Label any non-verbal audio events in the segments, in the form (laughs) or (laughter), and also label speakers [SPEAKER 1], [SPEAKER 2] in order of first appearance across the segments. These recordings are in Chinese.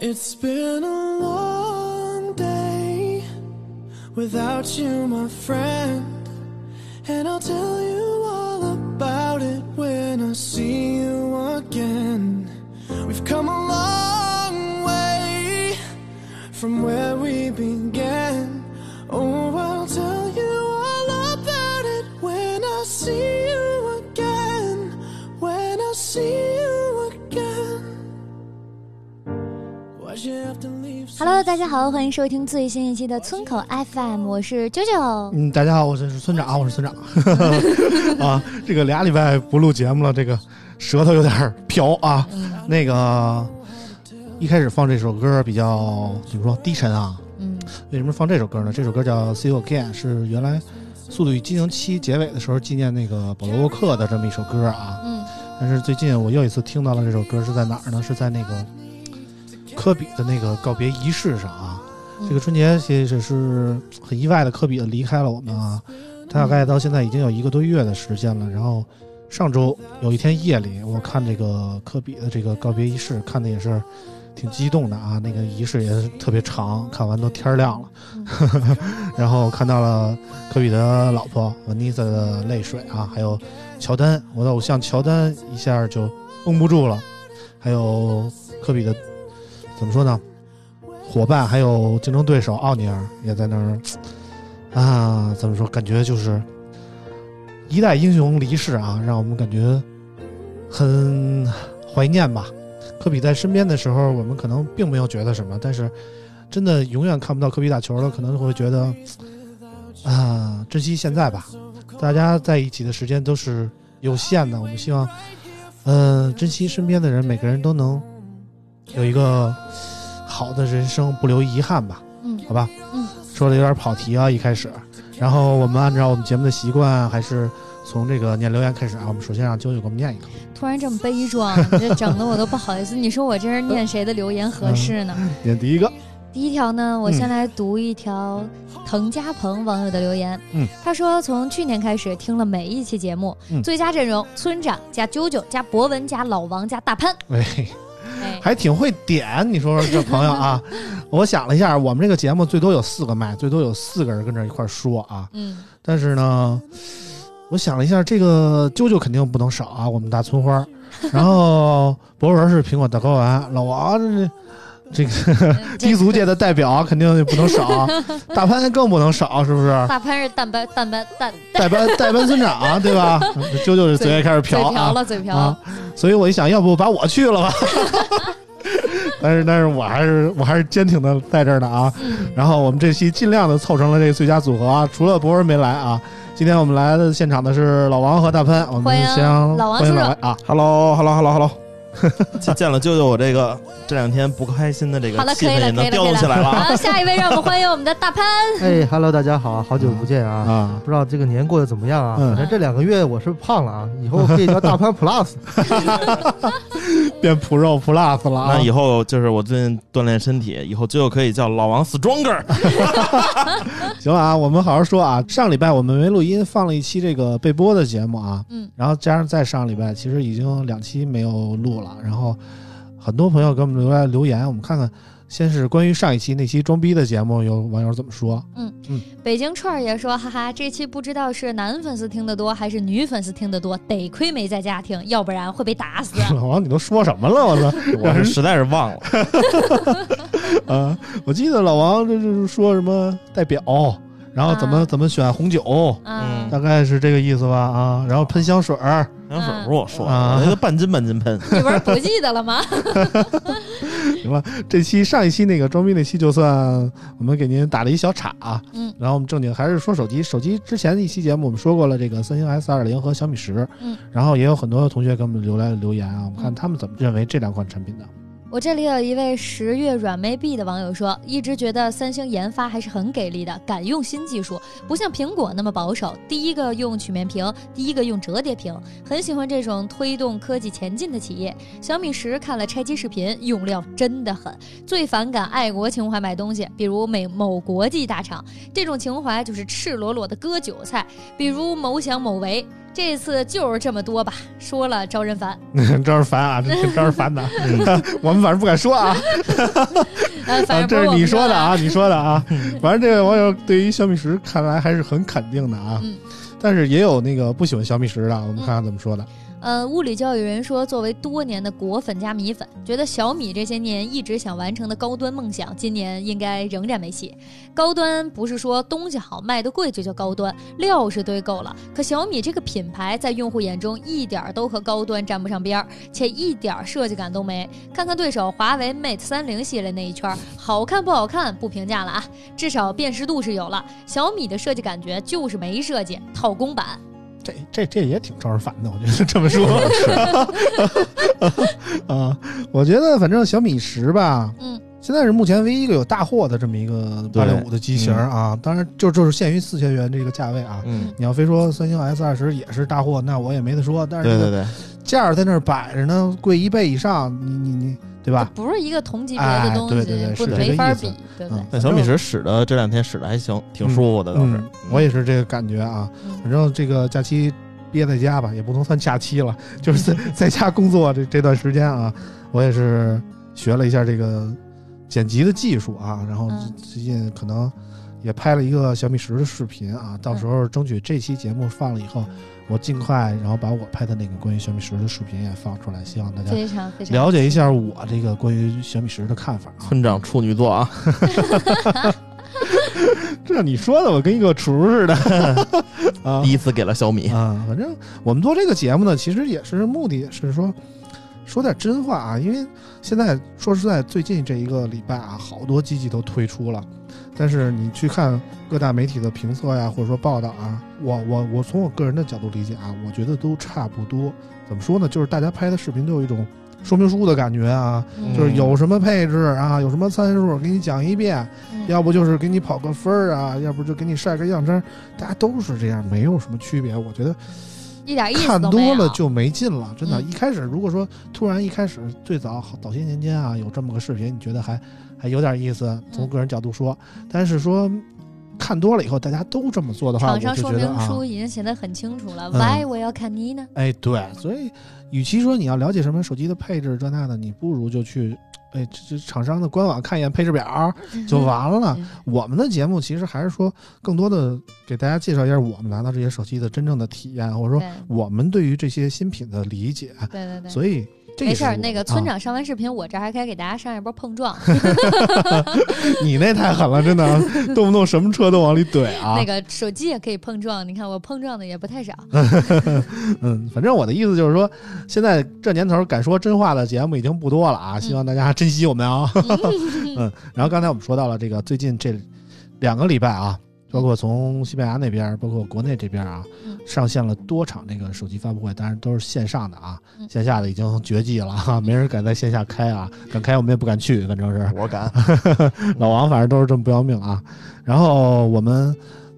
[SPEAKER 1] It's been a long day without you, my friend. And I'll tell you all about it when I see you again. We've come a long way from where we began. Oh, I'll tell you all about it when I see you again. When I see you again. Why'd you have to leave? so
[SPEAKER 2] Hello，大家好，欢迎收听最新一期的村口 FM，我是九九。
[SPEAKER 3] 嗯，大家好，我是村长，我是村长。 (laughs) 啊，这个俩礼拜不录节目了，这个舌头有点儿瓢啊。那个一开始放这首歌比较怎么说低沉啊？
[SPEAKER 2] 嗯，
[SPEAKER 3] 为什么放这首歌呢？这首歌叫《See You Again》，是原来《速度与激情七》结尾的时候纪念那个保罗沃克的这么一首歌啊。
[SPEAKER 2] 嗯，
[SPEAKER 3] 但是最近我又一次听到了这首歌是在哪儿呢？是在那个科比的那个告别仪式上啊。
[SPEAKER 2] 嗯
[SPEAKER 3] 这个春节其实是很意外的，科比离开了我们啊。他大概到现在已经有一个多月的时间了。然后上周有一天夜里，我看这个科比的这个告别仪式，看的也是挺激动的啊。那个仪式也是特别长，看完都天儿亮了。 (laughs) 然后看到了科比的老婆文妮萨的泪水啊，还有乔丹，我的偶像乔丹一下就绷不住了，还有科比的怎么说呢？伙伴还有竞争对手奥尼尔也在那儿啊，怎么说？感觉就是一代英雄离世啊，让我们感觉很怀念吧。科比在身边的时候，我们可能并没有觉得什么，但是真的永远看不到科比打球了，可能会觉得啊，珍惜现在吧。大家在一起的时间都是有限的，我们希望，嗯、珍惜身边的人，每个人都能有一个好的人生，不留遗憾吧。
[SPEAKER 2] 嗯
[SPEAKER 3] 好吧，
[SPEAKER 2] 嗯，
[SPEAKER 3] 说的有点跑题啊，一开始。然后我们按照我们节目的习惯，还是从这个念留言开始啊。我们首先让啾啾给我们念一个。
[SPEAKER 2] 突然这么悲壮，你这整的我都不好意思。你说我这是念谁的留言合适呢？
[SPEAKER 3] 念第一个，
[SPEAKER 2] 第一条呢，我
[SPEAKER 3] 嗯
[SPEAKER 2] 先来读一条滕家鹏网友的留言。
[SPEAKER 3] 嗯，
[SPEAKER 2] 他说从去年开始听了每一期节目，
[SPEAKER 3] 嗯
[SPEAKER 2] 最佳阵容村长加啾啾加博文加老王加大潘。
[SPEAKER 3] 哎，
[SPEAKER 2] 哎，
[SPEAKER 3] 还挺会点，你说说这朋友啊。我想了一下，我们这个节目最多有四个麦，最多有四个人跟这一块儿说啊。
[SPEAKER 2] 嗯
[SPEAKER 3] 但是呢，我想了一下，这个啾啾肯定不能少啊，我们大村花儿。然后博文是苹果大睾丸，老王这这个
[SPEAKER 2] 嗯，
[SPEAKER 3] (laughs) 低
[SPEAKER 2] 这
[SPEAKER 3] 俗界的代表啊肯定不能少，啊大潘更不能少，是不是？
[SPEAKER 2] 大潘是蛋白蛋白蛋
[SPEAKER 3] 代班代班村长，啊对吧？啾啾这嘴开始
[SPEAKER 2] 嘴
[SPEAKER 3] 瓢
[SPEAKER 2] 瓢
[SPEAKER 3] 啊
[SPEAKER 2] 了，嘴瓢
[SPEAKER 3] 啊
[SPEAKER 2] 了。！
[SPEAKER 3] 所以我一想，要不把我去
[SPEAKER 2] (laughs)
[SPEAKER 3] 了吧？但是，但是我还是我还是坚挺的在这儿呢啊！
[SPEAKER 2] 嗯
[SPEAKER 3] 然后我们这期尽量的凑成了这个最佳组合啊，除了博文没来啊，今天我们来的现场的是老王和大潘，我们
[SPEAKER 2] 欢迎
[SPEAKER 3] 先
[SPEAKER 2] 老王
[SPEAKER 3] 欢迎
[SPEAKER 2] 叔
[SPEAKER 3] 老
[SPEAKER 2] 叔
[SPEAKER 3] 王啊！
[SPEAKER 4] Hello，Hello，Hello，Hello，见见了舅舅，我这个这两天不开心的这
[SPEAKER 2] 好
[SPEAKER 4] 个
[SPEAKER 2] 了，
[SPEAKER 4] 气
[SPEAKER 2] 可以
[SPEAKER 4] 氛
[SPEAKER 2] 了，
[SPEAKER 4] 也
[SPEAKER 2] 可以
[SPEAKER 4] 能
[SPEAKER 2] 了，
[SPEAKER 4] 调
[SPEAKER 2] 可以
[SPEAKER 4] 动起来了啊。
[SPEAKER 2] 好，下一位，让我们欢迎我们的大潘。
[SPEAKER 5] 哎哈喽，大家好，好久不见啊！
[SPEAKER 3] 啊，
[SPEAKER 5] 不知道这个年过得怎么样啊？
[SPEAKER 3] 嗯
[SPEAKER 5] 反正这两个月我是胖了啊，以后可以叫大潘
[SPEAKER 3] (laughs)
[SPEAKER 5] Plus。
[SPEAKER 3] 变 pro plus 了啊
[SPEAKER 4] 那！以后就是我最近锻炼身体，以后舅舅可以叫老王
[SPEAKER 2] (laughs)
[SPEAKER 4] stronger。
[SPEAKER 3] 行了啊，我们好好说啊。上礼拜我们没录音，放了一期这个备播的节目啊，
[SPEAKER 2] 嗯，
[SPEAKER 3] 然后加上再上礼拜，其实已经两期没有录了。然后很多朋友给我们留来留言，我们看看，先是关于上一期那期装逼的节目，有网友怎么说？
[SPEAKER 2] 北京串儿也说，哈哈，这期不知道是男粉丝听得多还是女粉丝听得多，得亏没在家听，要不然会被
[SPEAKER 3] (laughs)
[SPEAKER 2] 打死。
[SPEAKER 3] (laughs) 老王，你都说什么了？我操！
[SPEAKER 4] 我是实在是忘了，
[SPEAKER 3] 啊，我记得老王这就是说什么代表，哦然后怎么、
[SPEAKER 2] 啊
[SPEAKER 3] 怎么选红酒，
[SPEAKER 2] 嗯，
[SPEAKER 3] 大概是这个意思吧啊。然后喷香水儿，
[SPEAKER 4] 香水不是我说的，
[SPEAKER 3] 啊 (laughs)
[SPEAKER 4] 我那个半斤半斤喷。
[SPEAKER 2] 你不是不记得了吗？
[SPEAKER 3] 行了，这期上一期那个装逼那期，就算我们给您打了一小岔、啊，
[SPEAKER 2] 嗯，
[SPEAKER 3] 然后我们正经还是说手机。手机之前一期节目我们说过了，这个三星 S 二零和小米十，
[SPEAKER 2] 嗯，
[SPEAKER 3] 然后也有很多同学给我们留来留言啊，我们看他们怎么认为这两款产品的。
[SPEAKER 2] 我这里有一位十月软妹币的网友说，一直觉得三星研发还是很给力的，敢用新技术，不像苹果那么保守。第一个用曲面屏，第一个用折叠屏，很喜欢这种推动科技前进的企业。小米十看了拆机视频，用料真的很。最反感爱国情怀买东西，比如美某国际大厂，这种情怀就是赤裸裸的割韭菜，比如某享某为。这次就是这么多吧，说了招人烦。
[SPEAKER 3] 招人烦啊，这招人烦的， (laughs) 我们反正不敢说啊，
[SPEAKER 2] 呃，反
[SPEAKER 3] 啊，
[SPEAKER 2] 正不
[SPEAKER 3] 这是
[SPEAKER 2] 我
[SPEAKER 3] 你
[SPEAKER 2] 们
[SPEAKER 3] 说的
[SPEAKER 2] 的
[SPEAKER 3] 啊，你说的啊。
[SPEAKER 2] 嗯
[SPEAKER 3] 反正这位网友对于小米十看来还是很肯定的啊，
[SPEAKER 2] 嗯
[SPEAKER 3] 但是也有那个不喜欢小米十的，我们看看怎么说的。
[SPEAKER 2] 呃，物理教育人说，作为多年的果粉加米粉，觉得小米这些年一直想完成的高端梦想，今年应该仍然没戏。高端不是说东西好卖的贵就叫高端，料是堆够了，可小米这个品牌在用户眼中一点儿都和高端沾不上边儿，且一点儿设计感都没。看看对手华为 Mate 三零系列那一圈儿，好看不好看不评价了啊，至少辨识度是有了。小米的设计感觉就是没设计，套公版。
[SPEAKER 3] 这这这也挺招人烦的，我觉得这么说 (laughs) 啊，我觉得反正小米十吧，
[SPEAKER 2] 嗯，
[SPEAKER 3] 现在是目前唯一一个有大货的这么一个八
[SPEAKER 4] 对
[SPEAKER 3] 六五的机型啊，当然就就是限于四千元这个价位啊。
[SPEAKER 4] 嗯，
[SPEAKER 3] 你要非说三星 S 二十也是大货，那我也没得说。但
[SPEAKER 4] 对
[SPEAKER 3] 是这
[SPEAKER 4] 对
[SPEAKER 3] 个
[SPEAKER 4] 对，
[SPEAKER 3] 价儿在那儿摆着呢，贵一倍以上，你你你，对吧？
[SPEAKER 2] 不是一个同级别
[SPEAKER 3] 哎
[SPEAKER 2] 的东西，
[SPEAKER 3] 对对对
[SPEAKER 2] 不
[SPEAKER 3] 是这
[SPEAKER 2] 没
[SPEAKER 3] 个
[SPEAKER 2] 法
[SPEAKER 3] 意
[SPEAKER 2] 比
[SPEAKER 3] 思，
[SPEAKER 2] 对不对？
[SPEAKER 3] 嗯
[SPEAKER 4] 但小米十使的这两天使的还行，挺舒服的倒是
[SPEAKER 3] 嗯。我也是这个感觉啊。
[SPEAKER 2] 嗯
[SPEAKER 3] 反正这个假期憋在家吧，也不能算假期了，就是在在家工作这这段时间啊，我也是学了一下这个剪辑的技术啊，然后
[SPEAKER 2] 嗯
[SPEAKER 3] 最近可能也拍了一个小米十的视频啊，到时候争取这期节目放了以后，我尽快然后把我拍的那个关于小米十的视频也放出来，希望大家
[SPEAKER 2] 非常非常
[SPEAKER 3] 了解一下我这个关于小米十的看法啊。
[SPEAKER 4] 村长处女座啊，
[SPEAKER 3] (laughs) 这你说的，我跟一个厨似的 (laughs) 啊
[SPEAKER 4] 第一次给了小米，
[SPEAKER 3] 啊，反正我们做这个节目呢，其实也是目的是说说点真话啊，因为现在说实在，最近这一个礼拜啊，好多机器都推出了，但是你去看各大媒体的评测呀，或者说报道啊，我我我从我个人的角度理解啊，我觉得都差不多。怎么说呢？就是大家拍的视频都有一种说明书的感觉啊，
[SPEAKER 2] 嗯
[SPEAKER 3] 就是有什么配置啊，有什么参数，给你讲一遍，
[SPEAKER 2] 嗯
[SPEAKER 3] 要不就是给你跑个分儿啊，要不就给你晒个样张，大家都是这样，没有什么区别。我觉得
[SPEAKER 2] 一点意思
[SPEAKER 3] 看
[SPEAKER 2] 都没
[SPEAKER 3] 多
[SPEAKER 2] 有
[SPEAKER 3] 了就没劲了，真的。
[SPEAKER 2] 嗯
[SPEAKER 3] 一开始如果说突然一开始最早好早些年间啊，有这么个视频，你觉得还还有点意思，
[SPEAKER 2] 嗯
[SPEAKER 3] 从个人角度说，但是说看多了以后，大家都这么做的话，我
[SPEAKER 2] 厂
[SPEAKER 3] 就
[SPEAKER 2] 商说
[SPEAKER 3] 觉得
[SPEAKER 2] 明
[SPEAKER 3] 啊，
[SPEAKER 2] 书已经写的很清楚了
[SPEAKER 3] 嗯
[SPEAKER 2] ，Why 我要看你呢？
[SPEAKER 3] 哎，对，所以与其说你要了解什么手机的配置这那的，你不如就去。哎，这这厂商的官网看一眼配置表就完了。
[SPEAKER 2] 嗯
[SPEAKER 3] 我们的节目其实还是说，更多的给大家介绍一下我们拿到这些手机的真正的体验，或者
[SPEAKER 2] (laughs) 对
[SPEAKER 3] 说我们对于这些新品的理解。
[SPEAKER 2] 对对对。
[SPEAKER 3] 所以这
[SPEAKER 2] 没
[SPEAKER 3] 也
[SPEAKER 2] 事
[SPEAKER 3] 是
[SPEAKER 2] 儿，
[SPEAKER 3] 我
[SPEAKER 2] 那个村、长上完视频，我这儿还可以给大家上一波碰撞。
[SPEAKER 3] 啊你那太狠了，真
[SPEAKER 2] (laughs)
[SPEAKER 3] 的，动不动什么车都往里怼啊。
[SPEAKER 2] 那个手机也可以碰撞，你看我碰撞的也不太少。
[SPEAKER 3] 嗯，反正我的意思就是说，现在这年头敢说真话的节目已经不多了
[SPEAKER 2] 嗯
[SPEAKER 3] 啊，希望大家珍惜我们
[SPEAKER 2] (laughs)
[SPEAKER 3] 啊。嗯，然后刚才我们说到了这个最近这两个礼拜啊，包括从西班牙那边，包括国内这边啊
[SPEAKER 2] 嗯，
[SPEAKER 3] 上线了多场这个手机发布会，当然都是线上的啊，
[SPEAKER 2] 嗯
[SPEAKER 3] 线下的已经绝迹了哈、没人敢在线下开啊，敢开我们也不敢去，反正是
[SPEAKER 4] 我敢，
[SPEAKER 3] 老王反正都是这么不要命啊。然后我们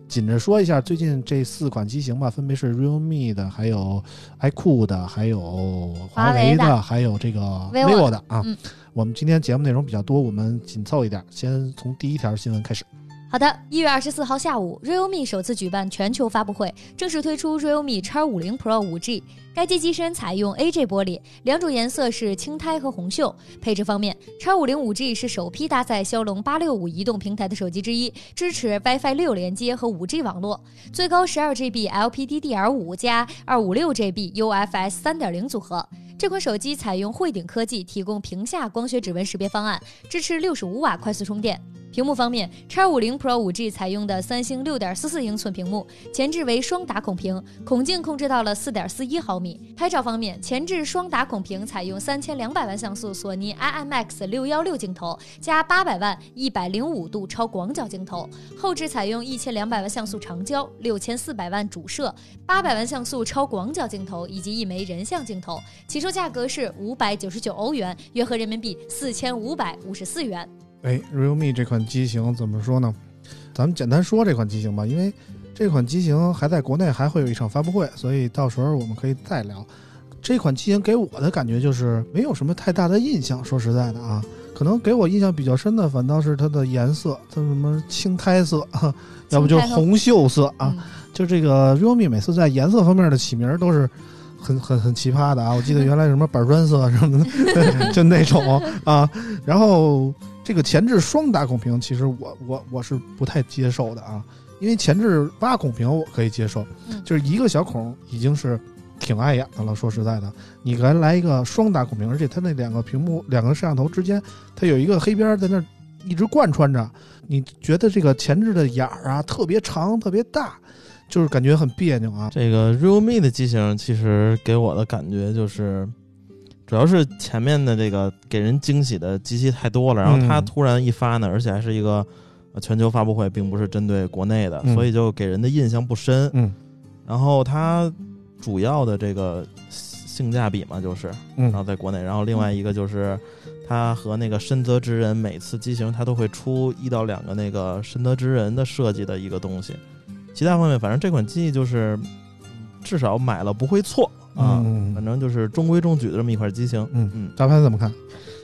[SPEAKER 3] 紧着说一下最近这四款机型吧，分别是 realme 的，还有 iQOO 的，还有华为
[SPEAKER 2] 华为
[SPEAKER 3] 还有这个
[SPEAKER 2] vivo
[SPEAKER 3] vivo 的啊。
[SPEAKER 2] 嗯
[SPEAKER 3] 我们今天节目内容比较多，我们紧凑一点，先从第一条新闻开始。
[SPEAKER 2] 好的，一月二十四号下午，realme 首次举办全球发布会，正式推出 realme X 五零 Pro 五 G。该机机身采用 AJ 玻璃，两种颜色是青苔和红锈。配置方面，X 五零五 G 是首批搭载骁龙八六五移动平台的手机之一，支持 WiFi 六连接和五 G 网络，最高十二 GB LPDDR 五加二五六 GB UFS 三点零组合。这款手机采用汇顶科技提供屏下光学指纹识别方案，支持六十五瓦快速充电。屏幕方面，X 五零 Pro 五 G 采用的三星六点四四英寸屏幕，前置为双打孔屏，孔径控制到了四点四一毫米。拍照方面，前置双打孔屏采用三千两百万像素索尼 IMX 六幺六镜头加八百万一百零五度超广角镜头，后置采用一千两百万像素长焦、六千四百万主摄、八百万像素超广角镜头以及一枚人像镜头，起售价格是五百九十九欧元，约合人民币四千五百五十四元。
[SPEAKER 3] 哎，realme 这款机型怎么说呢？咱们简单说这款机型吧，因为这款机型还在国内还会有一场发布会，所以到时候我们可以再聊。这款机型给我的感觉就是没有什么太大的印象，说实在的啊，可能给我印象比较深的反倒是它的颜色，它什么青苔色， (laughs) 啊要不就是红锈色啊。
[SPEAKER 2] 嗯
[SPEAKER 3] 就这个 realme 每次在颜色方面的起名儿都是很很很奇葩的啊！我记得原来什么板砖色什么的， (laughs) 就那种啊。然后这个前置双打孔屏，其实我我我是不太接受的啊，因为前置八孔屏我可以接受，
[SPEAKER 2] 嗯
[SPEAKER 3] 就是一个小孔已经是。挺碍眼的了，说实在的，你来来一个双打孔屏，而且它那两个屏幕、两个摄像头之间，它有一个黑边儿在那儿一直贯穿着，你觉得这个前置的眼儿啊特别长、特别大，就是感觉很别扭啊。
[SPEAKER 4] 这个 realme 的机型其实给我的感觉就是，主要是前面的这个给人惊喜的机器太多了，然后
[SPEAKER 3] 嗯
[SPEAKER 4] 它突然一发呢，而且还是一个呃全球发布会，并不是针对国内的，
[SPEAKER 3] 嗯
[SPEAKER 4] 所以就给人的印象不深。
[SPEAKER 3] 嗯
[SPEAKER 4] 然后它主要的这个性价比嘛，就是然后
[SPEAKER 3] 嗯
[SPEAKER 4] 在国内，然后另外一个就是。它和那个深泽直人每次机型，它都会出一到两个那个深泽直人的设计的一个东西。其他方面，反正这款机就是至少买了不会错啊，
[SPEAKER 3] 嗯
[SPEAKER 4] 反正就是中规中矩的这么一款机型。
[SPEAKER 3] 嗯
[SPEAKER 4] 嗯，
[SPEAKER 3] 大潘怎么看？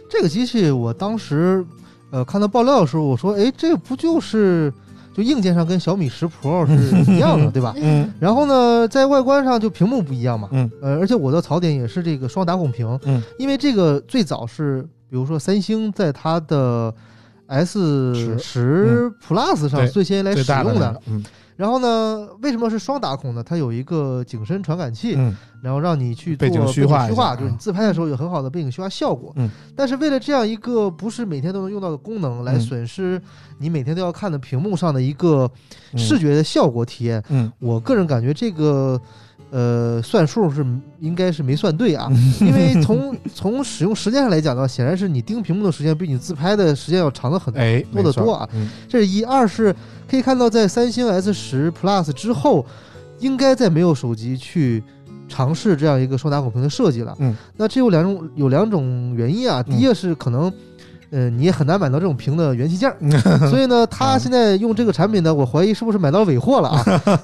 [SPEAKER 5] 这个机器我当时呃看到爆料的时候，我说，哎，这不就是就硬件上跟小米十 Pro 是
[SPEAKER 3] (laughs)
[SPEAKER 5] 一样的，对吧？
[SPEAKER 3] 嗯
[SPEAKER 5] 然后呢，在外观上就屏幕不一样嘛，
[SPEAKER 3] 嗯，
[SPEAKER 5] 呃，而且我的槽点也是这个双打孔屏，
[SPEAKER 3] 嗯，
[SPEAKER 5] 因为这个最早是比如说三星在它的 S 十 Plus 上
[SPEAKER 3] 嗯对
[SPEAKER 5] 最先来
[SPEAKER 3] 最
[SPEAKER 5] 使
[SPEAKER 3] 大的
[SPEAKER 5] 用
[SPEAKER 3] 那
[SPEAKER 5] 的
[SPEAKER 3] 个。，嗯
[SPEAKER 5] 然后呢，为什么是双打孔呢？它有一个景深传感器，
[SPEAKER 3] 嗯
[SPEAKER 5] 然后让你去做
[SPEAKER 3] 背景虚化一下啊
[SPEAKER 5] 就是你自拍的时候有很好的背景虚化效果。
[SPEAKER 3] 嗯，
[SPEAKER 5] 但是为了这样一个不是每天都能用到的功能，来
[SPEAKER 3] 嗯
[SPEAKER 5] 损失你每天都要看的屏幕上的一个
[SPEAKER 3] 嗯
[SPEAKER 5] 视觉的效果体验，
[SPEAKER 3] 嗯
[SPEAKER 5] 我个人感觉这个。呃，算数是应该是没算对啊，
[SPEAKER 3] 嗯
[SPEAKER 5] 因为从从使用时间上来讲呢，显然是你盯屏幕的时间比你自拍的时间要长的很多。
[SPEAKER 3] 哎
[SPEAKER 5] 多得多啊，
[SPEAKER 3] 没错
[SPEAKER 5] 这是一，二是可以看到，在三星 S 十 Plus 之后，应该再没有手机去尝试这样一个双打孔屏的设计了。
[SPEAKER 3] 嗯，
[SPEAKER 5] 那这有两种有两种原因啊，第一个是可能。呃，你也很难买到这种屏的元器件儿，
[SPEAKER 3] (laughs)
[SPEAKER 5] 所以呢，
[SPEAKER 3] 啊
[SPEAKER 5] 他现在用这个产品呢，我怀疑是不是买到尾
[SPEAKER 3] (laughs)
[SPEAKER 5] 货了啊？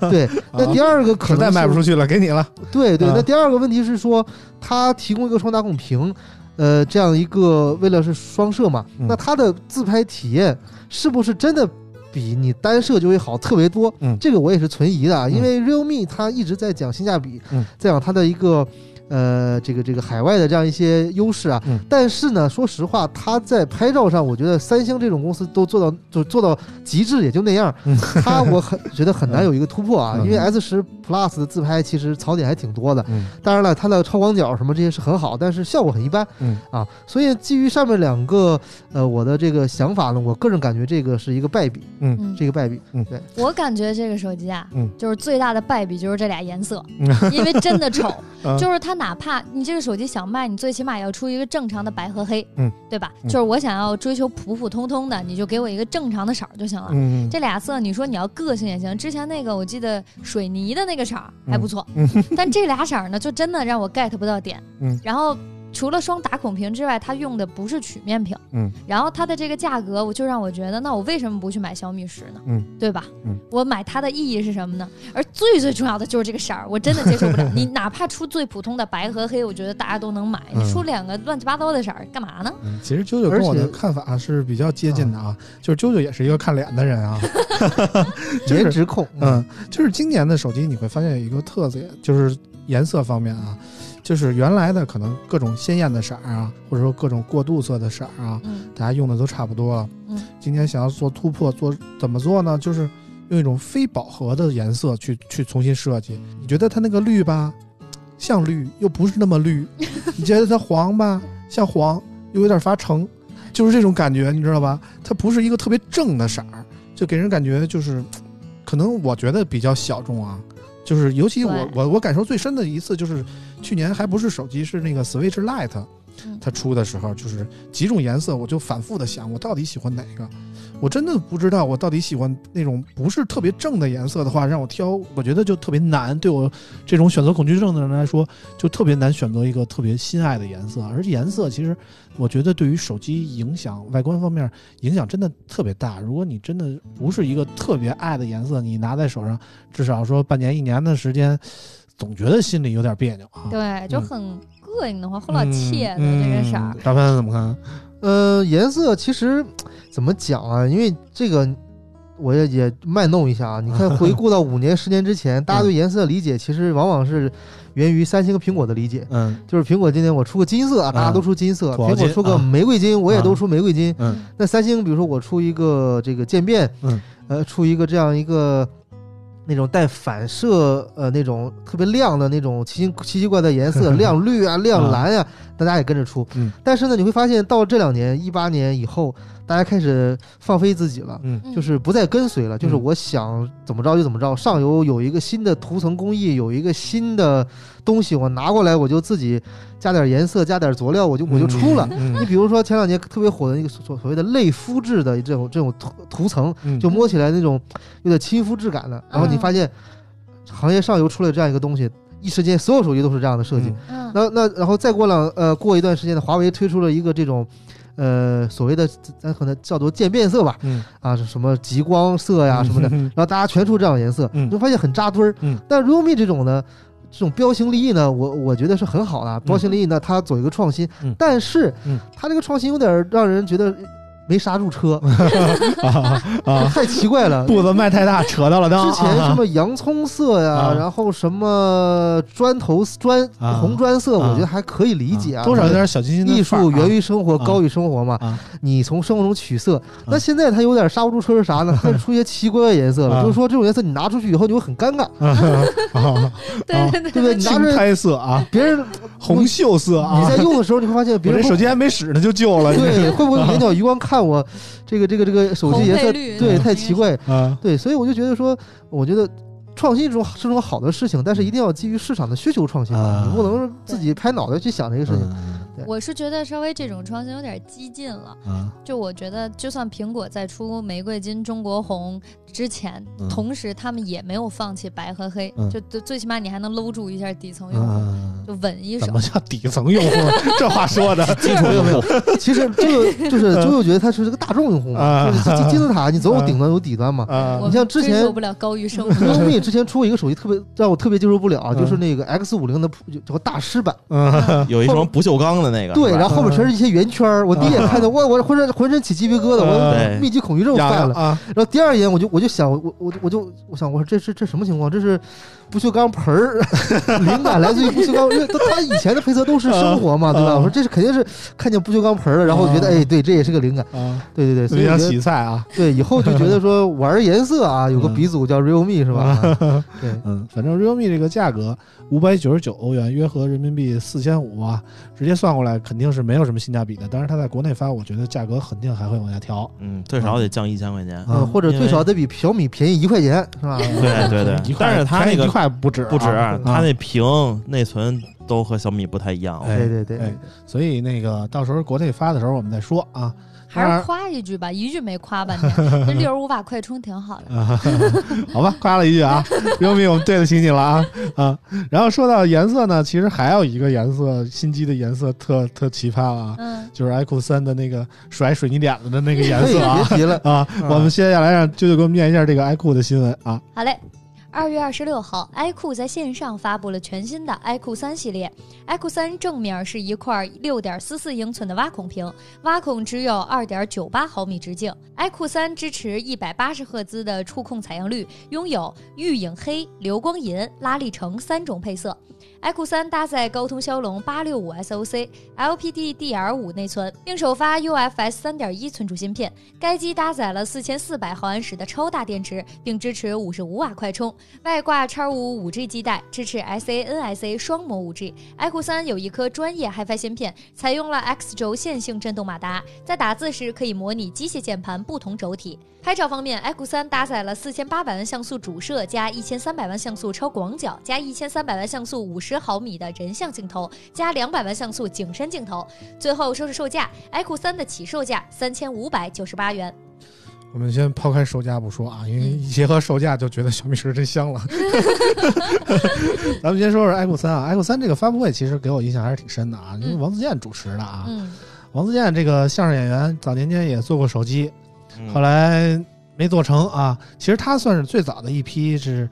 [SPEAKER 5] 对，那第二个
[SPEAKER 3] 嗯，
[SPEAKER 5] 可
[SPEAKER 3] 实
[SPEAKER 5] 能
[SPEAKER 3] 在卖不
[SPEAKER 5] 是
[SPEAKER 3] 出去了，给你了。
[SPEAKER 5] 对对，
[SPEAKER 3] 啊
[SPEAKER 5] 那第二个问题是说，它提供一个双打孔屏，呃，这样一个为了是双摄嘛，
[SPEAKER 3] 嗯
[SPEAKER 5] 那它的自拍体验是不是真的比你单摄就会好特别多？
[SPEAKER 3] 嗯
[SPEAKER 5] 这个我也是存疑的啊，
[SPEAKER 3] 嗯
[SPEAKER 5] 因为 realme 它一直在讲性价比，
[SPEAKER 3] 嗯
[SPEAKER 5] 在讲它的一个。呃，这个这个海外的这样一些优势啊，
[SPEAKER 3] 嗯
[SPEAKER 5] 但是呢，说实话，它在拍照上，我觉得三星这种公司都做到就做到极致，也就那样。
[SPEAKER 3] 嗯
[SPEAKER 5] 它我很觉得很难有一个突破啊，
[SPEAKER 3] 嗯
[SPEAKER 5] 因为 S 十 Plus 的自拍其实槽点还挺多的。
[SPEAKER 3] 嗯
[SPEAKER 5] 当然了，它的超广角什么这些是很好，但是效果很一般
[SPEAKER 3] 嗯
[SPEAKER 5] 啊。所以基于上面两个呃我的这个想法呢，我个人感觉这个是一个败笔，
[SPEAKER 3] 嗯
[SPEAKER 2] 嗯
[SPEAKER 5] 这个败笔。
[SPEAKER 2] 我感觉这个手机啊，
[SPEAKER 3] 嗯
[SPEAKER 2] 就是最大的败笔就是这俩
[SPEAKER 3] (laughs)
[SPEAKER 2] 颜色，因为真的丑。
[SPEAKER 3] 嗯
[SPEAKER 2] 就是它哪怕你这个手机想卖，你最起码也要出一个正常的白和黑，
[SPEAKER 3] 嗯，
[SPEAKER 2] 对吧？
[SPEAKER 3] 嗯
[SPEAKER 2] 就是我想要追求普普通通的，你就给我一个正常的色儿就行了。
[SPEAKER 3] 嗯，
[SPEAKER 2] 这俩色，你说你要个性也行。之前那个我记得水泥的那个色儿还不错，
[SPEAKER 3] 嗯
[SPEAKER 2] 但这俩色儿呢，就真的让我 get 不到点。
[SPEAKER 3] 嗯
[SPEAKER 2] 然后除了双打孔屏之外，它用的不是曲面屏。
[SPEAKER 3] 嗯，
[SPEAKER 2] 然后它的这个价格，我就让我觉得，那我为什么不去买小米十呢？
[SPEAKER 3] 嗯，
[SPEAKER 2] 对吧？
[SPEAKER 3] 嗯，
[SPEAKER 2] 我买它的意义是什么呢？而最最重要的就是这个色儿，我真的接受不
[SPEAKER 3] (laughs)
[SPEAKER 2] 了。你哪怕出最普通的白和黑，我觉得大家都能买。你出两个乱七八糟的色儿干嘛呢？
[SPEAKER 3] 嗯其实啾啾跟我的看法是比较接近的啊，就是啾啾也是一个看脸的人 (laughs) 啊。就是
[SPEAKER 5] 颜值控，
[SPEAKER 3] 嗯，就是今年的手机你会发现有一个特点，就是颜色方面啊，就是原来的可能各种鲜艳的色儿啊，或者说各种过渡色的色儿啊，
[SPEAKER 2] 嗯
[SPEAKER 3] 大家用的都差不多了。
[SPEAKER 2] 嗯，
[SPEAKER 3] 今天想要做突破，做怎么做呢？就是用一种非饱和的颜色去去重新设计。你觉得它那个绿吧， (laughs) 像绿又不是那么绿；你觉得它黄吧，像黄又有点发橙。就是这种感觉，你知道吧？它不是一个特别正的色儿，就给人感觉就是，可能我觉得比较小众啊。就是尤其我
[SPEAKER 2] 对
[SPEAKER 3] 我我感受最深的一次就是去年还不是手机是那个 Switch Lite，
[SPEAKER 2] 嗯
[SPEAKER 3] 它出的时候就是几种颜色，我就反复的想我到底喜欢哪个。我真的不知道我到底喜欢那种不是特别正的颜色的话，让我挑，我觉得就特别难。对我这种选择恐惧症的人来说，就特别难选择一个特别心爱的颜色。而颜色其实，我觉得对于手机影响外观方面影响真的特别大。如果你真的不是一个特别爱的颜色，你拿在手上，至少说半年一年的时间，总觉得心里有点别扭啊。
[SPEAKER 2] 对，就
[SPEAKER 3] 嗯
[SPEAKER 2] 很膈应的慌，后
[SPEAKER 3] 嗯，
[SPEAKER 2] 老怯的这个色儿
[SPEAKER 3] 嗯。大潘怎么看？
[SPEAKER 5] 呃，颜色其实怎么讲啊？因为这个，我也也卖弄一下啊。你看，回顾到五年、十年之前，大家
[SPEAKER 3] 嗯
[SPEAKER 5] 对颜色的理解其实往往是源于三星、苹果的理解。
[SPEAKER 3] 嗯
[SPEAKER 5] 就是苹果今年我出个金色啊，大家都出金色；
[SPEAKER 3] 土豪
[SPEAKER 5] 苹果
[SPEAKER 3] 金
[SPEAKER 5] 出个
[SPEAKER 3] 啊
[SPEAKER 5] 玫瑰金，我也
[SPEAKER 3] 啊
[SPEAKER 5] 都出玫瑰金。
[SPEAKER 3] 嗯
[SPEAKER 5] 那三星，比如说我出一个这个渐变，
[SPEAKER 3] 嗯，
[SPEAKER 5] 呃，出一个这样一个那种带反射呃那种特别亮的那种奇形奇奇怪的颜色，
[SPEAKER 3] (laughs)
[SPEAKER 5] 亮绿啊，亮蓝啊，大家也跟着出。
[SPEAKER 3] 嗯
[SPEAKER 5] 但是呢，你会发现到这两年一八年以后，大家开始放飞自己了。
[SPEAKER 3] 嗯
[SPEAKER 2] 嗯
[SPEAKER 5] 就是不再跟随了，就是
[SPEAKER 3] 嗯
[SPEAKER 5] 我想怎么着就怎么着。上游有一个新的涂层工艺，有一个新的东西，我拿过来我就自己加点颜色，加点佐料，我就我就出了。你
[SPEAKER 3] 嗯
[SPEAKER 5] 比如说前两年特别火的那个所所所谓的类肤质的这种这种涂涂层，
[SPEAKER 3] 嗯，
[SPEAKER 5] 就摸起来那种有点亲肤质感的。然后你发现行业上游出了这样一个东西，一时间所有手机都是这样的设计。
[SPEAKER 3] 嗯
[SPEAKER 2] 嗯
[SPEAKER 5] 那那然后再过两呃过一段时间呢，华为推出了一个这种。呃，所谓的咱可能叫做渐变色吧，
[SPEAKER 3] 嗯
[SPEAKER 5] 啊，什么极光色呀什么的，
[SPEAKER 3] 嗯
[SPEAKER 5] 然后大家全出这样的颜色，
[SPEAKER 3] 嗯
[SPEAKER 5] 你会发现很扎堆儿。
[SPEAKER 3] 嗯
[SPEAKER 5] 但 Realme 这种呢，这种标新立异呢，我我觉得是很好的啊。标新立异呢，它走一个创新，
[SPEAKER 3] 嗯
[SPEAKER 5] 但是、
[SPEAKER 3] 嗯
[SPEAKER 5] 它这个创新有点让人觉得没刹住车，
[SPEAKER 3] (laughs) 啊啊，
[SPEAKER 5] 太奇怪
[SPEAKER 3] (laughs)
[SPEAKER 5] 了。
[SPEAKER 3] 步子迈太大，扯到了啊裆。
[SPEAKER 5] 嗯之前什么洋葱色呀，
[SPEAKER 3] 啊
[SPEAKER 5] 然后什么砖头砖、
[SPEAKER 3] 啊
[SPEAKER 5] 红砖色，
[SPEAKER 3] 啊
[SPEAKER 5] 我觉得还可以理解啊，
[SPEAKER 3] 多少有点小清新的
[SPEAKER 5] 艺
[SPEAKER 3] 范儿
[SPEAKER 5] 术
[SPEAKER 3] 啊
[SPEAKER 5] 源
[SPEAKER 3] (laughs)
[SPEAKER 5] 于生活，
[SPEAKER 3] 啊
[SPEAKER 5] 高于生活嘛。
[SPEAKER 3] 啊
[SPEAKER 5] 你从生活中取色，那现在它有点刹不住车是啥呢？它出一些奇怪的颜色了，
[SPEAKER 3] 啊
[SPEAKER 5] 就是说这种颜色你拿出去以后你会很尴尬， (laughs)
[SPEAKER 3] 啊，
[SPEAKER 2] 嗯对对
[SPEAKER 5] 哦对
[SPEAKER 2] 对，
[SPEAKER 5] 不对？你拿
[SPEAKER 3] 青
[SPEAKER 5] 着
[SPEAKER 3] 苔色啊，
[SPEAKER 5] 别人，
[SPEAKER 3] 红袖色
[SPEAKER 5] 你
[SPEAKER 3] 啊， (laughs)
[SPEAKER 5] 在用的时候你会发现别
[SPEAKER 3] 我这
[SPEAKER 5] 人
[SPEAKER 3] 手
[SPEAKER 5] 会
[SPEAKER 3] 机还没使呢就旧了，
[SPEAKER 5] 对会不会眼角余光看
[SPEAKER 3] (laughs)
[SPEAKER 5] 我这个这个这个手机颜
[SPEAKER 2] 红配
[SPEAKER 5] 色
[SPEAKER 2] 绿
[SPEAKER 5] 对
[SPEAKER 2] 嗯
[SPEAKER 5] 太奇怪，
[SPEAKER 3] 啊，
[SPEAKER 5] 对，所以我就觉得说，我觉得。创新这种是种好的事情，但是一定要基于市场的需求创新嘛，
[SPEAKER 3] 啊嗯
[SPEAKER 5] 你不能自己拍脑袋去想这个事情。
[SPEAKER 2] 我是觉得稍微这种创新有点激进了。
[SPEAKER 3] 啊，
[SPEAKER 2] 就我觉得，就算苹果在出玫瑰金、中国红之前，
[SPEAKER 3] 嗯
[SPEAKER 2] 同时他们也没有放弃白和黑，
[SPEAKER 3] 嗯
[SPEAKER 2] 就最最起码你还能搂住一下底层用户，
[SPEAKER 5] 啊
[SPEAKER 3] 嗯，
[SPEAKER 2] 就稳一手
[SPEAKER 3] 怎。么叫底层用
[SPEAKER 5] (laughs)
[SPEAKER 3] 户？这话说的
[SPEAKER 5] 基础没有没有，其实这
[SPEAKER 2] (laughs)
[SPEAKER 5] 个就是周佑觉得他是这个大众用户嘛，
[SPEAKER 3] 嗯啊嗯
[SPEAKER 5] 就是金金字塔你总有顶端有
[SPEAKER 3] (laughs)
[SPEAKER 5] 底端嘛，
[SPEAKER 3] 啊
[SPEAKER 2] 我
[SPEAKER 5] 你像之前
[SPEAKER 2] 追求不了高于生
[SPEAKER 5] (laughs)
[SPEAKER 2] 活，
[SPEAKER 5] realme 之前出过一个手机，特别让我特别接受不了啊，
[SPEAKER 3] 嗯
[SPEAKER 5] 就是那个 X 五零的普叫大师版，
[SPEAKER 3] 嗯
[SPEAKER 4] 有一双不锈钢的那个，
[SPEAKER 5] 对，
[SPEAKER 4] 是吧
[SPEAKER 5] 然后后面全是一些圆圈儿，我第
[SPEAKER 3] (laughs)
[SPEAKER 5] 一眼看到，我我浑身浑身起鸡皮
[SPEAKER 3] 嗯
[SPEAKER 5] 疙瘩， (laughs) 我
[SPEAKER 4] 对
[SPEAKER 5] 密集恐惧症
[SPEAKER 3] 痒
[SPEAKER 5] 犯
[SPEAKER 3] 痒
[SPEAKER 5] 了。
[SPEAKER 3] 啊，
[SPEAKER 5] 然后第二眼我就我就想我我我就我想我说这是这什么情况？这是不锈钢盆儿，灵感来自于不锈钢，因为它它以前的配色都是生活嘛，对
[SPEAKER 3] 嗯
[SPEAKER 5] 吧？我说这是肯定是看见不锈钢盆儿了，然后我觉得
[SPEAKER 3] 嗯
[SPEAKER 5] 哎，对，这也是个灵感，
[SPEAKER 3] 啊，
[SPEAKER 5] 对对对，所
[SPEAKER 3] 你
[SPEAKER 5] 以我
[SPEAKER 3] 想
[SPEAKER 5] 觉得
[SPEAKER 3] 洗菜啊，
[SPEAKER 5] 对以后就觉得说玩颜色啊，有个鼻祖叫 realme 是吧？啊对。
[SPEAKER 3] 嗯，反正 realme 这个价格五百九十九欧元，约合人民币四千五啊，直接算过来肯定是没有什么性价比的。当然，它在国内发，我觉得价格肯定还会往下调。
[SPEAKER 4] 嗯，最少得降一千块钱。
[SPEAKER 5] 啊，
[SPEAKER 3] 嗯
[SPEAKER 5] 或者最少得比小米便宜一块钱，是吧？
[SPEAKER 4] 对对
[SPEAKER 3] 一
[SPEAKER 4] 对，
[SPEAKER 3] 块
[SPEAKER 4] 但是它
[SPEAKER 3] 嗯
[SPEAKER 4] 那
[SPEAKER 3] 便宜一
[SPEAKER 4] 个
[SPEAKER 3] 块不止啊，
[SPEAKER 4] 不止，它
[SPEAKER 3] 啊
[SPEAKER 4] 那屏内存都和小米不太一样。
[SPEAKER 3] 哎
[SPEAKER 5] 对对对
[SPEAKER 3] 哎
[SPEAKER 5] 对，
[SPEAKER 3] 所以那个到时候国内发的时候我们再说
[SPEAKER 4] (laughs)
[SPEAKER 3] 啊。当
[SPEAKER 2] 还
[SPEAKER 3] 然
[SPEAKER 2] 是夸一句吧，一句没夸
[SPEAKER 5] (laughs)
[SPEAKER 2] 半天，这六十五瓦快充挺好的。
[SPEAKER 3] 啊，好吧，夸了一句啊，优米，我们对得起你了啊啊！然后说到颜色呢，其实还有一个颜色，新机的颜色特特奇葩了啊，
[SPEAKER 2] 嗯，
[SPEAKER 3] 就是 iQOO 三的那个甩水泥点子的那个颜
[SPEAKER 5] 嘿
[SPEAKER 3] 色
[SPEAKER 5] (laughs)
[SPEAKER 3] 啊
[SPEAKER 5] 别提了，
[SPEAKER 3] 啊！我们接下来让舅舅给我们念一下这个 iQOO 的新闻啊，
[SPEAKER 2] 好嘞。二月二十六号，iQOO 在线上发布了全新的 iQOO 三系列。iQOO 三正面是一块六点四四英寸的挖孔屏，挖孔只有二点九八毫米直径。iQOO 三支持一百八十赫兹的触控采样率，拥有玉影黑、流光银、拉力橙三种配色。iQOO 三搭载高通骁龙八六五 SoC、LPDDR5 内存，并首发 UFS 三点一存储芯片。该机搭载了四千四百毫安时的超大电池，并支持五十五瓦快充，外挂叉五五 G 基带，支持 SA、NSA 双模五 G。iQOO 三有一颗专业 HiFi 芯片，采用了 X 轴线性振动马达，在打字时可以模拟机械键盘不同轴体。拍照方面，iQOO 三搭载了四千八百万像素主摄加一千三百万像素超广角加一千三百万像素五十毫米的人像镜头加两百万像素景深镜头。最后说是售价，iQOO 三的起售价三千五百九十八元。
[SPEAKER 3] 我们先抛开售价不说啊，因为一结合售价就觉得小米十真香了。咱们先说说 iQOO 三啊，iQOO 三这个发布会其实给我印象还是挺深的啊，因为
[SPEAKER 2] 嗯
[SPEAKER 3] 王自健主持的啊。
[SPEAKER 2] 嗯
[SPEAKER 3] 王自健这个相声演员，早年间也做过手机，
[SPEAKER 4] 嗯
[SPEAKER 3] 后来没做成啊。其实他算是最早的一批是，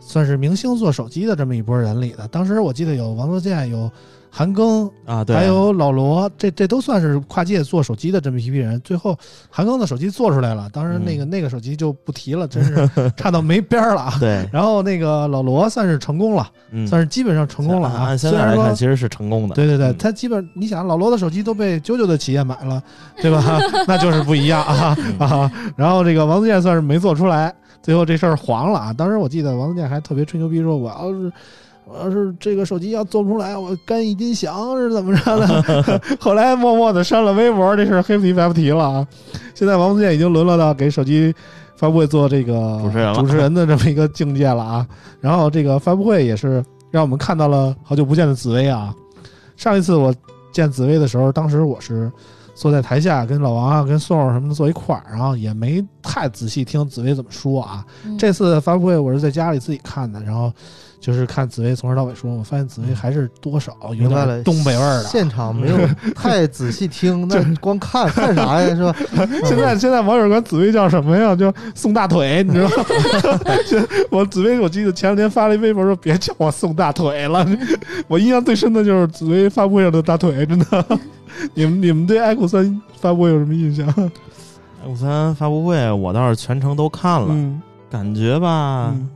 [SPEAKER 3] 算是明星做手机的这么一波人里的。当时我记得有王自健，有韩庚，
[SPEAKER 4] 啊，对，
[SPEAKER 3] 还有老罗，这这都算是跨界做手机的这么一批人。最后韩庚的手机做出来了，当然
[SPEAKER 4] 嗯
[SPEAKER 3] 那个、那个手机就不提了，真是 (laughs) 差到没边儿了 (laughs) 啊。
[SPEAKER 4] 对，
[SPEAKER 3] 然后那个老罗算是成功了，
[SPEAKER 4] 嗯，
[SPEAKER 3] 算是基本上成功了
[SPEAKER 4] 按
[SPEAKER 3] 啊。
[SPEAKER 4] 按
[SPEAKER 3] 虽
[SPEAKER 4] 现在
[SPEAKER 3] 然
[SPEAKER 4] 来
[SPEAKER 3] 说
[SPEAKER 4] 看，其实是成功的。
[SPEAKER 3] 对对对，
[SPEAKER 4] 嗯
[SPEAKER 3] 他基本你想老罗的手机都被啾啾的企业买
[SPEAKER 4] (laughs)
[SPEAKER 3] 了，对吧？ (laughs) 那就是不一样啊
[SPEAKER 4] 嗯
[SPEAKER 3] 啊！然后这个王自健算是没做出来，最后这事儿黄了啊！当时我记得王自健还特别吹牛逼说，我要是。我要是这个手机要做不出来，我干一斤翔是怎么着
[SPEAKER 4] (laughs)
[SPEAKER 3] 的？后来默默的删了微博，这事儿黑不提白不提了啊！现在王自健已经沦落到给手机发布会做这个
[SPEAKER 4] 主持人了
[SPEAKER 3] 主持人的这么一个境界了啊！然后这个发布会也是让我们看到了好久不见的紫薇啊！上一次我见紫薇的时候，当时我是坐在台下，跟老王啊、跟宋儿什么的坐一块儿，然后也没太仔细听紫薇怎么说啊。
[SPEAKER 2] 嗯
[SPEAKER 3] 这次发布会我是在家里自己看的，然后就是看紫薇从头到尾说，我发现紫薇还是多少 (laughs) 有
[SPEAKER 5] 明白了
[SPEAKER 3] 点东北味儿的。啊
[SPEAKER 5] 现场没有太仔细听，
[SPEAKER 3] (laughs)
[SPEAKER 5] 那光看看啥呀，是吧？嗯
[SPEAKER 3] 现在现在网友管紫薇叫什么呀？就宋大腿，你知道
[SPEAKER 5] (laughs)
[SPEAKER 3] 吗？这我紫薇，我记得前两天发了一微博说别叫我宋大腿了。 (laughs) 我印象最深的就是紫薇发布会上的大腿，真的。 (laughs) 你们你们对 iQOO 三发布会有什么印象？
[SPEAKER 4] 五三发布会，我倒是全程都看了，
[SPEAKER 3] 嗯
[SPEAKER 4] 感觉吧，
[SPEAKER 3] 嗯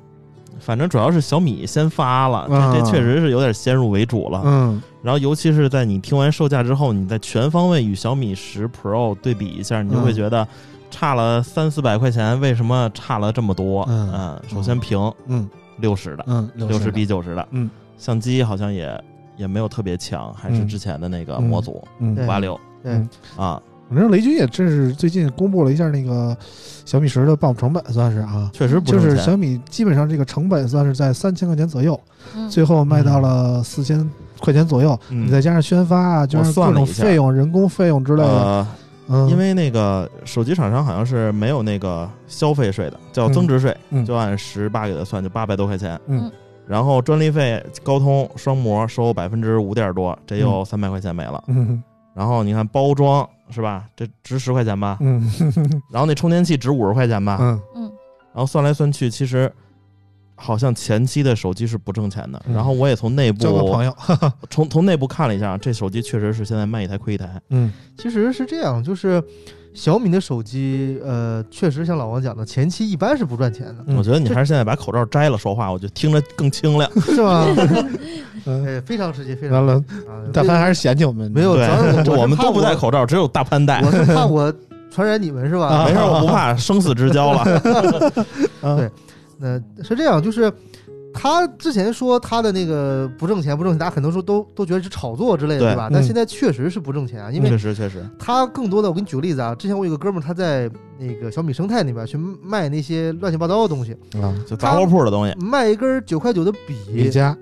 [SPEAKER 4] 反正主要是小米先发了，
[SPEAKER 3] 啊
[SPEAKER 4] 这这确实是有点先入为主了。
[SPEAKER 3] 嗯
[SPEAKER 4] 然后尤其是在你听完售价之后，你再全方位与小米十 Pro 对比一下，你
[SPEAKER 3] 嗯
[SPEAKER 4] 就会觉得差了三四百块钱，为什么差了这么多？啊
[SPEAKER 3] 嗯
[SPEAKER 4] 首先屏
[SPEAKER 3] 嗯
[SPEAKER 4] 六十的，
[SPEAKER 3] 嗯，
[SPEAKER 4] 六
[SPEAKER 3] 十
[SPEAKER 4] 十比九十的，
[SPEAKER 3] 嗯，
[SPEAKER 4] 相机好像也也没有特别强，还是
[SPEAKER 3] 嗯
[SPEAKER 4] 之前的那个模组
[SPEAKER 3] 嗯
[SPEAKER 4] 五
[SPEAKER 5] 对
[SPEAKER 4] 八六
[SPEAKER 5] 对，
[SPEAKER 4] 啊，
[SPEAKER 3] 反正雷军也这是最近公布了一下那个小米十的报成本，算是啊，
[SPEAKER 4] 确实不
[SPEAKER 3] 就
[SPEAKER 4] 挣
[SPEAKER 3] 是
[SPEAKER 4] 钱。
[SPEAKER 3] 小米基本上这个成本算是在三千块钱左右，
[SPEAKER 2] 嗯
[SPEAKER 3] 最后卖到了四千块钱左右。
[SPEAKER 4] 嗯
[SPEAKER 3] 你再加上宣发啊，就是各
[SPEAKER 4] 算了
[SPEAKER 3] 种
[SPEAKER 4] 一下
[SPEAKER 3] 费用、人工费用之类的，
[SPEAKER 4] 呃，
[SPEAKER 3] 嗯，
[SPEAKER 4] 因为那个手机厂商好像是没有那个消费税的，叫增值税，
[SPEAKER 3] 嗯嗯
[SPEAKER 4] 就按十八给它算，就八百多块钱。
[SPEAKER 3] 嗯，
[SPEAKER 4] 然后专利费，高通双模收百分之五点多，这又三百块钱没了。
[SPEAKER 3] 嗯
[SPEAKER 4] 然后你看包装是吧，这值十块钱吧，
[SPEAKER 3] 嗯
[SPEAKER 4] 然后那充电器值五十块钱吧，
[SPEAKER 3] 嗯
[SPEAKER 2] 嗯
[SPEAKER 4] 然后算来算去，其实好像前期的手机是不挣钱的。
[SPEAKER 3] 嗯
[SPEAKER 4] 然后我也从内部
[SPEAKER 3] 交个朋友，
[SPEAKER 4] 从从内部看了一下，这手机确实是现在卖一台亏一台。
[SPEAKER 3] 嗯
[SPEAKER 5] 其实是这样，就是小米的手机，呃，确实像老王讲的，前期一般是不赚钱的，
[SPEAKER 3] 嗯
[SPEAKER 4] 我觉得你还是现在把口罩摘了说话，我就听着更清亮。
[SPEAKER 5] 是吧？ (laughs)
[SPEAKER 3] 嗯，
[SPEAKER 5] 哎，非常直接，非
[SPEAKER 3] 完
[SPEAKER 5] 常
[SPEAKER 3] 了，
[SPEAKER 5] 啊
[SPEAKER 3] 大潘还是嫌弃我们
[SPEAKER 5] 没有
[SPEAKER 4] 对
[SPEAKER 5] 主要是，
[SPEAKER 4] 这 (laughs)
[SPEAKER 5] 我
[SPEAKER 4] 我们
[SPEAKER 5] 是怕
[SPEAKER 4] 都不
[SPEAKER 5] 我
[SPEAKER 4] 戴口罩，只有大潘戴。
[SPEAKER 5] 我是怕我传染你们是
[SPEAKER 3] 啊
[SPEAKER 4] (laughs)
[SPEAKER 5] 吧？
[SPEAKER 4] 没事，我不
[SPEAKER 5] (laughs)
[SPEAKER 4] 怕，生死之交了。
[SPEAKER 5] 那呃是这样，就是他之前说他的那个不挣钱，不挣钱，大家很多时候都都觉得是炒作之类的，
[SPEAKER 4] 对
[SPEAKER 5] 对吧？
[SPEAKER 3] 嗯
[SPEAKER 5] 但现在确实是不挣钱啊， (laughs) 因为
[SPEAKER 4] 确实确实，
[SPEAKER 5] 他更多的，我给你举个例子啊，之前我有个哥们儿，他在那个小米生态那边去卖那些乱七八糟的东西，
[SPEAKER 3] 啊，
[SPEAKER 4] 就杂货铺的东西，
[SPEAKER 5] 卖一根九块九的
[SPEAKER 3] 米
[SPEAKER 5] 笔， (laughs)
[SPEAKER 3] 家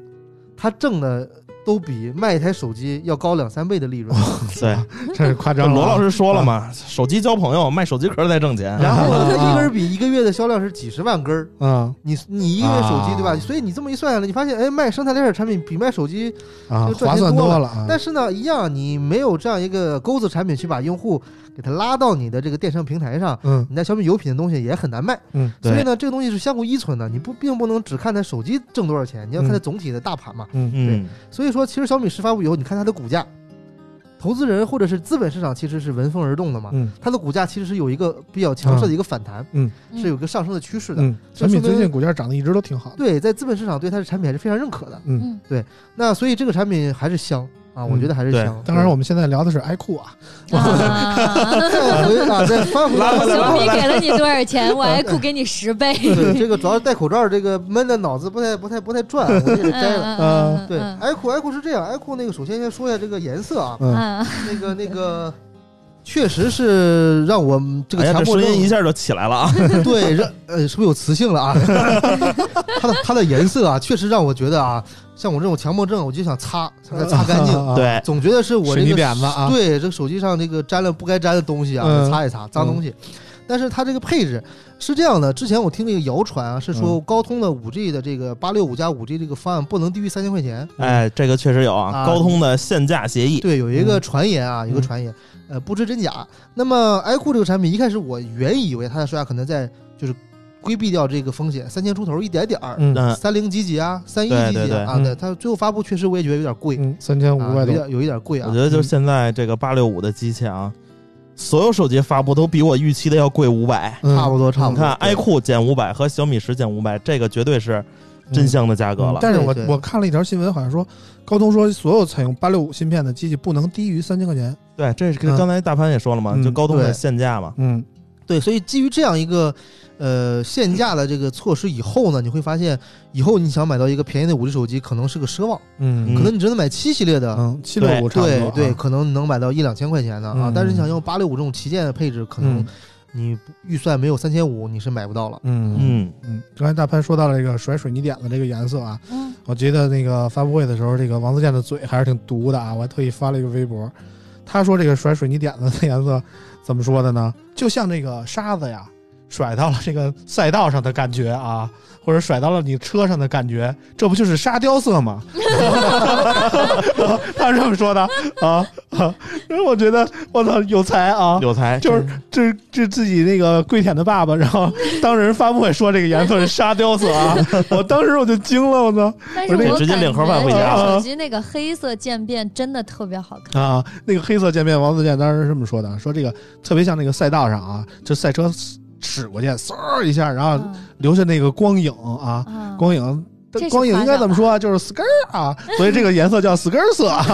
[SPEAKER 5] 他挣的都比卖一台手机要高两三倍的利
[SPEAKER 3] (laughs)
[SPEAKER 5] 润。
[SPEAKER 4] 对，
[SPEAKER 5] 嗯
[SPEAKER 3] 这是夸
[SPEAKER 4] 这
[SPEAKER 3] 张了，啊
[SPEAKER 4] (laughs) 罗老师说了嘛，手机交朋友，卖手机壳才挣钱。
[SPEAKER 5] 然后
[SPEAKER 3] 啊
[SPEAKER 5] 呢，他一根笔一个月的销量是几十万根儿，
[SPEAKER 3] 嗯
[SPEAKER 5] 你你一个月手机对吧？
[SPEAKER 3] 啊
[SPEAKER 5] 所以你这么一算下来，你发现哎，卖生态类的产品比卖手机，
[SPEAKER 3] 啊，
[SPEAKER 5] 就赚钱
[SPEAKER 3] 划算
[SPEAKER 5] 多
[SPEAKER 3] 多
[SPEAKER 5] 了
[SPEAKER 3] 了啊，
[SPEAKER 5] 但是呢，一样你没有这样一个钩子产品去把用户给他拉到你的这个电商平台上，
[SPEAKER 3] 嗯
[SPEAKER 5] 你在小米有品的东西也很难卖。
[SPEAKER 3] 嗯
[SPEAKER 4] 对
[SPEAKER 5] 所以呢，这个东西是相互依存的，你不并不能只看它手机挣多少钱，你要看它总体的大盘嘛。
[SPEAKER 3] 嗯
[SPEAKER 4] 嗯，
[SPEAKER 5] 所以说，其实小米十发布以后，你看它的股价，投资人或者是资本市场其实是闻风而动的嘛。
[SPEAKER 3] 嗯
[SPEAKER 5] 它的股价其实是有一个比较强势的一个反弹，
[SPEAKER 3] 嗯
[SPEAKER 2] 嗯
[SPEAKER 5] 是有一个上升的趋势的。
[SPEAKER 3] 嗯，小米最近股价涨得一直都挺好的，
[SPEAKER 5] (laughs) 对，在资本市场对它的产品还是非常认可的。
[SPEAKER 3] 嗯
[SPEAKER 2] 嗯
[SPEAKER 5] 那所以这个产品还是香，啊，我觉得还是
[SPEAKER 4] 对
[SPEAKER 5] 香。
[SPEAKER 3] 当然，我们现在聊的是 iQOO 啊，
[SPEAKER 2] 啊
[SPEAKER 5] 再回啊，再翻回来。
[SPEAKER 2] 小米给了你多少钱？我爱酷给你十倍。
[SPEAKER 5] (laughs) 对，这个主要是戴口罩，这个闷的脑子不太不太不太转，我就给
[SPEAKER 2] 嗯
[SPEAKER 5] 摘了。
[SPEAKER 2] 嗯嗯
[SPEAKER 5] 啊对
[SPEAKER 2] 嗯
[SPEAKER 5] ，iQOO iQOO 是这样，iQOO 那个首先先说一下这个颜色啊，
[SPEAKER 3] (laughs) 嗯，
[SPEAKER 2] (laughs) 嗯
[SPEAKER 5] 那个那个确实是让我们这个
[SPEAKER 4] 哎呀，
[SPEAKER 5] 强
[SPEAKER 4] 这
[SPEAKER 5] 迫
[SPEAKER 4] 声
[SPEAKER 5] 症
[SPEAKER 4] 音一下就起来了啊！
[SPEAKER 5] (laughs) 对，让呃，是不是有磁性了啊？ (laughs) 它的它的颜色啊，确实让我觉得啊，像我这种强迫症，我就想擦，想给它擦干 (laughs) 净，
[SPEAKER 3] (laughs) 啊，
[SPEAKER 4] 对，
[SPEAKER 5] 总觉得是我这
[SPEAKER 3] 水
[SPEAKER 5] 个
[SPEAKER 3] 泥点子啊
[SPEAKER 5] 对，这手机上这个沾了不该沾的东西啊，
[SPEAKER 3] 嗯
[SPEAKER 5] 得擦一擦，脏东西。但是它这个配置是这样的，之前我听这个谣传啊，是
[SPEAKER 3] 嗯
[SPEAKER 5] 说高通的五 G 的这个八六五加五 G 这个方案不能低于三千块钱。
[SPEAKER 4] 哎，这个确实有啊，
[SPEAKER 5] 啊
[SPEAKER 4] 高通的限价协议，
[SPEAKER 5] 对，有一个
[SPEAKER 3] 嗯
[SPEAKER 5] 传言啊，有一个
[SPEAKER 3] 嗯
[SPEAKER 5] 传言，呃，不知真假。那么 iQOO 这个产品，一开始我原以为它的售价可能在就是规避掉这个风险，三千出头一点点儿，
[SPEAKER 3] 嗯
[SPEAKER 4] 嗯，
[SPEAKER 5] 三零几几啊，三一
[SPEAKER 4] 对
[SPEAKER 5] 几
[SPEAKER 4] 对
[SPEAKER 5] 几
[SPEAKER 4] 对
[SPEAKER 5] 啊啊，
[SPEAKER 3] 嗯
[SPEAKER 5] 对，它最后发布确实我也觉得有点贵，
[SPEAKER 3] 嗯，三千五
[SPEAKER 5] 啊，
[SPEAKER 3] 百
[SPEAKER 5] 有
[SPEAKER 3] 多，
[SPEAKER 5] 点有一点贵啊
[SPEAKER 4] 我觉。得就是现在这个八六五的机器啊，所有手机发布都比我预期的要贵五百。
[SPEAKER 3] 嗯
[SPEAKER 5] 差不多，差不
[SPEAKER 4] 你
[SPEAKER 5] 多。
[SPEAKER 4] 看
[SPEAKER 5] 对
[SPEAKER 4] ，iQOO 减五百和小米十减五百，这个绝对是真相的价格
[SPEAKER 3] 嗯
[SPEAKER 4] 了。
[SPEAKER 3] 但是我
[SPEAKER 5] 对对
[SPEAKER 3] 我看了一条新闻，好像说高通说所有采用八六五芯片的机器不能低于三千块钱。
[SPEAKER 4] 对，这是跟
[SPEAKER 3] 嗯
[SPEAKER 4] 刚才大潘也说了嘛，
[SPEAKER 3] 嗯
[SPEAKER 4] 就高通的
[SPEAKER 5] 对
[SPEAKER 4] 限价嘛。
[SPEAKER 3] 嗯
[SPEAKER 5] 对，所以基于这样一个呃限价的这个措施以后呢，你会发现以后你想买到一个便宜的五 G 手机，可能是个奢望，
[SPEAKER 3] 嗯
[SPEAKER 5] 可能你真的买七系列的，
[SPEAKER 3] 嗯七六五差不多
[SPEAKER 5] 对
[SPEAKER 3] 啊，
[SPEAKER 5] 对，可能能买到一两千块钱的啊
[SPEAKER 3] 嗯，
[SPEAKER 5] 但是你想用八六五这种旗舰的配置，可能
[SPEAKER 3] 嗯
[SPEAKER 5] 你预算没有三千五，你是买不到了。
[SPEAKER 3] 嗯嗯
[SPEAKER 4] 嗯，
[SPEAKER 3] 嗯。刚才大潘说到了这个甩水泥点的这个颜色啊，
[SPEAKER 2] 嗯
[SPEAKER 3] 我觉得那个发布会的时候，这个王自健的嘴还是挺毒的啊，我还特意发了一个微博，他说这个甩水泥点子的颜色怎么说的呢？就像这个沙子呀，甩到了这个赛道上的感觉啊，或者甩到了你车上的感觉，这不就是沙雕色吗？ (laughs) 他是这么说的啊，啊然后我觉得我操有才啊！
[SPEAKER 5] 哦
[SPEAKER 4] 有才
[SPEAKER 3] 就是这这自己那个跪舔的爸爸，然后当时人发布会说这个颜色是沙雕色啊，我当时我就惊了，我操！
[SPEAKER 2] 但是
[SPEAKER 3] 我这
[SPEAKER 2] 我
[SPEAKER 4] 直接
[SPEAKER 2] 感
[SPEAKER 4] 领盒
[SPEAKER 2] 觉
[SPEAKER 4] 饭回
[SPEAKER 3] 家
[SPEAKER 2] 这个
[SPEAKER 5] 啊
[SPEAKER 3] 了
[SPEAKER 2] 手机那个黑色渐变真的特别好看。
[SPEAKER 3] 啊，那个黑色渐变，王自健当时是这么说的，说这个特别像那个赛道上啊，就赛车驶过去，嗖儿一下，然
[SPEAKER 5] 啊
[SPEAKER 3] 后留下那个光影啊，
[SPEAKER 2] 啊，
[SPEAKER 3] 光影
[SPEAKER 2] 嗯这是。
[SPEAKER 3] 光影应该怎么说啊？就是 skr 啊，
[SPEAKER 2] 嗯
[SPEAKER 3] 所以这个颜色叫 skr 色啊，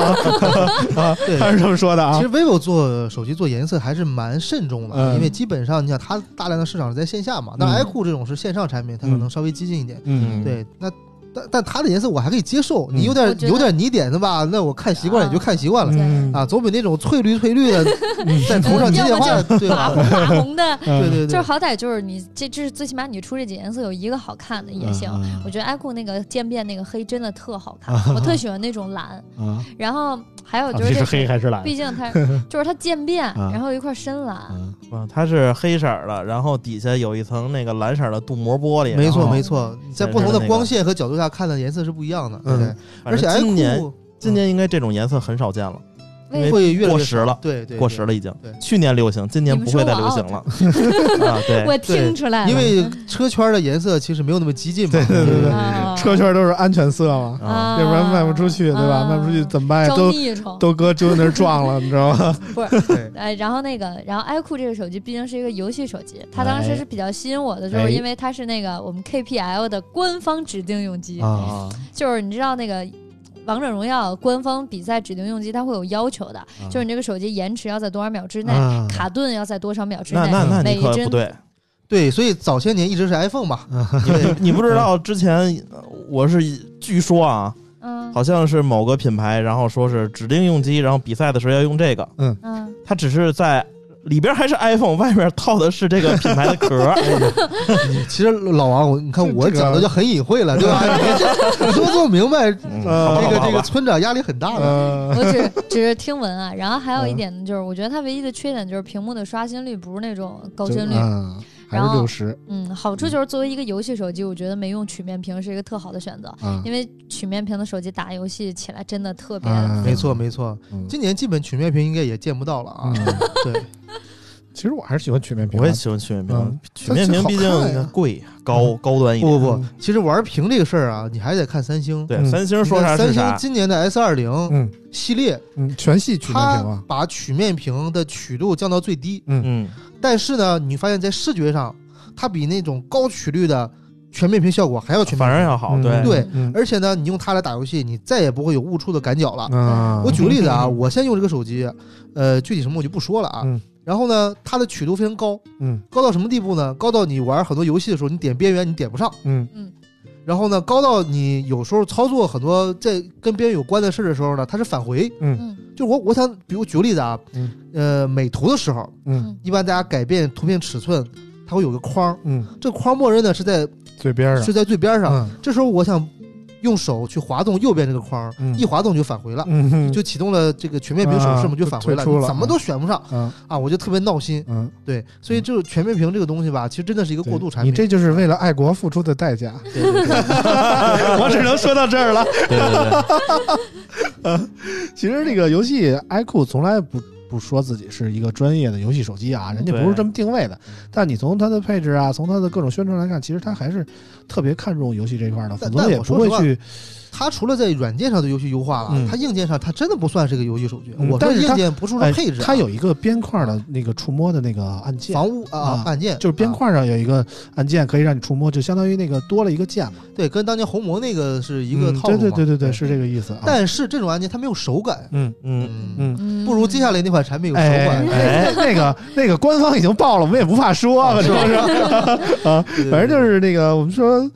[SPEAKER 3] (laughs) 啊
[SPEAKER 5] 对
[SPEAKER 3] 他是这么说的啊
[SPEAKER 5] 其实。vivo 做手机做颜色还是蛮慎重的，
[SPEAKER 3] 嗯
[SPEAKER 5] 因为基本上你想它大量的市场是在线下嘛，但
[SPEAKER 3] 嗯
[SPEAKER 5] iQOO 这种是线上产品，它可能稍微激进一点。
[SPEAKER 3] 嗯，
[SPEAKER 5] 对，那但但它的颜色我还可以接受，
[SPEAKER 3] 嗯
[SPEAKER 5] 你有
[SPEAKER 2] 我
[SPEAKER 5] 点
[SPEAKER 2] 觉得
[SPEAKER 5] 有点泥点的吧，那我看习惯了也就看习惯了。
[SPEAKER 3] 嗯
[SPEAKER 5] 啊，总比那种翠绿翠
[SPEAKER 3] (laughs)
[SPEAKER 5] 绿的
[SPEAKER 3] 嗯
[SPEAKER 5] 在头上接电话
[SPEAKER 2] 要么，
[SPEAKER 5] 对
[SPEAKER 2] (laughs) 法
[SPEAKER 5] 吧？
[SPEAKER 2] 红法红的，
[SPEAKER 3] 对
[SPEAKER 5] 对对
[SPEAKER 2] 就是
[SPEAKER 5] 对，
[SPEAKER 2] 好歹就是你这这最起码你出这几颜色有一个好看的
[SPEAKER 3] 嗯
[SPEAKER 2] 也行。
[SPEAKER 5] 啊
[SPEAKER 2] 我觉得 iQOO 那个渐变那个黑真的特好看，我特喜欢那种蓝。
[SPEAKER 3] 啊，
[SPEAKER 2] 然后还有
[SPEAKER 3] 啊
[SPEAKER 2] 就
[SPEAKER 3] 这
[SPEAKER 2] 是
[SPEAKER 3] 是
[SPEAKER 2] 这
[SPEAKER 3] 黑还是蓝？
[SPEAKER 2] 毕竟
[SPEAKER 3] (laughs)
[SPEAKER 2] 它就是它渐变，
[SPEAKER 3] 啊
[SPEAKER 2] 然后有一块深蓝，
[SPEAKER 3] 嗯
[SPEAKER 4] 啊，它是黑色儿的，然后底下有一层那个蓝色儿的镀膜玻璃。啊
[SPEAKER 5] 没错
[SPEAKER 3] 哦
[SPEAKER 5] 没错，你在不同的光线和角度下看的颜色是不一样的。
[SPEAKER 3] 嗯
[SPEAKER 5] 对，
[SPEAKER 4] 反
[SPEAKER 5] 而且嗯
[SPEAKER 4] 正今年
[SPEAKER 5] iQOO
[SPEAKER 4] 今年应该这种颜色很少见了，因为
[SPEAKER 5] 会越来
[SPEAKER 4] 过
[SPEAKER 5] 越
[SPEAKER 4] 时了，
[SPEAKER 5] 对对
[SPEAKER 4] 过时
[SPEAKER 5] 了，
[SPEAKER 4] 了已经
[SPEAKER 5] 对。
[SPEAKER 4] 去年流行，今年不会再流行了。
[SPEAKER 2] (laughs)
[SPEAKER 4] 啊，对，
[SPEAKER 2] 我听出来了，
[SPEAKER 5] 因为车圈的颜色其实没有那么激进嘛。
[SPEAKER 3] 对对对对
[SPEAKER 2] 啊
[SPEAKER 3] 车圈都是安全色嘛，
[SPEAKER 4] 啊，
[SPEAKER 2] 嗯
[SPEAKER 3] 要不然卖不出去，对吧？
[SPEAKER 2] 啊
[SPEAKER 3] 卖不出去怎么办呀？
[SPEAKER 2] 招
[SPEAKER 3] 都
[SPEAKER 2] 腻虫。
[SPEAKER 3] 都搁揪那儿撞了，你知道
[SPEAKER 2] (laughs)
[SPEAKER 3] 吗？
[SPEAKER 5] 对
[SPEAKER 2] 呃，然后那个，然后 iQOO 这个手机毕竟是一个游戏手机，它当时是比较吸引我的，就
[SPEAKER 3] 哎
[SPEAKER 2] 是因为它是那个我们 KPL 的官方指定用机，
[SPEAKER 3] 啊，
[SPEAKER 2] 就是你知道那个。王者荣耀官方比赛指定用机，它会有要求的，就是你这个手机延迟要在多少秒之内，
[SPEAKER 3] 啊
[SPEAKER 2] 卡顿要在多少秒之内
[SPEAKER 4] 那，那那
[SPEAKER 2] 每
[SPEAKER 4] 你
[SPEAKER 2] 一
[SPEAKER 4] 可
[SPEAKER 2] 帧
[SPEAKER 4] 不
[SPEAKER 5] (laughs)
[SPEAKER 4] 对，
[SPEAKER 5] 对，所以早些年一直是 iPhone 嘛，对
[SPEAKER 4] 你不知道之前呃我是据说啊，
[SPEAKER 2] 嗯
[SPEAKER 4] 好像是某个品牌，然后说是指定用机，然后比赛的时候要用这个，
[SPEAKER 2] 嗯，
[SPEAKER 4] 它只是在里边还是 iPhone，外面套的是这个品牌的 (laughs) 壳。嗯
[SPEAKER 5] 其实老王，我你看
[SPEAKER 3] 这
[SPEAKER 5] 我
[SPEAKER 3] 这个
[SPEAKER 5] 讲的就很隐晦了，对吧？你你都做明白，这
[SPEAKER 4] 嗯
[SPEAKER 3] 呃
[SPEAKER 4] (laughs) 好吧，好
[SPEAKER 5] 个
[SPEAKER 4] 吧，好
[SPEAKER 5] 这个
[SPEAKER 4] 吧，嗯
[SPEAKER 5] 村长压力很大的。
[SPEAKER 3] (laughs) 呃，
[SPEAKER 2] 我只只是听闻啊。然后还有一
[SPEAKER 3] 嗯
[SPEAKER 2] 点呢，就是我觉得它唯一的缺点就是屏幕的刷新率不是那种高
[SPEAKER 3] 就
[SPEAKER 2] 帧率，
[SPEAKER 3] 嗯还
[SPEAKER 2] 然
[SPEAKER 3] 是
[SPEAKER 2] 后
[SPEAKER 3] 六十
[SPEAKER 2] 嗯，好处就是作为一个游戏手机，我觉得没用曲面屏是一个特好的选择，
[SPEAKER 3] 啊，
[SPEAKER 2] 因为曲面屏的手机打游戏起来真的特别。
[SPEAKER 3] 啊
[SPEAKER 5] 没错没错，
[SPEAKER 3] 嗯
[SPEAKER 5] 今年基本曲面屏应该也见不到了啊。
[SPEAKER 3] 嗯
[SPEAKER 5] 对，
[SPEAKER 3] 其实我还是喜欢曲面屏
[SPEAKER 4] 我
[SPEAKER 3] 的
[SPEAKER 4] 也，喜欢曲面屏
[SPEAKER 3] 嗯，
[SPEAKER 4] 曲面屏毕
[SPEAKER 3] 它最好看
[SPEAKER 4] 竟
[SPEAKER 3] 呀
[SPEAKER 4] 贵、高、高端一
[SPEAKER 5] (laughs) 不
[SPEAKER 4] 点。
[SPEAKER 5] 不不，其实玩屏这个事儿啊，你还得看三星。
[SPEAKER 4] 对，
[SPEAKER 3] 嗯
[SPEAKER 4] 三星
[SPEAKER 5] 你
[SPEAKER 4] 说啥
[SPEAKER 5] 看
[SPEAKER 4] 是
[SPEAKER 5] 三
[SPEAKER 4] 啥
[SPEAKER 5] 星。今年的 S 二零
[SPEAKER 3] 嗯
[SPEAKER 5] 系列，
[SPEAKER 3] 嗯，全系曲面屏
[SPEAKER 5] 它
[SPEAKER 3] 啊，
[SPEAKER 5] 把曲面屏的曲度降到最低，
[SPEAKER 3] 嗯
[SPEAKER 4] 嗯，
[SPEAKER 5] 但是呢，你发现在视觉上，它比那种高曲率的全面屏效果还要全面屏，
[SPEAKER 4] 反而要好，
[SPEAKER 3] 嗯
[SPEAKER 4] 对
[SPEAKER 5] 对
[SPEAKER 3] 嗯
[SPEAKER 5] 而且呢，你用它来打游戏，你再也不会有误触的感脚了。
[SPEAKER 3] 啊，
[SPEAKER 5] 我举个例子啊，我现在用这个手机，呃，具体什么我就不说了啊。
[SPEAKER 3] 嗯
[SPEAKER 5] 然后呢，它的曲度非常高，
[SPEAKER 3] 嗯
[SPEAKER 5] 高到什么地步呢？高到你玩很多游戏的时候，你点边缘你点不上。
[SPEAKER 3] 嗯
[SPEAKER 5] 然后呢，高到你有时候操作很多这跟边缘有关的事的时候呢，它是返回。
[SPEAKER 3] 嗯
[SPEAKER 2] 嗯
[SPEAKER 5] 就我我想，比如举个例子啊，
[SPEAKER 3] 嗯
[SPEAKER 5] 呃，美图的时候，
[SPEAKER 3] 嗯
[SPEAKER 5] 一般大家改变图片尺寸，它会有个框，
[SPEAKER 3] 嗯，
[SPEAKER 5] 这个框默认呢是在
[SPEAKER 3] 嘴边啊
[SPEAKER 5] 是在最边上。
[SPEAKER 3] 上，
[SPEAKER 5] 这时候我想用手去滑动右边这个框，
[SPEAKER 3] 嗯
[SPEAKER 5] 一滑动就返回了。
[SPEAKER 3] 嗯嗯，
[SPEAKER 5] 就启动了这个全面屏手势嘛，
[SPEAKER 3] 啊
[SPEAKER 5] 就返回
[SPEAKER 3] 就
[SPEAKER 5] 了，
[SPEAKER 3] 退出了
[SPEAKER 5] 怎么都选不上
[SPEAKER 3] 嗯
[SPEAKER 5] 啊，我就特别闹心。
[SPEAKER 3] 嗯，
[SPEAKER 5] 对，所以就全面屏这个东西吧，其实真的是一个过渡产
[SPEAKER 3] 你
[SPEAKER 5] 品。
[SPEAKER 3] 这就是为了爱国付出的代价。
[SPEAKER 4] 对对对
[SPEAKER 3] (laughs) 我只能说到这儿了。
[SPEAKER 4] (laughs) 对对对，
[SPEAKER 3] 其实这个游戏 iQOO 从来不不说自己是一个专业的游戏手机啊，人家
[SPEAKER 4] 对
[SPEAKER 3] 不是这么定位的。但你从它的配置啊，从它的各种宣传来看，其实它还是特别看重游戏这一块的，否
[SPEAKER 5] 但
[SPEAKER 3] 则
[SPEAKER 5] 但
[SPEAKER 3] 也
[SPEAKER 5] 我
[SPEAKER 3] 不
[SPEAKER 5] 说
[SPEAKER 3] 会
[SPEAKER 5] 实话
[SPEAKER 3] 去。
[SPEAKER 5] 它除了在软件上的游戏优化啊
[SPEAKER 4] 嗯
[SPEAKER 5] 了，它硬件上它真的不算是个游戏手机。
[SPEAKER 3] 嗯
[SPEAKER 5] 我说
[SPEAKER 3] 但是它
[SPEAKER 5] 硬件不是说
[SPEAKER 3] 哎
[SPEAKER 5] 配置啊，
[SPEAKER 3] 它有一个边框的那个触摸的那个按键，
[SPEAKER 5] 防误啊
[SPEAKER 3] 啊
[SPEAKER 5] 按键，
[SPEAKER 3] 就是边
[SPEAKER 5] 啊。
[SPEAKER 3] 框上有一个按键可以让你触摸，就相当于那个多了一个键嘛。
[SPEAKER 5] 对，跟当年红魔那个是一个
[SPEAKER 3] 嗯
[SPEAKER 5] 套路嘛。
[SPEAKER 3] 对对对对对，是这个意思啊。
[SPEAKER 5] 但是这种按键它没有手感，
[SPEAKER 3] 嗯
[SPEAKER 4] 嗯，
[SPEAKER 5] 嗯，
[SPEAKER 3] 嗯。
[SPEAKER 2] 嗯
[SPEAKER 5] 不如接下来那款产品有手
[SPEAKER 3] 哎
[SPEAKER 5] 感。
[SPEAKER 3] 哎，那个那个，官方已经报了，我们也不怕说，
[SPEAKER 5] 啊
[SPEAKER 3] 是不是？啊
[SPEAKER 5] 对对
[SPEAKER 3] 反正就是那个，我们说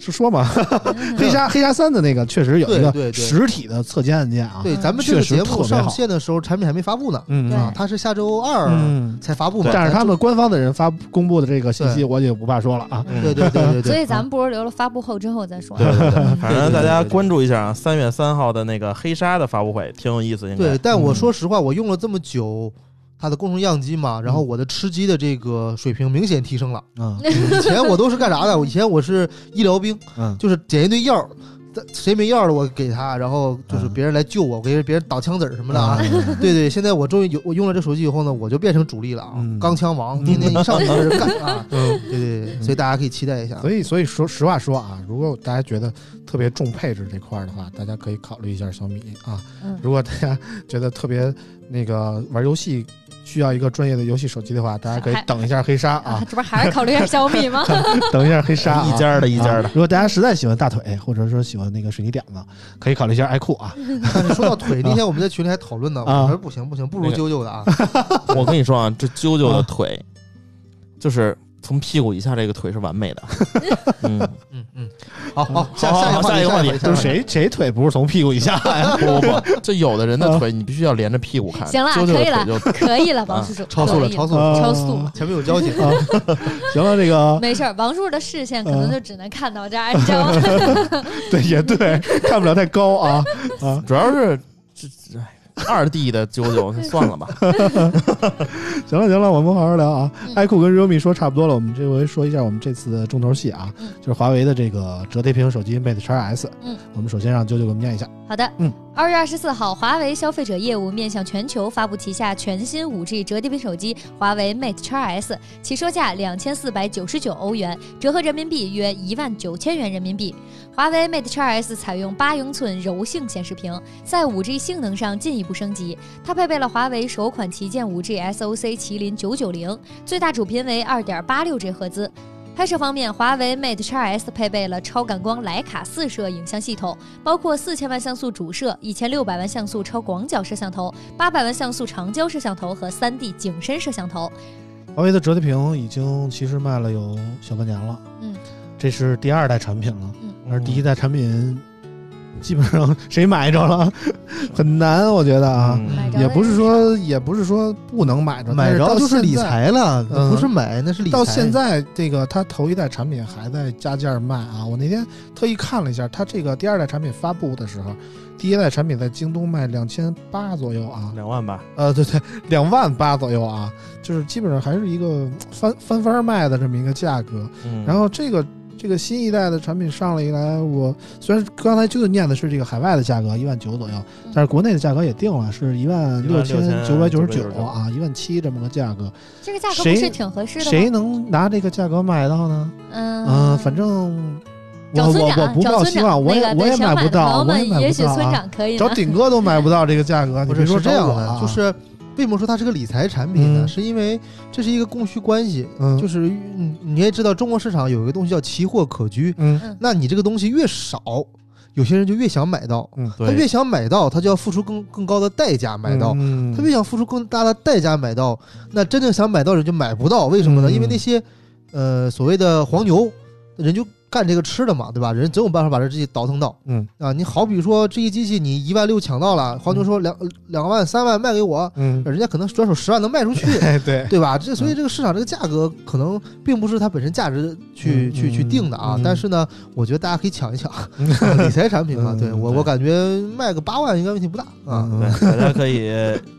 [SPEAKER 3] 是说嘛，
[SPEAKER 2] 嗯
[SPEAKER 3] (laughs) 黑鲨黑鲨三的那个确实有一
[SPEAKER 5] 对对对
[SPEAKER 3] 个实体的侧肩按键啊，
[SPEAKER 5] 对，咱们这个
[SPEAKER 3] 确实
[SPEAKER 5] 节
[SPEAKER 3] 特
[SPEAKER 5] 目
[SPEAKER 3] 别
[SPEAKER 5] 上
[SPEAKER 3] 好
[SPEAKER 5] 线的时候，产品还没发布呢，
[SPEAKER 3] 嗯
[SPEAKER 2] 对
[SPEAKER 5] 啊，它是下周二
[SPEAKER 3] 嗯，
[SPEAKER 5] 才发布嘛。
[SPEAKER 3] 但是
[SPEAKER 5] 咱
[SPEAKER 3] 他们官方的人发公布的这个信息，
[SPEAKER 5] 对
[SPEAKER 3] 我就不怕说了啊。
[SPEAKER 4] 嗯
[SPEAKER 5] 对对对对对，
[SPEAKER 2] 所以咱们不如留了发布后之后再说。
[SPEAKER 4] 对对对，反正大家
[SPEAKER 5] 对对对对
[SPEAKER 4] 关注一下啊，三月三号的那个黑鲨的发布会挺有意思，应
[SPEAKER 5] 对，
[SPEAKER 4] 该
[SPEAKER 5] 但我
[SPEAKER 3] 嗯
[SPEAKER 5] 说实话，我用了这么久它的工程样机嘛，然后我的吃鸡的这个水平明显提升了。
[SPEAKER 3] 嗯
[SPEAKER 5] 以前我都是干
[SPEAKER 3] (laughs)
[SPEAKER 5] 啥的？我以前我是医疗兵，
[SPEAKER 3] 嗯
[SPEAKER 5] 就是捡一堆药儿，但谁没药了我给他，然后就是别人来救我，我给别人倒枪子儿什么的啊。对对，现在我终于有我用了这手机以后呢，我就变成主力了啊，
[SPEAKER 3] 嗯
[SPEAKER 5] 钢枪王，天天一上去就是干啊。对对对，所以大家可以期待 (laughs) 一下。
[SPEAKER 3] 啊所以所以说实话说啊，如果大家觉得特别重配置这块儿的话，大家可以考虑一下小米啊。
[SPEAKER 2] 嗯，
[SPEAKER 3] 如果大家觉得特别那个玩游戏需要一个专业的游戏手机的话，大家可以
[SPEAKER 2] 还
[SPEAKER 3] 等一下黑鲨
[SPEAKER 2] 啊
[SPEAKER 3] 啊，，
[SPEAKER 2] 这不是还是考虑一下小米吗？
[SPEAKER 3] (laughs) 等一下黑鲨、啊，
[SPEAKER 4] 一家儿的一家儿的
[SPEAKER 3] 啊。如果大家实在喜欢大腿，或者说喜欢那个水泥点子，可以考虑一下爱酷啊。
[SPEAKER 5] 但是说到腿，那天我们在群里还讨论呢，
[SPEAKER 3] 啊
[SPEAKER 5] 我说不行不行，不如
[SPEAKER 4] 那个
[SPEAKER 5] 啾啾的啊。
[SPEAKER 4] 我跟你说啊，这啾啾
[SPEAKER 3] 啊
[SPEAKER 4] 的腿，就是从屁股以下这个腿是完
[SPEAKER 3] (laughs)
[SPEAKER 4] 美的。嗯，
[SPEAKER 5] 嗯嗯，好好，下
[SPEAKER 4] 好好好
[SPEAKER 5] 下
[SPEAKER 4] 下一
[SPEAKER 5] 一
[SPEAKER 4] 个
[SPEAKER 5] 个
[SPEAKER 4] 话
[SPEAKER 5] 话
[SPEAKER 4] 题
[SPEAKER 3] (laughs)
[SPEAKER 5] 题，
[SPEAKER 3] 就是
[SPEAKER 5] (laughs)
[SPEAKER 3] 谁谁腿不是从屁股以下呀？
[SPEAKER 4] 不不不，就有的人的腿你必须要连着屁股看。
[SPEAKER 2] 行了
[SPEAKER 4] 啾啾的
[SPEAKER 2] 可以了
[SPEAKER 4] 腿就
[SPEAKER 2] 可以了，王叔叔，
[SPEAKER 5] 超速了，
[SPEAKER 2] 可以
[SPEAKER 5] 超速
[SPEAKER 3] (laughs)
[SPEAKER 5] 了，
[SPEAKER 3] 啊
[SPEAKER 2] 超速嘛
[SPEAKER 5] 前面有交警。
[SPEAKER 3] 啊，行了，这
[SPEAKER 2] (laughs)
[SPEAKER 3] 个
[SPEAKER 2] 没事儿，王叔叔的视线可能就只能看到这儿，你知道吗？
[SPEAKER 3] 对也对，看不了太高
[SPEAKER 2] (laughs)
[SPEAKER 3] 啊啊。
[SPEAKER 4] 主要是这这哎二 D 的啾啾， (laughs) 算了吧。
[SPEAKER 3] 行了行了，我们好好聊啊
[SPEAKER 2] 嗯。
[SPEAKER 3] 爱酷跟 realme 说差不多了，我们这回说一下我们这次的重头戏啊
[SPEAKER 2] 嗯，
[SPEAKER 3] 就是华为的这个折叠屏手机 Mate x S。
[SPEAKER 2] 嗯，
[SPEAKER 3] 我们首先让啾啾给我们念一下。
[SPEAKER 2] 好的，
[SPEAKER 3] 嗯，
[SPEAKER 2] 二月二十四号，华为消费者业务面向全球发布旗下全新 5G 折叠屏手机华为 Mate x S，起售价两千四百九十九欧元，折合人民币约一万九千元人民币。华为 Mate x S 采用八英寸柔性显示屏，在 5G 性能上进一步升级，它配备了华为首款旗舰 5G SoC 麒麟990，最大主频为二点八六 G 赫兹。拍摄方面，华为 Mate x S 配备了超感光徕卡四摄影像系统。包括四千万像素主摄、一千六百万像素超广角摄像头、八百万像素长焦摄像头和三 D 景深摄
[SPEAKER 3] 嗯
[SPEAKER 2] 像头。
[SPEAKER 3] 华为的折叠屏已经其实卖了有小半年了，
[SPEAKER 2] 嗯，
[SPEAKER 3] 这是第二代产品了。而第一
[SPEAKER 4] 代
[SPEAKER 3] 代产品基本上谁买着了，
[SPEAKER 2] 嗯
[SPEAKER 3] 很难，我觉得啊，
[SPEAKER 2] 买着
[SPEAKER 3] 也不是说
[SPEAKER 2] 嗯
[SPEAKER 3] 也不是说不能买着，
[SPEAKER 5] 买着
[SPEAKER 3] 但
[SPEAKER 5] 就是
[SPEAKER 3] 到
[SPEAKER 5] 理
[SPEAKER 3] 现在。
[SPEAKER 5] 财了，
[SPEAKER 3] 嗯
[SPEAKER 5] 不是买，那是理财。
[SPEAKER 3] 到现在，这个它头一代产品还在加价卖啊！我那天特意看了一下，它这个第二代产品发布的时候，第一代产品在京东卖两千八左右啊，
[SPEAKER 4] 两万吧，
[SPEAKER 3] 呃，对对，两万八左右啊，就是基本上还是一个翻翻番儿卖的这么一个价格。
[SPEAKER 4] 嗯
[SPEAKER 3] 然后这个这个新一代的产品上了以来，我虽然刚才就念的是这个海外的价格一万九左右，但是国内的价格也定了，是一万六千九百九十九
[SPEAKER 4] 16,999
[SPEAKER 3] 啊，一万七这么个价格，
[SPEAKER 2] 这个价格
[SPEAKER 3] 谁
[SPEAKER 2] 不是挺合适的吗？
[SPEAKER 3] 谁能拿这个价格买到呢？
[SPEAKER 2] 嗯、
[SPEAKER 3] 嗯、反正我
[SPEAKER 2] 找村
[SPEAKER 3] 我
[SPEAKER 2] 长
[SPEAKER 3] 我
[SPEAKER 2] 啊，
[SPEAKER 3] 不
[SPEAKER 2] 找
[SPEAKER 3] 抱
[SPEAKER 2] 村
[SPEAKER 3] 希
[SPEAKER 2] 长
[SPEAKER 3] 望，我也
[SPEAKER 2] 那个
[SPEAKER 3] 我也
[SPEAKER 2] 对想
[SPEAKER 3] 买
[SPEAKER 2] 买
[SPEAKER 3] 不
[SPEAKER 2] 的朋
[SPEAKER 3] 到，
[SPEAKER 2] 友
[SPEAKER 3] 我也
[SPEAKER 2] 们
[SPEAKER 3] 买
[SPEAKER 2] 也
[SPEAKER 3] (laughs) 不
[SPEAKER 2] 许
[SPEAKER 3] 到
[SPEAKER 2] 村
[SPEAKER 3] 啊，
[SPEAKER 2] 长可以
[SPEAKER 3] 找
[SPEAKER 2] 呢。
[SPEAKER 3] 顶哥都买不到这个价格，你
[SPEAKER 5] 不
[SPEAKER 3] 别
[SPEAKER 5] 是
[SPEAKER 3] 说
[SPEAKER 5] 是这样
[SPEAKER 3] 我啊
[SPEAKER 5] 的
[SPEAKER 3] 了，
[SPEAKER 5] 就是为什么说它是个理财产品呢？
[SPEAKER 3] 嗯
[SPEAKER 5] 是因为这是一个供需关系，
[SPEAKER 3] 嗯，
[SPEAKER 5] 就是嗯你也知道，中国市场有一个东西叫奇货可居，
[SPEAKER 3] 嗯
[SPEAKER 5] 那你这个东西越少，有些人就越想买到，
[SPEAKER 3] 嗯，
[SPEAKER 5] 他
[SPEAKER 4] 对
[SPEAKER 5] 越想买到，他就要付出更更高的代价买到。
[SPEAKER 3] 嗯
[SPEAKER 5] 他越想付出更大的代价买到，那真正想买到人就买不到，为什么呢？
[SPEAKER 3] 嗯
[SPEAKER 5] 因为那些，呃，所谓的黄牛，人就干这个吃的嘛，对吧？人总有办法把这机器倒腾到
[SPEAKER 3] 嗯
[SPEAKER 5] 啊。你好比说这一机器你一万六抢到了，黄牛说两两万三万卖给我，
[SPEAKER 3] 嗯，
[SPEAKER 5] 人家可能转手十万能卖出去，
[SPEAKER 3] (laughs) 哎对，
[SPEAKER 5] 对吧？这所以这个市场这个价格可能并不是它本身价值去、
[SPEAKER 3] 嗯
[SPEAKER 5] 去去定的啊，
[SPEAKER 3] 嗯
[SPEAKER 5] 但是呢，我觉得大家可以抢
[SPEAKER 3] (laughs)
[SPEAKER 5] 一抢、
[SPEAKER 3] 嗯
[SPEAKER 5] 啊理财产品嘛。
[SPEAKER 3] 嗯
[SPEAKER 5] 对我
[SPEAKER 4] 对
[SPEAKER 5] 我感觉卖个八万应该问题不大啊。
[SPEAKER 3] 嗯
[SPEAKER 4] 对，大家可以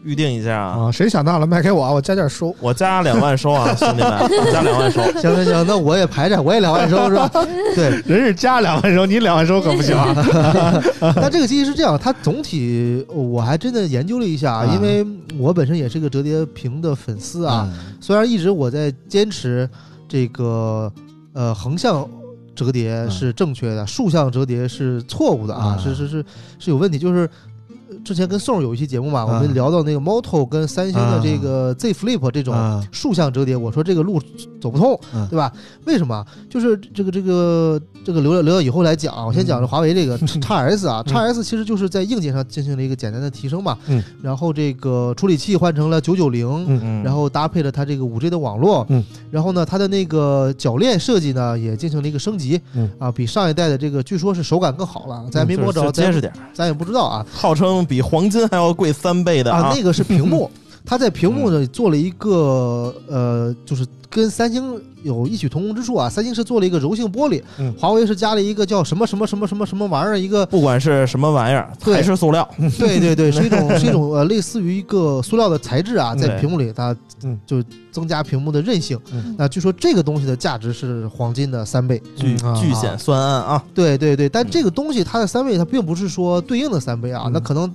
[SPEAKER 4] 预定一下啊。
[SPEAKER 3] 啊，谁想到了卖给我，我加点收。
[SPEAKER 4] 我加两万收啊，兄弟们，我加两万收。
[SPEAKER 5] 行行行，那我也排着，我也两万收是吧？
[SPEAKER 3] (laughs)
[SPEAKER 5] 对，
[SPEAKER 3] 人是加两万收，你两万收可不行啊。
[SPEAKER 5] 但这个机器是这样，它总体我还真的研究了一下，
[SPEAKER 3] 啊
[SPEAKER 5] 因为我本身也是个折叠屏的粉丝啊，
[SPEAKER 3] 嗯
[SPEAKER 5] 虽然一直我在坚持这个呃横向。折叠是正确的，竖向折叠是错误的
[SPEAKER 3] 啊
[SPEAKER 5] 啊，是是是是有问题。就是呃之前跟宋儿有一期节目嘛，我
[SPEAKER 3] 啊
[SPEAKER 5] 们聊到那个 Moto 跟三星的
[SPEAKER 3] 啊
[SPEAKER 5] 这个 Z Flip 这种
[SPEAKER 3] 啊
[SPEAKER 5] 竖向折叠，我说这个路走不通，
[SPEAKER 3] 嗯
[SPEAKER 5] 对吧？为什么？就是这个这个这个留了留到以后来讲啊，我先讲这华为这个 x S 啊
[SPEAKER 3] 嗯
[SPEAKER 5] ，x S 其实就是在硬件上进行了一个简单的提升嘛，
[SPEAKER 3] 嗯
[SPEAKER 5] 然后这个处理器换成了九九零。
[SPEAKER 3] 嗯
[SPEAKER 4] 嗯，
[SPEAKER 5] 然后搭配了它这个五 G 的网络，
[SPEAKER 3] 嗯，
[SPEAKER 5] 然后呢，它的那个铰链设计呢也进行了一个升级，
[SPEAKER 3] 嗯
[SPEAKER 5] 啊，比上一代的这个据说是手感更好了，咱也没摸
[SPEAKER 4] 就是
[SPEAKER 5] 着，
[SPEAKER 4] 结
[SPEAKER 5] 咱
[SPEAKER 4] 实
[SPEAKER 5] 也
[SPEAKER 4] 点儿，
[SPEAKER 5] 咱也不知道啊，
[SPEAKER 4] 号称比黄金还要贵三倍的
[SPEAKER 5] 啊，那个是屏
[SPEAKER 3] (laughs)
[SPEAKER 5] 幕，它在屏幕呢做了一个呃，就是跟三星有异曲同工之处啊。三星是做了一个柔性玻璃，
[SPEAKER 3] 嗯
[SPEAKER 5] 华为是加了一个叫什么什么什么什么什么玩意儿一
[SPEAKER 3] (laughs)
[SPEAKER 5] 个，
[SPEAKER 4] 不管是什么玩意儿，
[SPEAKER 5] 对嗯
[SPEAKER 4] 还是塑料。
[SPEAKER 5] 对对对，是
[SPEAKER 3] (laughs)
[SPEAKER 5] 一种是一种呃类似于一个塑料的材质啊，在
[SPEAKER 4] 对
[SPEAKER 5] 屏幕里它
[SPEAKER 3] 嗯
[SPEAKER 5] 就增加屏幕的韧性
[SPEAKER 3] 嗯。
[SPEAKER 5] 那据说这个东西的价值是黄金的三倍。
[SPEAKER 4] 聚
[SPEAKER 3] 嗯啊
[SPEAKER 4] 聚酰酸胺啊，
[SPEAKER 5] 对对对，但
[SPEAKER 4] 嗯
[SPEAKER 5] 这个东西它的三倍，它并不是说对应的三倍啊，
[SPEAKER 3] 嗯
[SPEAKER 5] 那可能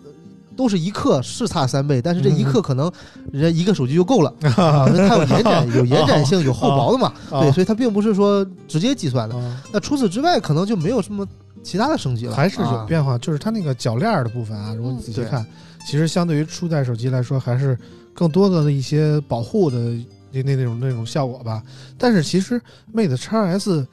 [SPEAKER 5] 都是一克是差三倍，但是这一
[SPEAKER 3] 嗯
[SPEAKER 5] 克可能人家一个手机就
[SPEAKER 3] (laughs)
[SPEAKER 5] 够了啊，因为它有延展、有延展性、有厚薄的嘛，
[SPEAKER 3] 哦
[SPEAKER 5] 对，所以它并不是说直接计算的。
[SPEAKER 3] 啊
[SPEAKER 5] 那除此之外，可能就没有什么其他的升级了，
[SPEAKER 3] 还是有
[SPEAKER 5] 啊
[SPEAKER 3] 变化，就是它那个铰链儿的部分啊，如果你仔细
[SPEAKER 5] 嗯对
[SPEAKER 3] 看，其实相对于初代手机来说，还是更多的一些保护的那那那种那种效果吧。但是其实 Mate x S，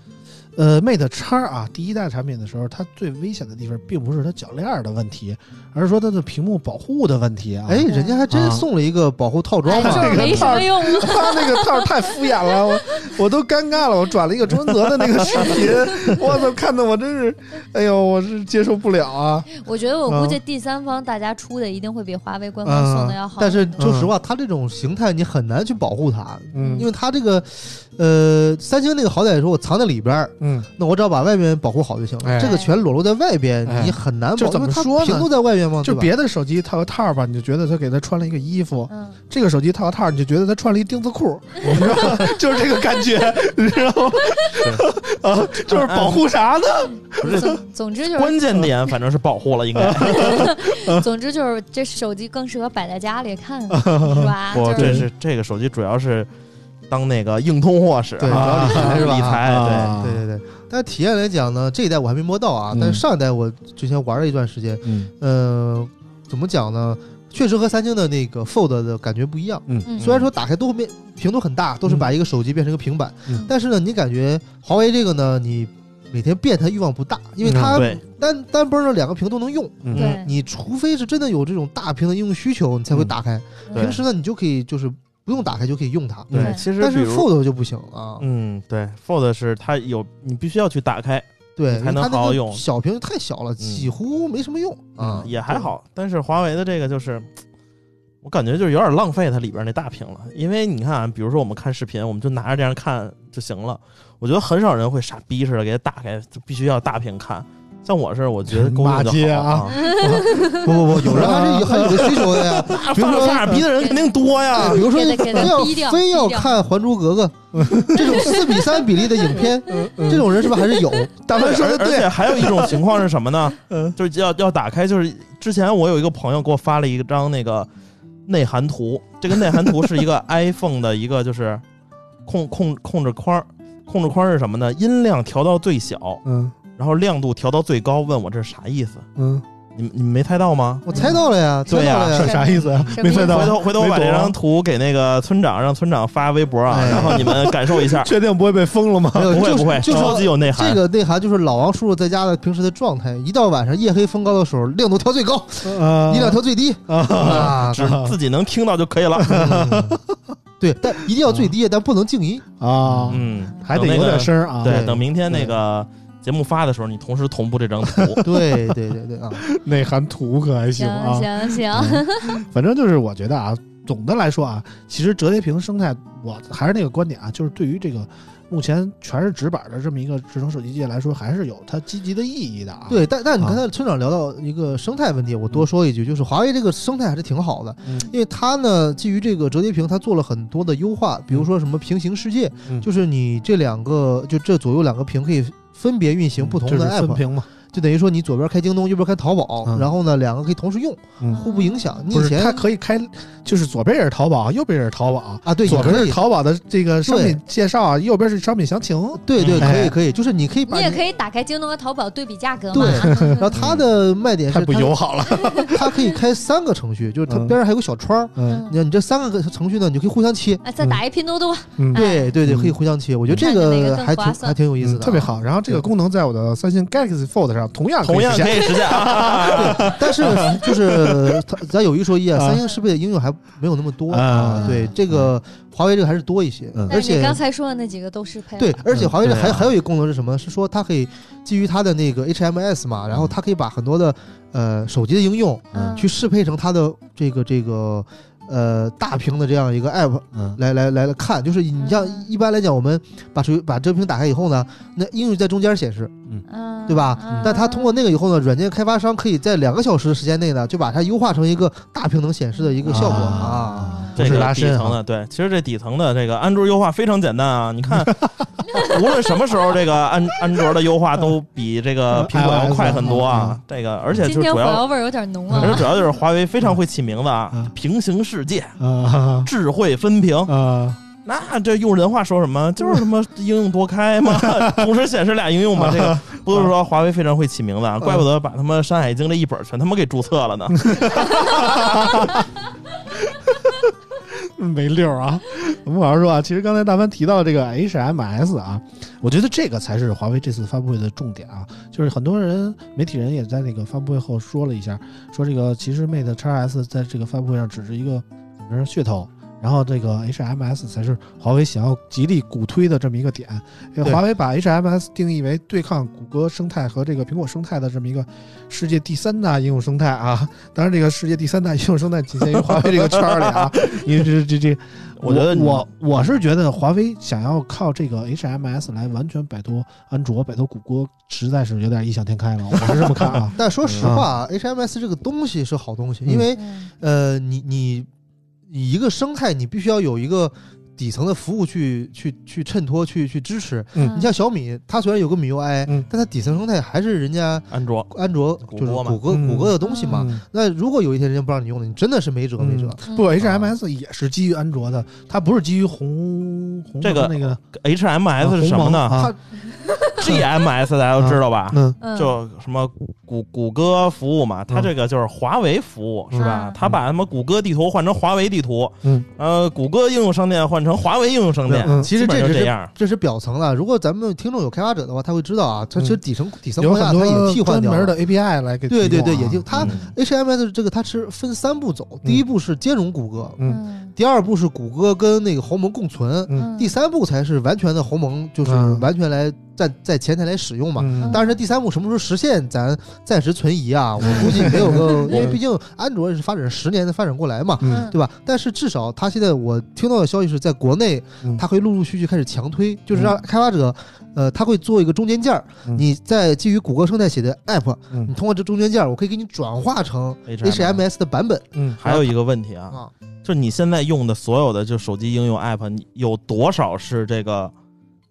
[SPEAKER 3] 呃，Mate x 啊，第一代产品的时候，它最危险的地方并不是它铰链儿的问题，而是说它的屏幕保护的问题啊。
[SPEAKER 5] 哎，人家还真送了一个保护套装
[SPEAKER 2] 哎
[SPEAKER 5] 嘛，
[SPEAKER 2] 就是没什么用啊。
[SPEAKER 3] 他那个套儿太敷衍了，我我都尴尬了。我转了一个周文泽的那个视频，我操，看的我真是，哎呦，我是接受不了啊！
[SPEAKER 2] 我觉得我估计第三方大家出的一定会比华为官
[SPEAKER 3] 嗯
[SPEAKER 2] 方送的要好，
[SPEAKER 5] 但是说实话，它这种形态你很难去保护它，
[SPEAKER 3] 嗯
[SPEAKER 5] 因为它这个，呃，三星那个好歹说我藏在里边儿，
[SPEAKER 3] 嗯，
[SPEAKER 5] 那我只要把外面保护好就行了。
[SPEAKER 3] 哎
[SPEAKER 5] 这个全裸露在外边，
[SPEAKER 3] 哎
[SPEAKER 5] 你很难保。
[SPEAKER 3] 就怎么
[SPEAKER 5] 因为它
[SPEAKER 3] 说呢
[SPEAKER 5] 屏幕在外面嘛，
[SPEAKER 3] 就
[SPEAKER 5] 对吧
[SPEAKER 3] 别的手机套个套儿吧，你就觉得他给他穿了一个衣服；
[SPEAKER 2] 嗯，
[SPEAKER 3] 这个手机套个套儿，你就觉得他穿了一钉子裤，你知道吗？就是这个感觉，你知道吗？ (laughs) 啊，就是保护啥呢？
[SPEAKER 4] 不是
[SPEAKER 2] 总总之就是
[SPEAKER 4] (laughs) 关键点，反正是保护了，应该。
[SPEAKER 2] (laughs) 总之就是这手机更适合摆在家
[SPEAKER 3] (laughs)
[SPEAKER 2] 里看，是吧？
[SPEAKER 4] 我
[SPEAKER 2] 就
[SPEAKER 4] 这
[SPEAKER 2] 是
[SPEAKER 4] 是这个手机主要是当那个硬通货使啊，啊
[SPEAKER 5] 对，只要理财是吧？
[SPEAKER 4] 理
[SPEAKER 1] 啊
[SPEAKER 4] 财
[SPEAKER 5] 对对对。但体验来讲呢，这一代我还没摸到啊，
[SPEAKER 3] 嗯
[SPEAKER 5] 但是上一代我之前玩了一段时间，
[SPEAKER 3] 对，嗯
[SPEAKER 5] 呃，怎么讲呢？确实和三星的那个 Fold 的感觉不一样。
[SPEAKER 2] 嗯
[SPEAKER 5] 虽然说打开都会变屏都很大，都是把一个手机变成一个平板，
[SPEAKER 3] 嗯
[SPEAKER 5] 但是呢，你感觉华为这个呢，你每天变它欲望不大，因为它
[SPEAKER 4] 嗯对对，
[SPEAKER 5] 单单奔着两个屏都能用。
[SPEAKER 3] 嗯
[SPEAKER 2] 对
[SPEAKER 5] 你除非是真的有这种大屏的应用需求，你才会打开。
[SPEAKER 4] 对
[SPEAKER 5] 平时呢，你就可以就是不用打开就可以用它。
[SPEAKER 4] 嗯对，
[SPEAKER 2] 对
[SPEAKER 4] 其实
[SPEAKER 5] 但
[SPEAKER 4] 比
[SPEAKER 5] 是
[SPEAKER 4] 如。
[SPEAKER 5] Fold 就不行啊，
[SPEAKER 4] 嗯，对，Fold 是它有，你必须要去打开，
[SPEAKER 5] 对，
[SPEAKER 4] 才能
[SPEAKER 5] 因为它那个
[SPEAKER 4] 好好用嗯
[SPEAKER 5] 小屏太小了，几乎没什么用啊，
[SPEAKER 4] 也还好。但是华为的这个就是，我感觉就是有点浪费它里边那大屏了，因为你看啊，比如说我们看视频，我们就拿着这样看就行了。我觉得很少人会傻逼似的给它打开，就必须要大屏看。像我是，我觉得够用
[SPEAKER 3] 骂街
[SPEAKER 4] 就好
[SPEAKER 3] 啊
[SPEAKER 4] 啊。
[SPEAKER 5] 对。不不不，有人还是有还有个需求
[SPEAKER 4] (laughs)
[SPEAKER 5] 的呀，
[SPEAKER 4] 那
[SPEAKER 5] 比如
[SPEAKER 4] 放
[SPEAKER 5] 说
[SPEAKER 4] 傻啊逼的人肯啊定多呀
[SPEAKER 5] 比。如说
[SPEAKER 2] 给他给他
[SPEAKER 5] 非
[SPEAKER 2] 低调
[SPEAKER 5] 要非要
[SPEAKER 2] 低调
[SPEAKER 5] 看《还珠格格》这种四比三比例的影
[SPEAKER 4] 嗯
[SPEAKER 5] 片，这种人是不是还是有？
[SPEAKER 3] 大凡说的
[SPEAKER 4] 而
[SPEAKER 3] 对
[SPEAKER 4] 且，还有一种情况是什么呢？
[SPEAKER 3] (laughs) 嗯
[SPEAKER 4] 就是要要打开，就是之前我有一个朋友给我发了一张那个内涵图，这个内涵图是一个 (laughs) iPhone 的一个就是控控控制框儿，控制框是什么呢？音量调到最小，
[SPEAKER 3] 嗯
[SPEAKER 4] 然后亮度调到最高，问我这是啥意思？
[SPEAKER 3] 嗯
[SPEAKER 4] 你们你们没猜到吗？
[SPEAKER 5] 我
[SPEAKER 2] 嗯
[SPEAKER 5] 猜到了呀，猜
[SPEAKER 4] 对呀
[SPEAKER 5] 到了
[SPEAKER 3] 是
[SPEAKER 5] 呀，
[SPEAKER 3] 啥意思啊？
[SPEAKER 2] 什么
[SPEAKER 3] 没
[SPEAKER 2] 意思
[SPEAKER 3] 猜到，
[SPEAKER 4] 回头回头我把
[SPEAKER 3] 没
[SPEAKER 4] 这
[SPEAKER 3] 懂啊
[SPEAKER 4] 张图给那个村长，让村长发微博啊，
[SPEAKER 5] 哎
[SPEAKER 4] 然后你们感受
[SPEAKER 3] (laughs)
[SPEAKER 4] 一
[SPEAKER 3] (laughs) ，
[SPEAKER 4] 下
[SPEAKER 3] 确定不会被封了吗？
[SPEAKER 5] 没有
[SPEAKER 4] 不会
[SPEAKER 5] 就
[SPEAKER 4] 不
[SPEAKER 5] 是
[SPEAKER 4] 会，哦
[SPEAKER 5] 就是
[SPEAKER 4] 超级有内涵。
[SPEAKER 5] 这个内涵就是老王叔叔在家的平时的状态，一到晚上夜黑风高的时候，亮度调最高，
[SPEAKER 3] 呃
[SPEAKER 4] 嗯
[SPEAKER 5] 音量调最低
[SPEAKER 3] 啊，
[SPEAKER 5] 啊。
[SPEAKER 4] 只自己能听到就
[SPEAKER 3] (laughs)
[SPEAKER 4] 可以了。
[SPEAKER 5] 嗯对，但一定要最低，但不能静音。
[SPEAKER 3] 啊，
[SPEAKER 4] 嗯，
[SPEAKER 3] 还得
[SPEAKER 4] 等那
[SPEAKER 3] 有
[SPEAKER 4] 个
[SPEAKER 3] 点声儿啊。
[SPEAKER 4] 对，
[SPEAKER 5] 对
[SPEAKER 4] 等明天那个节目发的时候，你同时同步这张图。
[SPEAKER 3] (laughs)
[SPEAKER 5] 对对对 (laughs) 对啊，
[SPEAKER 3] 内涵图可还行
[SPEAKER 2] 行
[SPEAKER 3] 啊。
[SPEAKER 2] 行 (laughs) 行，
[SPEAKER 5] 嗯
[SPEAKER 3] (laughs) 反正就是我觉得啊，总的来说啊，其实折叠屏生态，我还是那个观点啊，就是对于这个目前全是直板的这么一个智能手机界来说，还是有它积极的意义的啊。，
[SPEAKER 5] 对，但但你
[SPEAKER 3] 啊
[SPEAKER 5] 刚才村长聊到一个生态问题，我多说一句，就是华为这个生态还是挺好的，
[SPEAKER 3] 嗯
[SPEAKER 5] 因为它呢基于这个折叠屏，它做了很多的优化，比如说什么平行世界，
[SPEAKER 3] 嗯
[SPEAKER 5] 就是你这两个就这左右两个屏可以分别运行不同
[SPEAKER 3] 就
[SPEAKER 5] 的
[SPEAKER 3] 嗯是分
[SPEAKER 5] app，、
[SPEAKER 3] 屏嘛，
[SPEAKER 5] 就等于说你左边开京东，右边开淘宝，
[SPEAKER 3] 嗯
[SPEAKER 5] 然后呢两个可以同时用，
[SPEAKER 3] 嗯，
[SPEAKER 5] 互不影响。你
[SPEAKER 3] 不
[SPEAKER 5] 以
[SPEAKER 3] 是，
[SPEAKER 5] 前
[SPEAKER 3] 它可以开，就是左边也是淘宝，右边也是淘宝。
[SPEAKER 5] 啊，对，
[SPEAKER 3] 左
[SPEAKER 5] 也
[SPEAKER 3] 边
[SPEAKER 5] 可
[SPEAKER 3] 是
[SPEAKER 5] 以。
[SPEAKER 3] 淘宝的这个商品介绍啊，右边是商品详情。
[SPEAKER 5] 对对，
[SPEAKER 3] 嗯
[SPEAKER 5] 可
[SPEAKER 3] 哎
[SPEAKER 5] 以可以，就是你可以把
[SPEAKER 2] 你也
[SPEAKER 5] 你，
[SPEAKER 2] 可以打开京东和淘宝对比价格嘛。嗯
[SPEAKER 5] 对 (laughs) 然后它的卖点
[SPEAKER 3] 嗯太
[SPEAKER 5] 是
[SPEAKER 3] 不
[SPEAKER 5] 它
[SPEAKER 3] 友好了， (laughs)
[SPEAKER 5] 它可以开三个程序，就是它
[SPEAKER 3] 嗯
[SPEAKER 5] 边上还有个小窗儿，
[SPEAKER 3] 嗯
[SPEAKER 5] 你看你这三个程序呢，你就可以互相切，
[SPEAKER 2] 啊，再打一拼多多，
[SPEAKER 3] 嗯，
[SPEAKER 5] 对对对，
[SPEAKER 3] 嗯
[SPEAKER 5] 可以互相切，我觉得这
[SPEAKER 2] 看着哪个
[SPEAKER 5] 个
[SPEAKER 2] 更
[SPEAKER 5] 还
[SPEAKER 2] 划
[SPEAKER 5] 挺
[SPEAKER 2] 算
[SPEAKER 5] 还挺有意思
[SPEAKER 3] 嗯
[SPEAKER 5] 的，
[SPEAKER 3] 特别。好。然后这个功能在我的三星 Galaxy Fold 上同样可以
[SPEAKER 4] 同样
[SPEAKER 3] 实现
[SPEAKER 4] 可以实现
[SPEAKER 3] (laughs)
[SPEAKER 4] 啊！
[SPEAKER 5] 但是就是它咱有一说一啊，
[SPEAKER 3] 啊
[SPEAKER 5] 三星适配的应用还没有那么多
[SPEAKER 3] 啊
[SPEAKER 5] 对这个华为这个还是多一些
[SPEAKER 3] 嗯，
[SPEAKER 5] 而
[SPEAKER 2] 但是哎你
[SPEAKER 5] 且
[SPEAKER 2] 刚才说的那几个都适配了。
[SPEAKER 5] 对，而且华为这
[SPEAKER 4] 对啊
[SPEAKER 5] 还还有一个功能是什么？是说它可以基于它的那个 HMS 嘛，
[SPEAKER 3] 嗯
[SPEAKER 5] 然后它可以把很多的呃手机的应用
[SPEAKER 2] 嗯，
[SPEAKER 5] 去适配成它的这个这个呃大屏的这样一个 app
[SPEAKER 3] 嗯
[SPEAKER 5] 来来来来看，就是你像
[SPEAKER 2] 嗯
[SPEAKER 5] 一般来讲，我们把手机把折屏打开以后呢，那应用就在中间显示，
[SPEAKER 2] 嗯，
[SPEAKER 5] 对吧
[SPEAKER 2] 嗯
[SPEAKER 5] 但它通过那个以后呢，软件开发商可以在两个小时的时间内呢，就把它优化成一个大屏能显示的一个效果啊。
[SPEAKER 4] 这
[SPEAKER 3] 不是
[SPEAKER 4] 个
[SPEAKER 3] 拉
[SPEAKER 4] 底
[SPEAKER 3] 伸啊
[SPEAKER 4] 层的，对，其实这底层的这个安卓优化非常简单啊。
[SPEAKER 3] (laughs)
[SPEAKER 4] 你看，无论什么时候，这个安安卓的优化都比这
[SPEAKER 3] 呃
[SPEAKER 4] 个苹果要快很多啊。
[SPEAKER 3] 嗯
[SPEAKER 4] 这个，而且
[SPEAKER 2] 嗯今
[SPEAKER 4] 就是
[SPEAKER 2] 天
[SPEAKER 4] 主
[SPEAKER 2] 火
[SPEAKER 4] 要，
[SPEAKER 2] 药味儿有点浓
[SPEAKER 4] 而且
[SPEAKER 2] 啊。
[SPEAKER 4] 主要就是华为非常会起名字啊
[SPEAKER 3] 嗯，
[SPEAKER 4] 平行世界、
[SPEAKER 3] 啊
[SPEAKER 4] 智慧分屏，
[SPEAKER 3] (laughs) 啊！
[SPEAKER 4] 那这用人话说什
[SPEAKER 3] 嗯
[SPEAKER 4] 么？就是什么应用多开
[SPEAKER 3] (laughs)
[SPEAKER 4] 嘛，同时显示俩应用嘛。这
[SPEAKER 3] 嗯
[SPEAKER 4] 个不是说华为非常会起名字啊，怪不得把他妈《山海经》这一本儿全他妈给注册了呢。
[SPEAKER 3] (laughs) 没溜儿啊！我们老实说啊，其实刚才大帆提到这个 HMS 啊，我觉得这个才是华为这次发布会的重点啊。就是很多人媒体人也在那个发布会后说了一下，说这个其实 Mate x S 在这个发布会上只是一个怎么说噱头。然后这个 HMS 才是华为想要极力鼓推的这么一个点，因为
[SPEAKER 5] 对
[SPEAKER 3] 华为把 HMS 定义为对抗谷歌生态和这个苹果生态的这么一个世界第三大应用生态啊。当然，这个世界第三大应用生态仅限于华为这个圈儿里啊。你这这这，
[SPEAKER 4] (laughs) 我觉得你
[SPEAKER 3] 我我是觉得华为想要靠这个 HMS 来完全摆脱安卓、摆脱谷歌，实在是有点异想天开了。我是这么看
[SPEAKER 5] (laughs)，
[SPEAKER 3] 啊
[SPEAKER 5] 但说实话、啊 h m s 这个东西是好东西，因为
[SPEAKER 2] 嗯
[SPEAKER 5] 呃，你你你一个生态，你必须要有一个底层的服务去去去衬托、去去支持。
[SPEAKER 3] 嗯
[SPEAKER 5] 你像小米，它虽然有个米 UI，、
[SPEAKER 3] 嗯
[SPEAKER 5] 但它底层生态还是人家
[SPEAKER 4] 安卓，
[SPEAKER 5] 安卓
[SPEAKER 4] 谷
[SPEAKER 5] 就是
[SPEAKER 4] 歌嘛
[SPEAKER 5] 谷歌
[SPEAKER 3] 嗯
[SPEAKER 5] 谷歌的东西嘛。
[SPEAKER 3] 嗯
[SPEAKER 5] 那如果有一天人家不让你用了，你真的是没辙没辙。
[SPEAKER 2] 嗯
[SPEAKER 3] 不，HMS 也是基于安卓的，它不是基于红红
[SPEAKER 4] 这个
[SPEAKER 3] 那个
[SPEAKER 4] HMS 是什么呢？
[SPEAKER 3] 啊、
[SPEAKER 4] GMS 大家都知道吧？
[SPEAKER 3] 嗯
[SPEAKER 2] 嗯
[SPEAKER 4] 就什么谷谷歌服务嘛，它这个就是华为服务是吧
[SPEAKER 2] 嗯？
[SPEAKER 4] 它把什么谷歌地图换成华为地图，
[SPEAKER 3] 嗯，
[SPEAKER 4] 呃，谷歌应用商店换成华为应用商店，
[SPEAKER 3] 嗯
[SPEAKER 5] 其实
[SPEAKER 4] 基本就
[SPEAKER 5] 这只
[SPEAKER 4] 这
[SPEAKER 5] 是
[SPEAKER 4] 样。
[SPEAKER 5] 这是表层了。如果咱们听众有开发者的话，他会知道啊，它其实底层、底
[SPEAKER 3] 嗯
[SPEAKER 5] 层
[SPEAKER 3] 有
[SPEAKER 5] 框架
[SPEAKER 3] 很
[SPEAKER 5] 它也
[SPEAKER 3] 多
[SPEAKER 5] 替换
[SPEAKER 3] 专
[SPEAKER 5] 掉
[SPEAKER 3] 门
[SPEAKER 5] 了。
[SPEAKER 3] 的 API 来给提供
[SPEAKER 5] 对
[SPEAKER 3] 啊
[SPEAKER 5] 对对，也就它
[SPEAKER 4] 嗯
[SPEAKER 5] HMS 这个它是分三步走，第一步是兼容谷歌，
[SPEAKER 3] 嗯
[SPEAKER 2] 嗯
[SPEAKER 5] 第二步是谷歌跟那个鸿蒙共存，
[SPEAKER 3] 嗯
[SPEAKER 5] 第三步才是完全的鸿蒙，就是
[SPEAKER 3] 嗯
[SPEAKER 5] 完全来在在前台来使用嘛。
[SPEAKER 3] 嗯
[SPEAKER 5] 但是第三步什么时候实现，咱暂时存疑啊。我估计没
[SPEAKER 3] (laughs)
[SPEAKER 5] 有个，因为毕竟安卓是发展十年才发展过来嘛，
[SPEAKER 3] 嗯
[SPEAKER 5] 对吧？但是至少它现在我听到的消息是在国内
[SPEAKER 3] 嗯，
[SPEAKER 5] 它会陆陆续续开始强推，就是让开发者，呃，它会做一个中间件儿。
[SPEAKER 3] 嗯
[SPEAKER 5] 你在基于谷歌生态写的 app，
[SPEAKER 3] 嗯
[SPEAKER 5] 你通过这中间件儿，我可以给你转化成 HMS 的版本
[SPEAKER 3] 嗯
[SPEAKER 4] 还有一个问题啊，
[SPEAKER 5] 啊。
[SPEAKER 4] 就你现在用的所有的就手机应用 App，你有多少是这个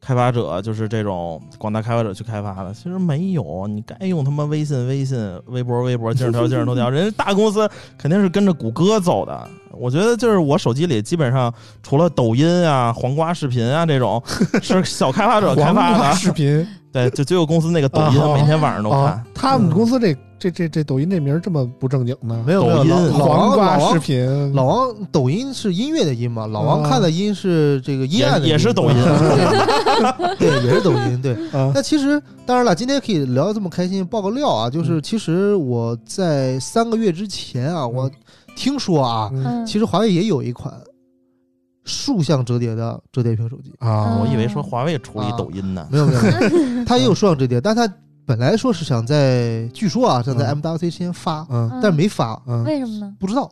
[SPEAKER 4] 开发者，就是这种广大开发者去开发的？其实没有，你该用他妈微信、微信、微博、微博、今日头条、今日头条，人家大公司肯定是跟着谷歌走的。我觉得就是我手机里基本上除了抖音啊、黄瓜视频啊这种是小开发者开
[SPEAKER 3] 黄
[SPEAKER 4] 发
[SPEAKER 3] 瓜
[SPEAKER 4] 的，
[SPEAKER 3] 视频
[SPEAKER 4] 对，就只有公司那个抖音，
[SPEAKER 6] 啊
[SPEAKER 4] 每天晚上 (laughs) 都看
[SPEAKER 3] 啊。，他
[SPEAKER 5] 嗯
[SPEAKER 3] 们公司这这这这抖音这名儿这么不正经呢？
[SPEAKER 6] 没有没有
[SPEAKER 4] 抖音
[SPEAKER 6] 老
[SPEAKER 5] 老
[SPEAKER 3] 黄
[SPEAKER 5] 王
[SPEAKER 3] 瓜
[SPEAKER 5] 老王
[SPEAKER 3] 视频，
[SPEAKER 5] 老王抖音是音乐的音嘛，老王
[SPEAKER 3] 啊
[SPEAKER 5] 看的音是这个阴
[SPEAKER 4] 也
[SPEAKER 5] 暗的
[SPEAKER 4] 也是抖音 (laughs)
[SPEAKER 5] 对，也是抖音，对。
[SPEAKER 3] 啊
[SPEAKER 5] 那其实当然了，今天可以聊得这么开心，爆个料啊，
[SPEAKER 3] 嗯
[SPEAKER 5] 就是其实我在三个月之前啊，我听说啊，
[SPEAKER 3] 嗯
[SPEAKER 2] 嗯
[SPEAKER 5] 其实华为也有一款竖向折叠的折叠屏手机，
[SPEAKER 3] 啊
[SPEAKER 4] 我以为说华为出一抖音呢，
[SPEAKER 5] 没有没有，没
[SPEAKER 2] (laughs)
[SPEAKER 5] 有它也有竖向折叠，但它本来说是想在，据说啊，想在 MWC 先发，
[SPEAKER 3] 嗯
[SPEAKER 2] 嗯
[SPEAKER 5] 但是没发，
[SPEAKER 3] 嗯，
[SPEAKER 2] 为什么呢？
[SPEAKER 5] 不知道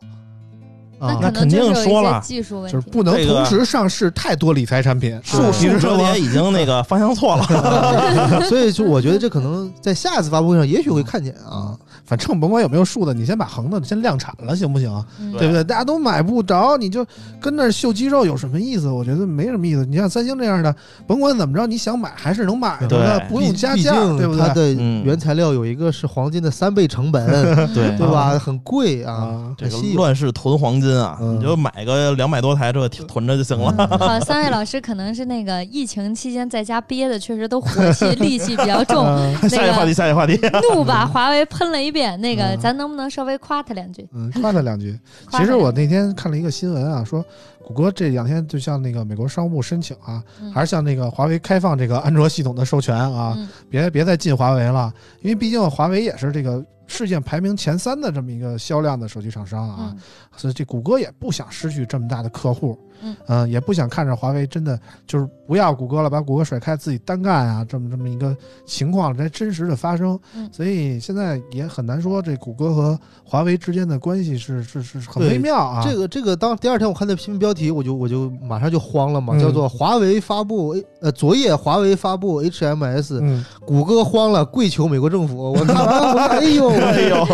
[SPEAKER 5] 啊
[SPEAKER 2] 那。可
[SPEAKER 4] 那
[SPEAKER 2] 能
[SPEAKER 4] 肯
[SPEAKER 2] 真
[SPEAKER 4] 定
[SPEAKER 2] 是有
[SPEAKER 4] 说
[SPEAKER 2] 一些
[SPEAKER 4] 了
[SPEAKER 2] 技术问
[SPEAKER 3] 就是
[SPEAKER 2] 题。
[SPEAKER 3] 不能
[SPEAKER 4] 这个
[SPEAKER 3] 同时上市太多理财产品，
[SPEAKER 4] 数
[SPEAKER 6] 其
[SPEAKER 4] 数
[SPEAKER 6] 实
[SPEAKER 4] 折叠已经那个方向
[SPEAKER 3] (laughs)
[SPEAKER 4] 错了。
[SPEAKER 5] 所以就我觉得这可能在下一次发布会上也许会看见啊。
[SPEAKER 3] 反正甭管有没有竖的，你先把横的先量产了，行不行？
[SPEAKER 2] 嗯
[SPEAKER 3] 对不对？大家都买不着，你就跟那儿秀肌肉有什么意思？我觉得没什么意思。你像三星这样的，甭管怎么着，你想买还是能买着的，
[SPEAKER 4] 对
[SPEAKER 3] 不用加
[SPEAKER 5] 毕
[SPEAKER 3] 价，对不
[SPEAKER 5] 竟它
[SPEAKER 3] 对？
[SPEAKER 5] 的
[SPEAKER 4] 嗯
[SPEAKER 5] 原材料有一个是黄金的三倍
[SPEAKER 3] (laughs)
[SPEAKER 5] 成本，
[SPEAKER 2] 嗯
[SPEAKER 4] 对
[SPEAKER 5] 对
[SPEAKER 3] 嗯
[SPEAKER 5] 吧？很贵啊。
[SPEAKER 3] 啊，
[SPEAKER 4] 这个
[SPEAKER 5] 很吸引
[SPEAKER 4] 乱世囤黄金啊，
[SPEAKER 3] 嗯
[SPEAKER 4] 你就买个两百多台这囤着就行了。
[SPEAKER 2] 嗯好，三位老师可能是那个疫情期间在家憋的，确实都火气、 (laughs) 戾气比较重，
[SPEAKER 5] 嗯
[SPEAKER 3] 嗯
[SPEAKER 4] (laughs) 下一个话题，下一个话题。
[SPEAKER 2] 怒把华为喷了一遍。那个，
[SPEAKER 3] 嗯
[SPEAKER 2] 咱能不能稍微夸他两句？
[SPEAKER 3] 嗯，夸他两句。
[SPEAKER 2] 夸他
[SPEAKER 3] 其实
[SPEAKER 2] 两
[SPEAKER 3] 我
[SPEAKER 2] 句
[SPEAKER 3] 那天看了一个新闻啊，说谷歌这两天就向那个美国商务部申请啊，
[SPEAKER 2] 嗯
[SPEAKER 3] 还是向那个华为开放这个安卓系统的授权啊，
[SPEAKER 2] 嗯
[SPEAKER 3] 别别再进华为了，因为毕竟华为也是这个世界排名前三的这么一个销量的手机厂商啊，
[SPEAKER 2] 嗯
[SPEAKER 3] 所以这谷歌也不想失去这么大的客户，
[SPEAKER 2] 嗯
[SPEAKER 3] 呃也不想看着华为真的就是不要谷歌了，把谷歌甩开自己单干啊，这么这么一个情况在真实的发生，
[SPEAKER 2] 嗯
[SPEAKER 3] 所以现在也很难说这谷歌和华为之间的关系是是是是很
[SPEAKER 5] 对
[SPEAKER 3] 微妙啊，
[SPEAKER 5] 这个这个，当第二天我看那新闻标题，我就我就马上就慌了嘛，
[SPEAKER 3] 嗯
[SPEAKER 5] 叫做华为发布，呃，昨夜华为发布 HMS，
[SPEAKER 3] 嗯，
[SPEAKER 5] 谷歌慌了，跪求美国政府。我看完我哎呦，
[SPEAKER 4] 哎
[SPEAKER 3] (laughs)
[SPEAKER 4] 呦，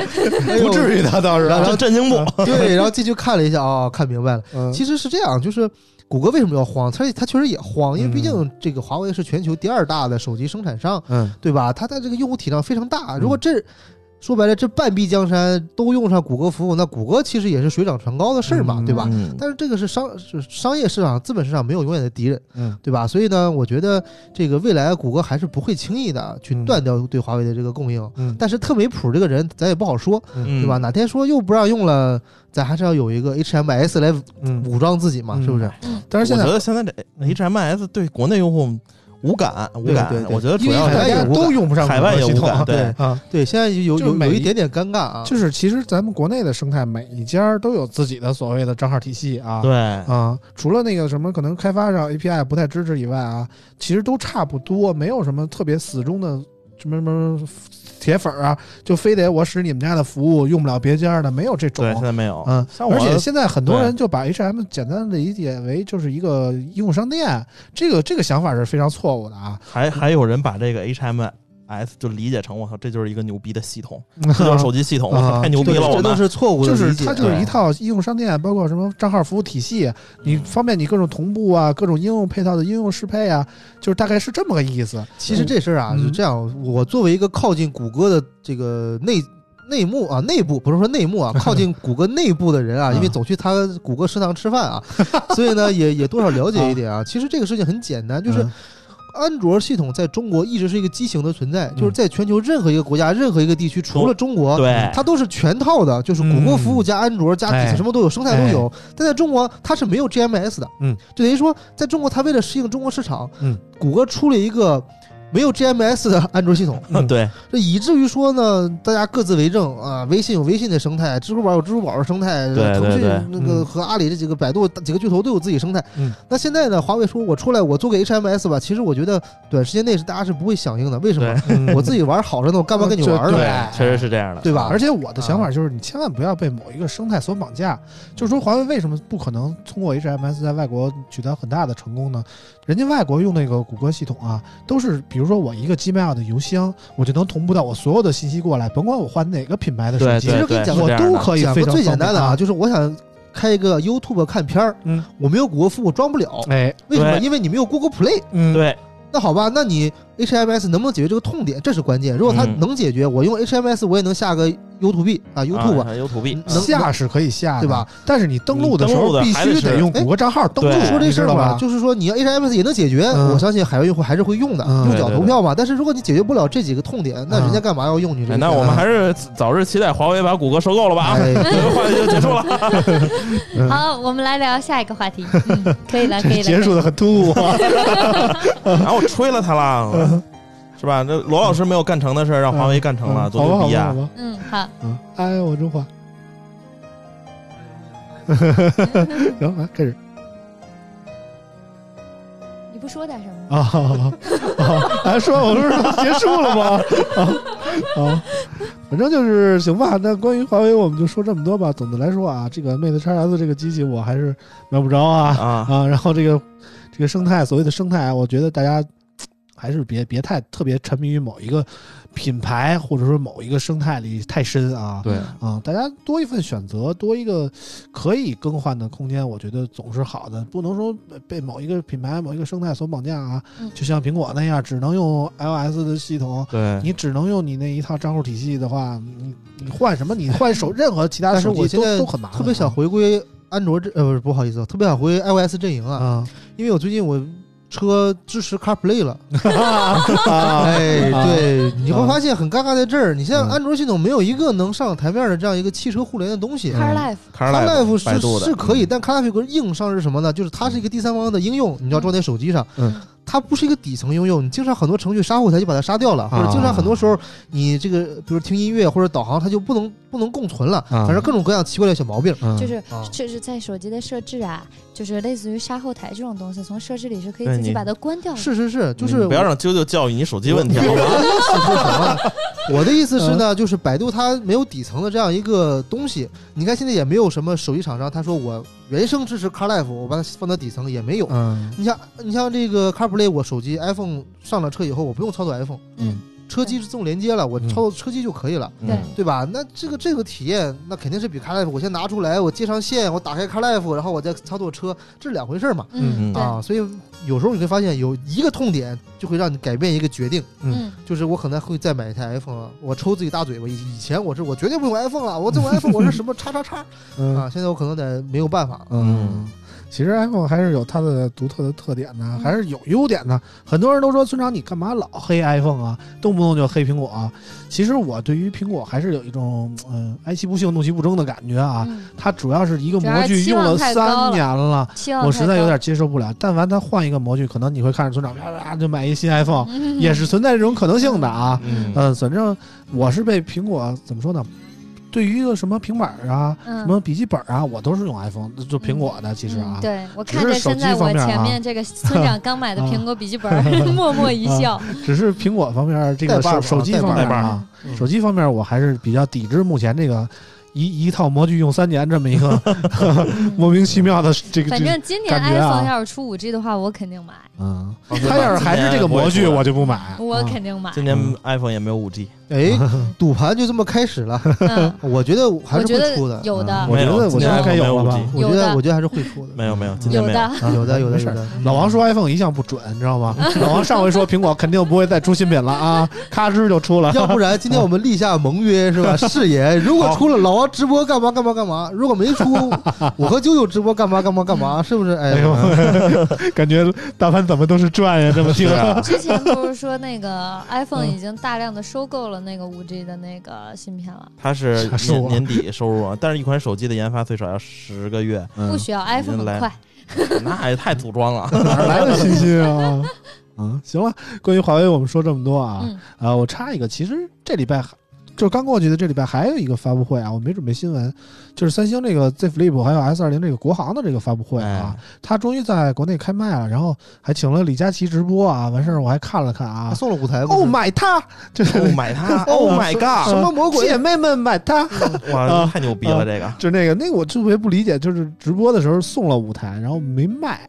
[SPEAKER 5] 哎呦
[SPEAKER 3] 不至于的倒嗯是，
[SPEAKER 5] 然后
[SPEAKER 4] 这震惊不？
[SPEAKER 5] 对，然后进去看了一下啊、哦看明白了，
[SPEAKER 3] 嗯
[SPEAKER 5] 其实是这样，就是谷歌为什么要慌？它它确实也慌，因为毕竟这个华为是全球第二大的手机生产商，
[SPEAKER 3] 嗯
[SPEAKER 5] 对吧？它在这个用户体量非常大，如果这。说白了，这半壁江山都用上谷歌服务，那谷歌其实也是水涨船高的事儿嘛，
[SPEAKER 3] 嗯
[SPEAKER 5] 对吧？
[SPEAKER 4] 嗯
[SPEAKER 5] 但是这个是商是商业市场、资本市场没有永远的敌人，
[SPEAKER 3] 嗯
[SPEAKER 5] 对吧？所以呢，我觉得这个未来谷歌还是不会轻易的去
[SPEAKER 3] 嗯
[SPEAKER 5] 断掉对华为的这个供应。
[SPEAKER 3] 嗯
[SPEAKER 5] 但是特梅普这个人，咱也不好说，
[SPEAKER 4] 嗯
[SPEAKER 5] 对吧？？哪天说又不让用了，咱还是要有一个 HMS 来
[SPEAKER 3] 嗯，
[SPEAKER 5] 武装自己嘛，
[SPEAKER 3] 嗯
[SPEAKER 5] 是不是？
[SPEAKER 3] 但是现
[SPEAKER 4] 我
[SPEAKER 3] 在
[SPEAKER 4] 觉得现在这 HMS 对国内用户无感，无感
[SPEAKER 5] 对对。对
[SPEAKER 4] 我觉得主
[SPEAKER 3] 因为
[SPEAKER 4] 要
[SPEAKER 3] 大家
[SPEAKER 5] 海外也无感
[SPEAKER 3] 都用不上
[SPEAKER 4] 海外
[SPEAKER 3] 谷歌
[SPEAKER 4] 也
[SPEAKER 3] 系
[SPEAKER 4] 无
[SPEAKER 3] 统
[SPEAKER 4] 感，
[SPEAKER 3] 啊
[SPEAKER 4] 对
[SPEAKER 5] 对。
[SPEAKER 3] 啊，
[SPEAKER 5] 对，现在有
[SPEAKER 3] 就是
[SPEAKER 5] 有
[SPEAKER 3] 每
[SPEAKER 5] 有
[SPEAKER 3] 一
[SPEAKER 5] 一点点尴尬啊，
[SPEAKER 3] 就是其实咱们国内的生态，每一家都有自己的所谓的账号体系啊。
[SPEAKER 4] 对，
[SPEAKER 3] 啊，除了那个什么可能开发上 API 不太支持以外啊，其实都差不多，没有什么特别死忠的什么什么铁粉儿啊，就非得我使你们家的服务用不了别家的，没有这种
[SPEAKER 4] 对，现。在没有。
[SPEAKER 3] 嗯，
[SPEAKER 4] 像我
[SPEAKER 3] 而且现在很多
[SPEAKER 4] 对
[SPEAKER 3] 人就把 HM 简单的理解为就是一个应用商店，这个这个想法是非常错误的啊。
[SPEAKER 4] 还还有人把这个 HMS 就理解成我操，这就是一个牛逼的系统，这 (laughs) 就是手机系统，我操，
[SPEAKER 3] 啊
[SPEAKER 4] 太牛
[SPEAKER 5] 这
[SPEAKER 4] 逼了，我
[SPEAKER 5] 这都
[SPEAKER 4] 们。
[SPEAKER 5] 是错误的
[SPEAKER 3] 就是
[SPEAKER 5] 理解。哎
[SPEAKER 3] 它就是
[SPEAKER 4] 对
[SPEAKER 3] 一套应用商店，包括什么账号服务体系，你方便你各种同步啊，各种应用配套的应用适配啊，就是大概是这么个意思。
[SPEAKER 5] 其实这事儿啊，
[SPEAKER 3] 嗯
[SPEAKER 5] 是这样，我作为一个靠近谷歌的这个内。内幕啊，内部不是说内
[SPEAKER 3] (laughs)
[SPEAKER 5] 幕啊，靠近谷歌内部的人啊，
[SPEAKER 3] 嗯
[SPEAKER 5] 因为总去他谷歌食堂吃饭啊， (laughs) 所以呢，也也多少了解一点啊。其实这个事情很简单，
[SPEAKER 3] 嗯
[SPEAKER 5] 就是安卓系统在中国一直是一个畸形的存在，
[SPEAKER 3] 嗯
[SPEAKER 5] 就是在全球任何一个国家、任何一个地区，除了中国，
[SPEAKER 4] 对
[SPEAKER 5] 它都是全套的，就是谷歌服务加安卓加底
[SPEAKER 3] 哎
[SPEAKER 5] 层什么都有，生态都有。但在中国，它是没有 GMS 的，
[SPEAKER 3] 嗯，
[SPEAKER 5] 就等于说，在中国，它为了适应中国市场，
[SPEAKER 3] 嗯，
[SPEAKER 5] 谷歌出了一个。没有 GMS 的安卓系统，
[SPEAKER 3] 嗯
[SPEAKER 4] 对，
[SPEAKER 5] 这以至于说呢，大家各自为政啊。微信有微信的生态，支付宝有支付宝的生态，
[SPEAKER 4] 对对
[SPEAKER 5] 腾讯
[SPEAKER 4] 对
[SPEAKER 5] 那个
[SPEAKER 3] 嗯
[SPEAKER 5] 和阿里这几个百度几个巨头都有自己生态。
[SPEAKER 3] 嗯
[SPEAKER 5] 那现在呢，华为说我出来我做个 HMS 吧，其实我觉得短时间内是大家是不会响应的。为什么？我自己玩好着呢，我干嘛跟你玩儿
[SPEAKER 3] 嗯对
[SPEAKER 5] 呢？
[SPEAKER 4] 确实是这样的，
[SPEAKER 5] 对吧
[SPEAKER 3] 而且我的想法就是，你千万不要被某一个生态所绑架。就是说，华为为什么不可能通过 HMS 在外国取得很大的成功呢？人家外国用那个谷歌系统啊，都是比如说我一个 Gmail 的邮箱，我就能同步到我所有的信息过来，甭管我换哪个品牌的手
[SPEAKER 4] 对
[SPEAKER 3] 机，
[SPEAKER 4] 对
[SPEAKER 5] 实跟
[SPEAKER 4] 对，
[SPEAKER 5] 你讲
[SPEAKER 4] 是
[SPEAKER 3] 我
[SPEAKER 4] 这样的
[SPEAKER 3] 都可以
[SPEAKER 5] 讲
[SPEAKER 3] 非
[SPEAKER 5] 个
[SPEAKER 3] 常
[SPEAKER 5] 最简单的
[SPEAKER 3] 方便
[SPEAKER 5] 啊，，就是我想开一个 YouTube 看片儿，
[SPEAKER 3] 嗯，
[SPEAKER 5] 我没有谷歌服务装不了，
[SPEAKER 3] 哎，
[SPEAKER 5] 为什么？
[SPEAKER 4] 对
[SPEAKER 5] 因为你没有 Google Play。
[SPEAKER 3] 嗯，
[SPEAKER 4] 对，
[SPEAKER 5] 那好吧，那你 HMS 能不能解决这个痛点，这是关键。如果它
[SPEAKER 4] 嗯
[SPEAKER 5] 能解决，我用 HMS 我也能下个 U to B 啊 YouTube
[SPEAKER 4] 啊，U to B，
[SPEAKER 5] 能
[SPEAKER 3] 下是可以下的
[SPEAKER 5] 对吧？
[SPEAKER 3] 但是你登录的时
[SPEAKER 4] 你登录
[SPEAKER 3] 候
[SPEAKER 4] 的
[SPEAKER 3] 必
[SPEAKER 4] 还得
[SPEAKER 3] 须
[SPEAKER 4] 是
[SPEAKER 3] 得用谷歌账号登录，
[SPEAKER 4] 对
[SPEAKER 5] 说这
[SPEAKER 3] 你
[SPEAKER 5] 事
[SPEAKER 3] 知
[SPEAKER 5] 儿
[SPEAKER 3] 道
[SPEAKER 5] 吧，
[SPEAKER 3] 吧？
[SPEAKER 5] 就是说你要 HMS 也能解决，
[SPEAKER 3] 嗯
[SPEAKER 5] 我相信海外用户还是会用的，
[SPEAKER 3] 嗯
[SPEAKER 5] 用脚
[SPEAKER 4] 对对
[SPEAKER 5] 投票嘛。但是如果你解决不了这几个痛点，那
[SPEAKER 3] 嗯
[SPEAKER 5] 人家干嘛要用你这
[SPEAKER 4] 哎
[SPEAKER 5] 个？
[SPEAKER 4] 那我们还是早日期待华为把谷歌收购了吧。啊，(laughs)
[SPEAKER 5] 哎
[SPEAKER 4] 这个话题就结束
[SPEAKER 3] (laughs)
[SPEAKER 4] 了。
[SPEAKER 2] 好，我们来聊下一个话题。嗯，可以了，可以了。
[SPEAKER 7] 结束的很突兀
[SPEAKER 3] (laughs)
[SPEAKER 7] 啊！
[SPEAKER 4] 然后我吹了他了，是吧？那罗老师没有干成的事儿，让华为干成了，
[SPEAKER 3] 嗯
[SPEAKER 4] 多
[SPEAKER 3] 好吧
[SPEAKER 4] 牛
[SPEAKER 3] 好
[SPEAKER 4] 逼
[SPEAKER 3] 吧好
[SPEAKER 4] 啊！
[SPEAKER 3] 吧，
[SPEAKER 2] 嗯，好，
[SPEAKER 3] 嗯，哎，我中 (laughs) 华，行，来开始
[SPEAKER 2] 你不说点什么吗？
[SPEAKER 3] 啊，好好好，好哎，说我说结束了吗？ (laughs) 啊啊，反正就是行吧。那关于华为，我们就说这么多吧。总的来说啊，这个 Mate X S 这个机器我还是买不着啊
[SPEAKER 4] 啊，
[SPEAKER 3] 啊。然后这个这个生态，所谓的生态啊，我觉得大家嘖还是别别太特别沉迷于某一个品牌或者说某一个生态里太深啊。
[SPEAKER 4] 对
[SPEAKER 3] 啊、大家多一份选择，多一个可以更换的空间，我觉得总是好的。不能说被某一个品牌、某一个生态所绑架啊，
[SPEAKER 2] 嗯
[SPEAKER 3] 就像苹果那样，只能用 iOS 的系统，
[SPEAKER 4] 对，
[SPEAKER 3] 你只能用你那一套账户体系的话，你你换什么？你换
[SPEAKER 5] (laughs)
[SPEAKER 3] 手任何其他
[SPEAKER 5] 但
[SPEAKER 3] 的
[SPEAKER 5] 是
[SPEAKER 3] 手
[SPEAKER 5] 我
[SPEAKER 3] 机
[SPEAKER 5] 现在
[SPEAKER 3] 都都很麻烦啊，
[SPEAKER 5] 特别想回归安卓阵，呃，不是不好意思，特别想回 iOS 阵营啊，
[SPEAKER 3] 啊
[SPEAKER 5] 因为我最近我车支持 CarPlay 了。 (laughs)
[SPEAKER 3] 啊！ (laughs)
[SPEAKER 5] 哎，
[SPEAKER 3] 啊
[SPEAKER 5] 对，你会发现很尴尬在这儿，你现在
[SPEAKER 3] 嗯
[SPEAKER 4] 啊
[SPEAKER 5] 安卓系统没有一个能上台面的这样一个汽车互联的东西。
[SPEAKER 2] Car Life，
[SPEAKER 4] 卡尔
[SPEAKER 5] Life
[SPEAKER 4] 嗯百度的嗯
[SPEAKER 5] 是是可以，但 Car Life 有个硬伤是什么呢？就是它是一个第三方的应用，你要装在手机上，
[SPEAKER 3] 嗯
[SPEAKER 5] 它不是一个底层应用。你经常很多程序杀后台就把它杀掉
[SPEAKER 4] 啊
[SPEAKER 5] 了，或者经常很多时候你这个比如听音乐或者导航它就不能不能共存了，
[SPEAKER 3] 啊
[SPEAKER 5] 反正各种各样奇怪的小毛病。
[SPEAKER 4] 嗯
[SPEAKER 2] 就是
[SPEAKER 5] 啊
[SPEAKER 2] 就是在手机的设置啊，就是类似于杀后台这种东西，从设置里是可以
[SPEAKER 4] 对
[SPEAKER 2] 自己
[SPEAKER 4] 你
[SPEAKER 2] 把它关掉的。
[SPEAKER 5] 是是是，就是
[SPEAKER 4] 嗯你不要
[SPEAKER 5] 我
[SPEAKER 4] 让啾啾教育你手机问题好
[SPEAKER 5] 我
[SPEAKER 4] 吗？
[SPEAKER 5] 的意思是什么？我的意思是呢，就是百度它没有底层的这样一个东西。你看现在也没有什么手机厂商，他说我原生支持 CarLife，我把它放到底层也没有。
[SPEAKER 3] 嗯
[SPEAKER 5] 你像你像这个 CarPlay，我手机 iPhone 上了车以后，我不用操作 iPhone，
[SPEAKER 2] 嗯，
[SPEAKER 5] 车机自动连接了，我
[SPEAKER 3] 嗯
[SPEAKER 5] 操作车机就可以了。
[SPEAKER 2] 对
[SPEAKER 4] 嗯
[SPEAKER 5] 对吧？那这个这个体验，那肯定是比 CarLife。我先拿出来，我接上线，我打开 CarLife，然后我再操作车，这是两回事儿嘛。
[SPEAKER 2] 嗯，
[SPEAKER 4] 嗯
[SPEAKER 2] 对，
[SPEAKER 5] 啊，所以有时候你会发现，有一个痛点就会让你改变一个决定。
[SPEAKER 2] 嗯，
[SPEAKER 5] 就是我可能会再买一台 iPhone，了我抽自己大嘴巴。以以前我是我绝对不用 iPhone 了，我这我 iPhone 我是什么叉叉叉
[SPEAKER 3] 嗯
[SPEAKER 5] 啊，现在我可能得没有办法了。
[SPEAKER 3] 嗯。其实 iPhone 还是有它的独特的特点
[SPEAKER 2] 嗯
[SPEAKER 3] 的，还是有优点的。很多人都说村长你干嘛老黑 iPhone 啊，动不动就黑苹果、啊。其实我对于苹果还是有一种嗯哀其不幸怒其不争的感觉啊。
[SPEAKER 2] 嗯，
[SPEAKER 3] 它主要是一个
[SPEAKER 2] 主要
[SPEAKER 3] 模
[SPEAKER 2] 是
[SPEAKER 3] 具
[SPEAKER 2] 期
[SPEAKER 3] 用
[SPEAKER 2] 望太高
[SPEAKER 3] 三
[SPEAKER 2] 了
[SPEAKER 3] 年了，
[SPEAKER 2] 期望
[SPEAKER 3] 我
[SPEAKER 2] 太
[SPEAKER 3] 实在
[SPEAKER 2] 高
[SPEAKER 3] 有
[SPEAKER 2] 了
[SPEAKER 3] 点接受不了。但凡他换一个模具，可能你会看着村长啪啪啪就买一新 iPhone，、
[SPEAKER 2] (laughs) 嗯
[SPEAKER 3] 也是存在这种可能性的啊。
[SPEAKER 4] 嗯
[SPEAKER 3] 嗯、反正我是被苹果怎么说呢？对于一个什么平板儿啊、什
[SPEAKER 2] 嗯
[SPEAKER 3] 么笔记本儿啊，我都是用 iPhone，就苹果的。其实啊
[SPEAKER 2] 嗯，对我
[SPEAKER 3] 只
[SPEAKER 2] 看
[SPEAKER 3] 是
[SPEAKER 2] 着
[SPEAKER 3] 手
[SPEAKER 2] 身
[SPEAKER 3] 机
[SPEAKER 2] 在
[SPEAKER 3] 方
[SPEAKER 2] 我
[SPEAKER 3] 面
[SPEAKER 2] 前
[SPEAKER 3] 啊
[SPEAKER 2] 面这个村长刚买的
[SPEAKER 3] 啊
[SPEAKER 2] 苹果笔记本儿， (laughs) 默默一
[SPEAKER 3] 啊 (laughs)
[SPEAKER 2] 笑。
[SPEAKER 3] 只是苹果方面儿这
[SPEAKER 5] 带
[SPEAKER 3] 个
[SPEAKER 5] 把儿
[SPEAKER 3] 手手
[SPEAKER 5] 吧
[SPEAKER 3] 机
[SPEAKER 5] 带
[SPEAKER 3] 方
[SPEAKER 5] 把
[SPEAKER 3] 面
[SPEAKER 4] 儿
[SPEAKER 3] 儿
[SPEAKER 4] 带把
[SPEAKER 3] 啊，
[SPEAKER 2] 嗯
[SPEAKER 3] 手机方面我还是比较抵制目前这个一一套模具用三年这么一个 (laughs) 莫名其妙的这个。
[SPEAKER 2] 反
[SPEAKER 3] 这个
[SPEAKER 2] 正今年
[SPEAKER 3] 感觉啊
[SPEAKER 2] iPhone 要是出五 G 的话，我肯定买，
[SPEAKER 3] 嗯，
[SPEAKER 4] 放心吧
[SPEAKER 3] 他要是还是这个模具，我就不买。
[SPEAKER 2] 我
[SPEAKER 3] 啊
[SPEAKER 2] 肯定买。
[SPEAKER 4] 今年 iPhone 也没有五 G，
[SPEAKER 5] 哎，赌盘就这么开始了，
[SPEAKER 2] 嗯，
[SPEAKER 5] 我觉得还
[SPEAKER 2] 我
[SPEAKER 5] 是
[SPEAKER 2] 觉
[SPEAKER 5] 会
[SPEAKER 2] 得
[SPEAKER 5] 出的。
[SPEAKER 2] 有的
[SPEAKER 3] 嗯，我觉得我
[SPEAKER 4] 今
[SPEAKER 3] 觉
[SPEAKER 4] 年
[SPEAKER 3] 得该
[SPEAKER 4] iPhone 没
[SPEAKER 3] 有
[SPEAKER 4] 有
[SPEAKER 3] 了
[SPEAKER 4] 五
[SPEAKER 3] 吧
[SPEAKER 4] G，。
[SPEAKER 5] 我觉
[SPEAKER 2] 有
[SPEAKER 5] 得
[SPEAKER 2] 的
[SPEAKER 5] 我觉得还是会出的。
[SPEAKER 4] 没有没有，今年
[SPEAKER 2] 有
[SPEAKER 4] 没
[SPEAKER 2] 的，
[SPEAKER 5] 啊有的有的
[SPEAKER 3] 没事
[SPEAKER 5] 有
[SPEAKER 3] 儿
[SPEAKER 5] 的。
[SPEAKER 3] 老王说 iPhone 一向不准，你知道
[SPEAKER 2] (laughs)
[SPEAKER 3] 吗？老王上回说苹果肯定不会再出新品了啊， (laughs) 咔吱就出了。
[SPEAKER 5] 要不然今天我们立下盟约是吧？誓言，如果出了老王直播干嘛干嘛干嘛，如果没出，我和啾啾直播干嘛干嘛干嘛，是不是？
[SPEAKER 3] 哎
[SPEAKER 5] 哎，
[SPEAKER 3] 呦，感觉大盘怎么都是转呀，这么听
[SPEAKER 4] 是。啊，
[SPEAKER 2] 之前不是说那
[SPEAKER 3] (laughs)
[SPEAKER 2] 个
[SPEAKER 3] 嗯
[SPEAKER 2] iPhone 已经大量的收购了那个五 G 的那个芯片了，
[SPEAKER 4] 它是
[SPEAKER 3] 吓死我
[SPEAKER 4] 年
[SPEAKER 3] 了
[SPEAKER 4] 年底收入啊，但是一款手机的研发最少要十
[SPEAKER 3] (laughs)
[SPEAKER 4] 个月，
[SPEAKER 2] 不需要 iPhone 很
[SPEAKER 4] 嗯来
[SPEAKER 2] 快。
[SPEAKER 4] 那也太组装了。
[SPEAKER 3] 哪儿来的信心
[SPEAKER 2] (laughs)
[SPEAKER 3] 啊？啊，行了，关于华为我们说这么多啊，
[SPEAKER 2] 嗯
[SPEAKER 3] 啊，我插一个，其实这礼拜还就刚过去的这礼拜还有一个发布会啊，我没准备新闻，就是三星这个 Z Flip 还有 S 二零这个国行的这个发布会
[SPEAKER 4] 哎
[SPEAKER 3] 啊，它终于在国内开卖了，然后还请了李佳琦直播啊，完事儿我还看了看啊
[SPEAKER 5] 送了五台。
[SPEAKER 3] ，Oh my 它，就是啊
[SPEAKER 4] 哦，买它
[SPEAKER 3] (laughs)
[SPEAKER 4] ，Oh my god！
[SPEAKER 3] 什么啊
[SPEAKER 5] 魔鬼
[SPEAKER 3] 姐妹们买它，
[SPEAKER 4] 哇，太牛逼了这个。
[SPEAKER 3] 就那个那个我特别不理解，就是直播的时候送了五台，然后没卖，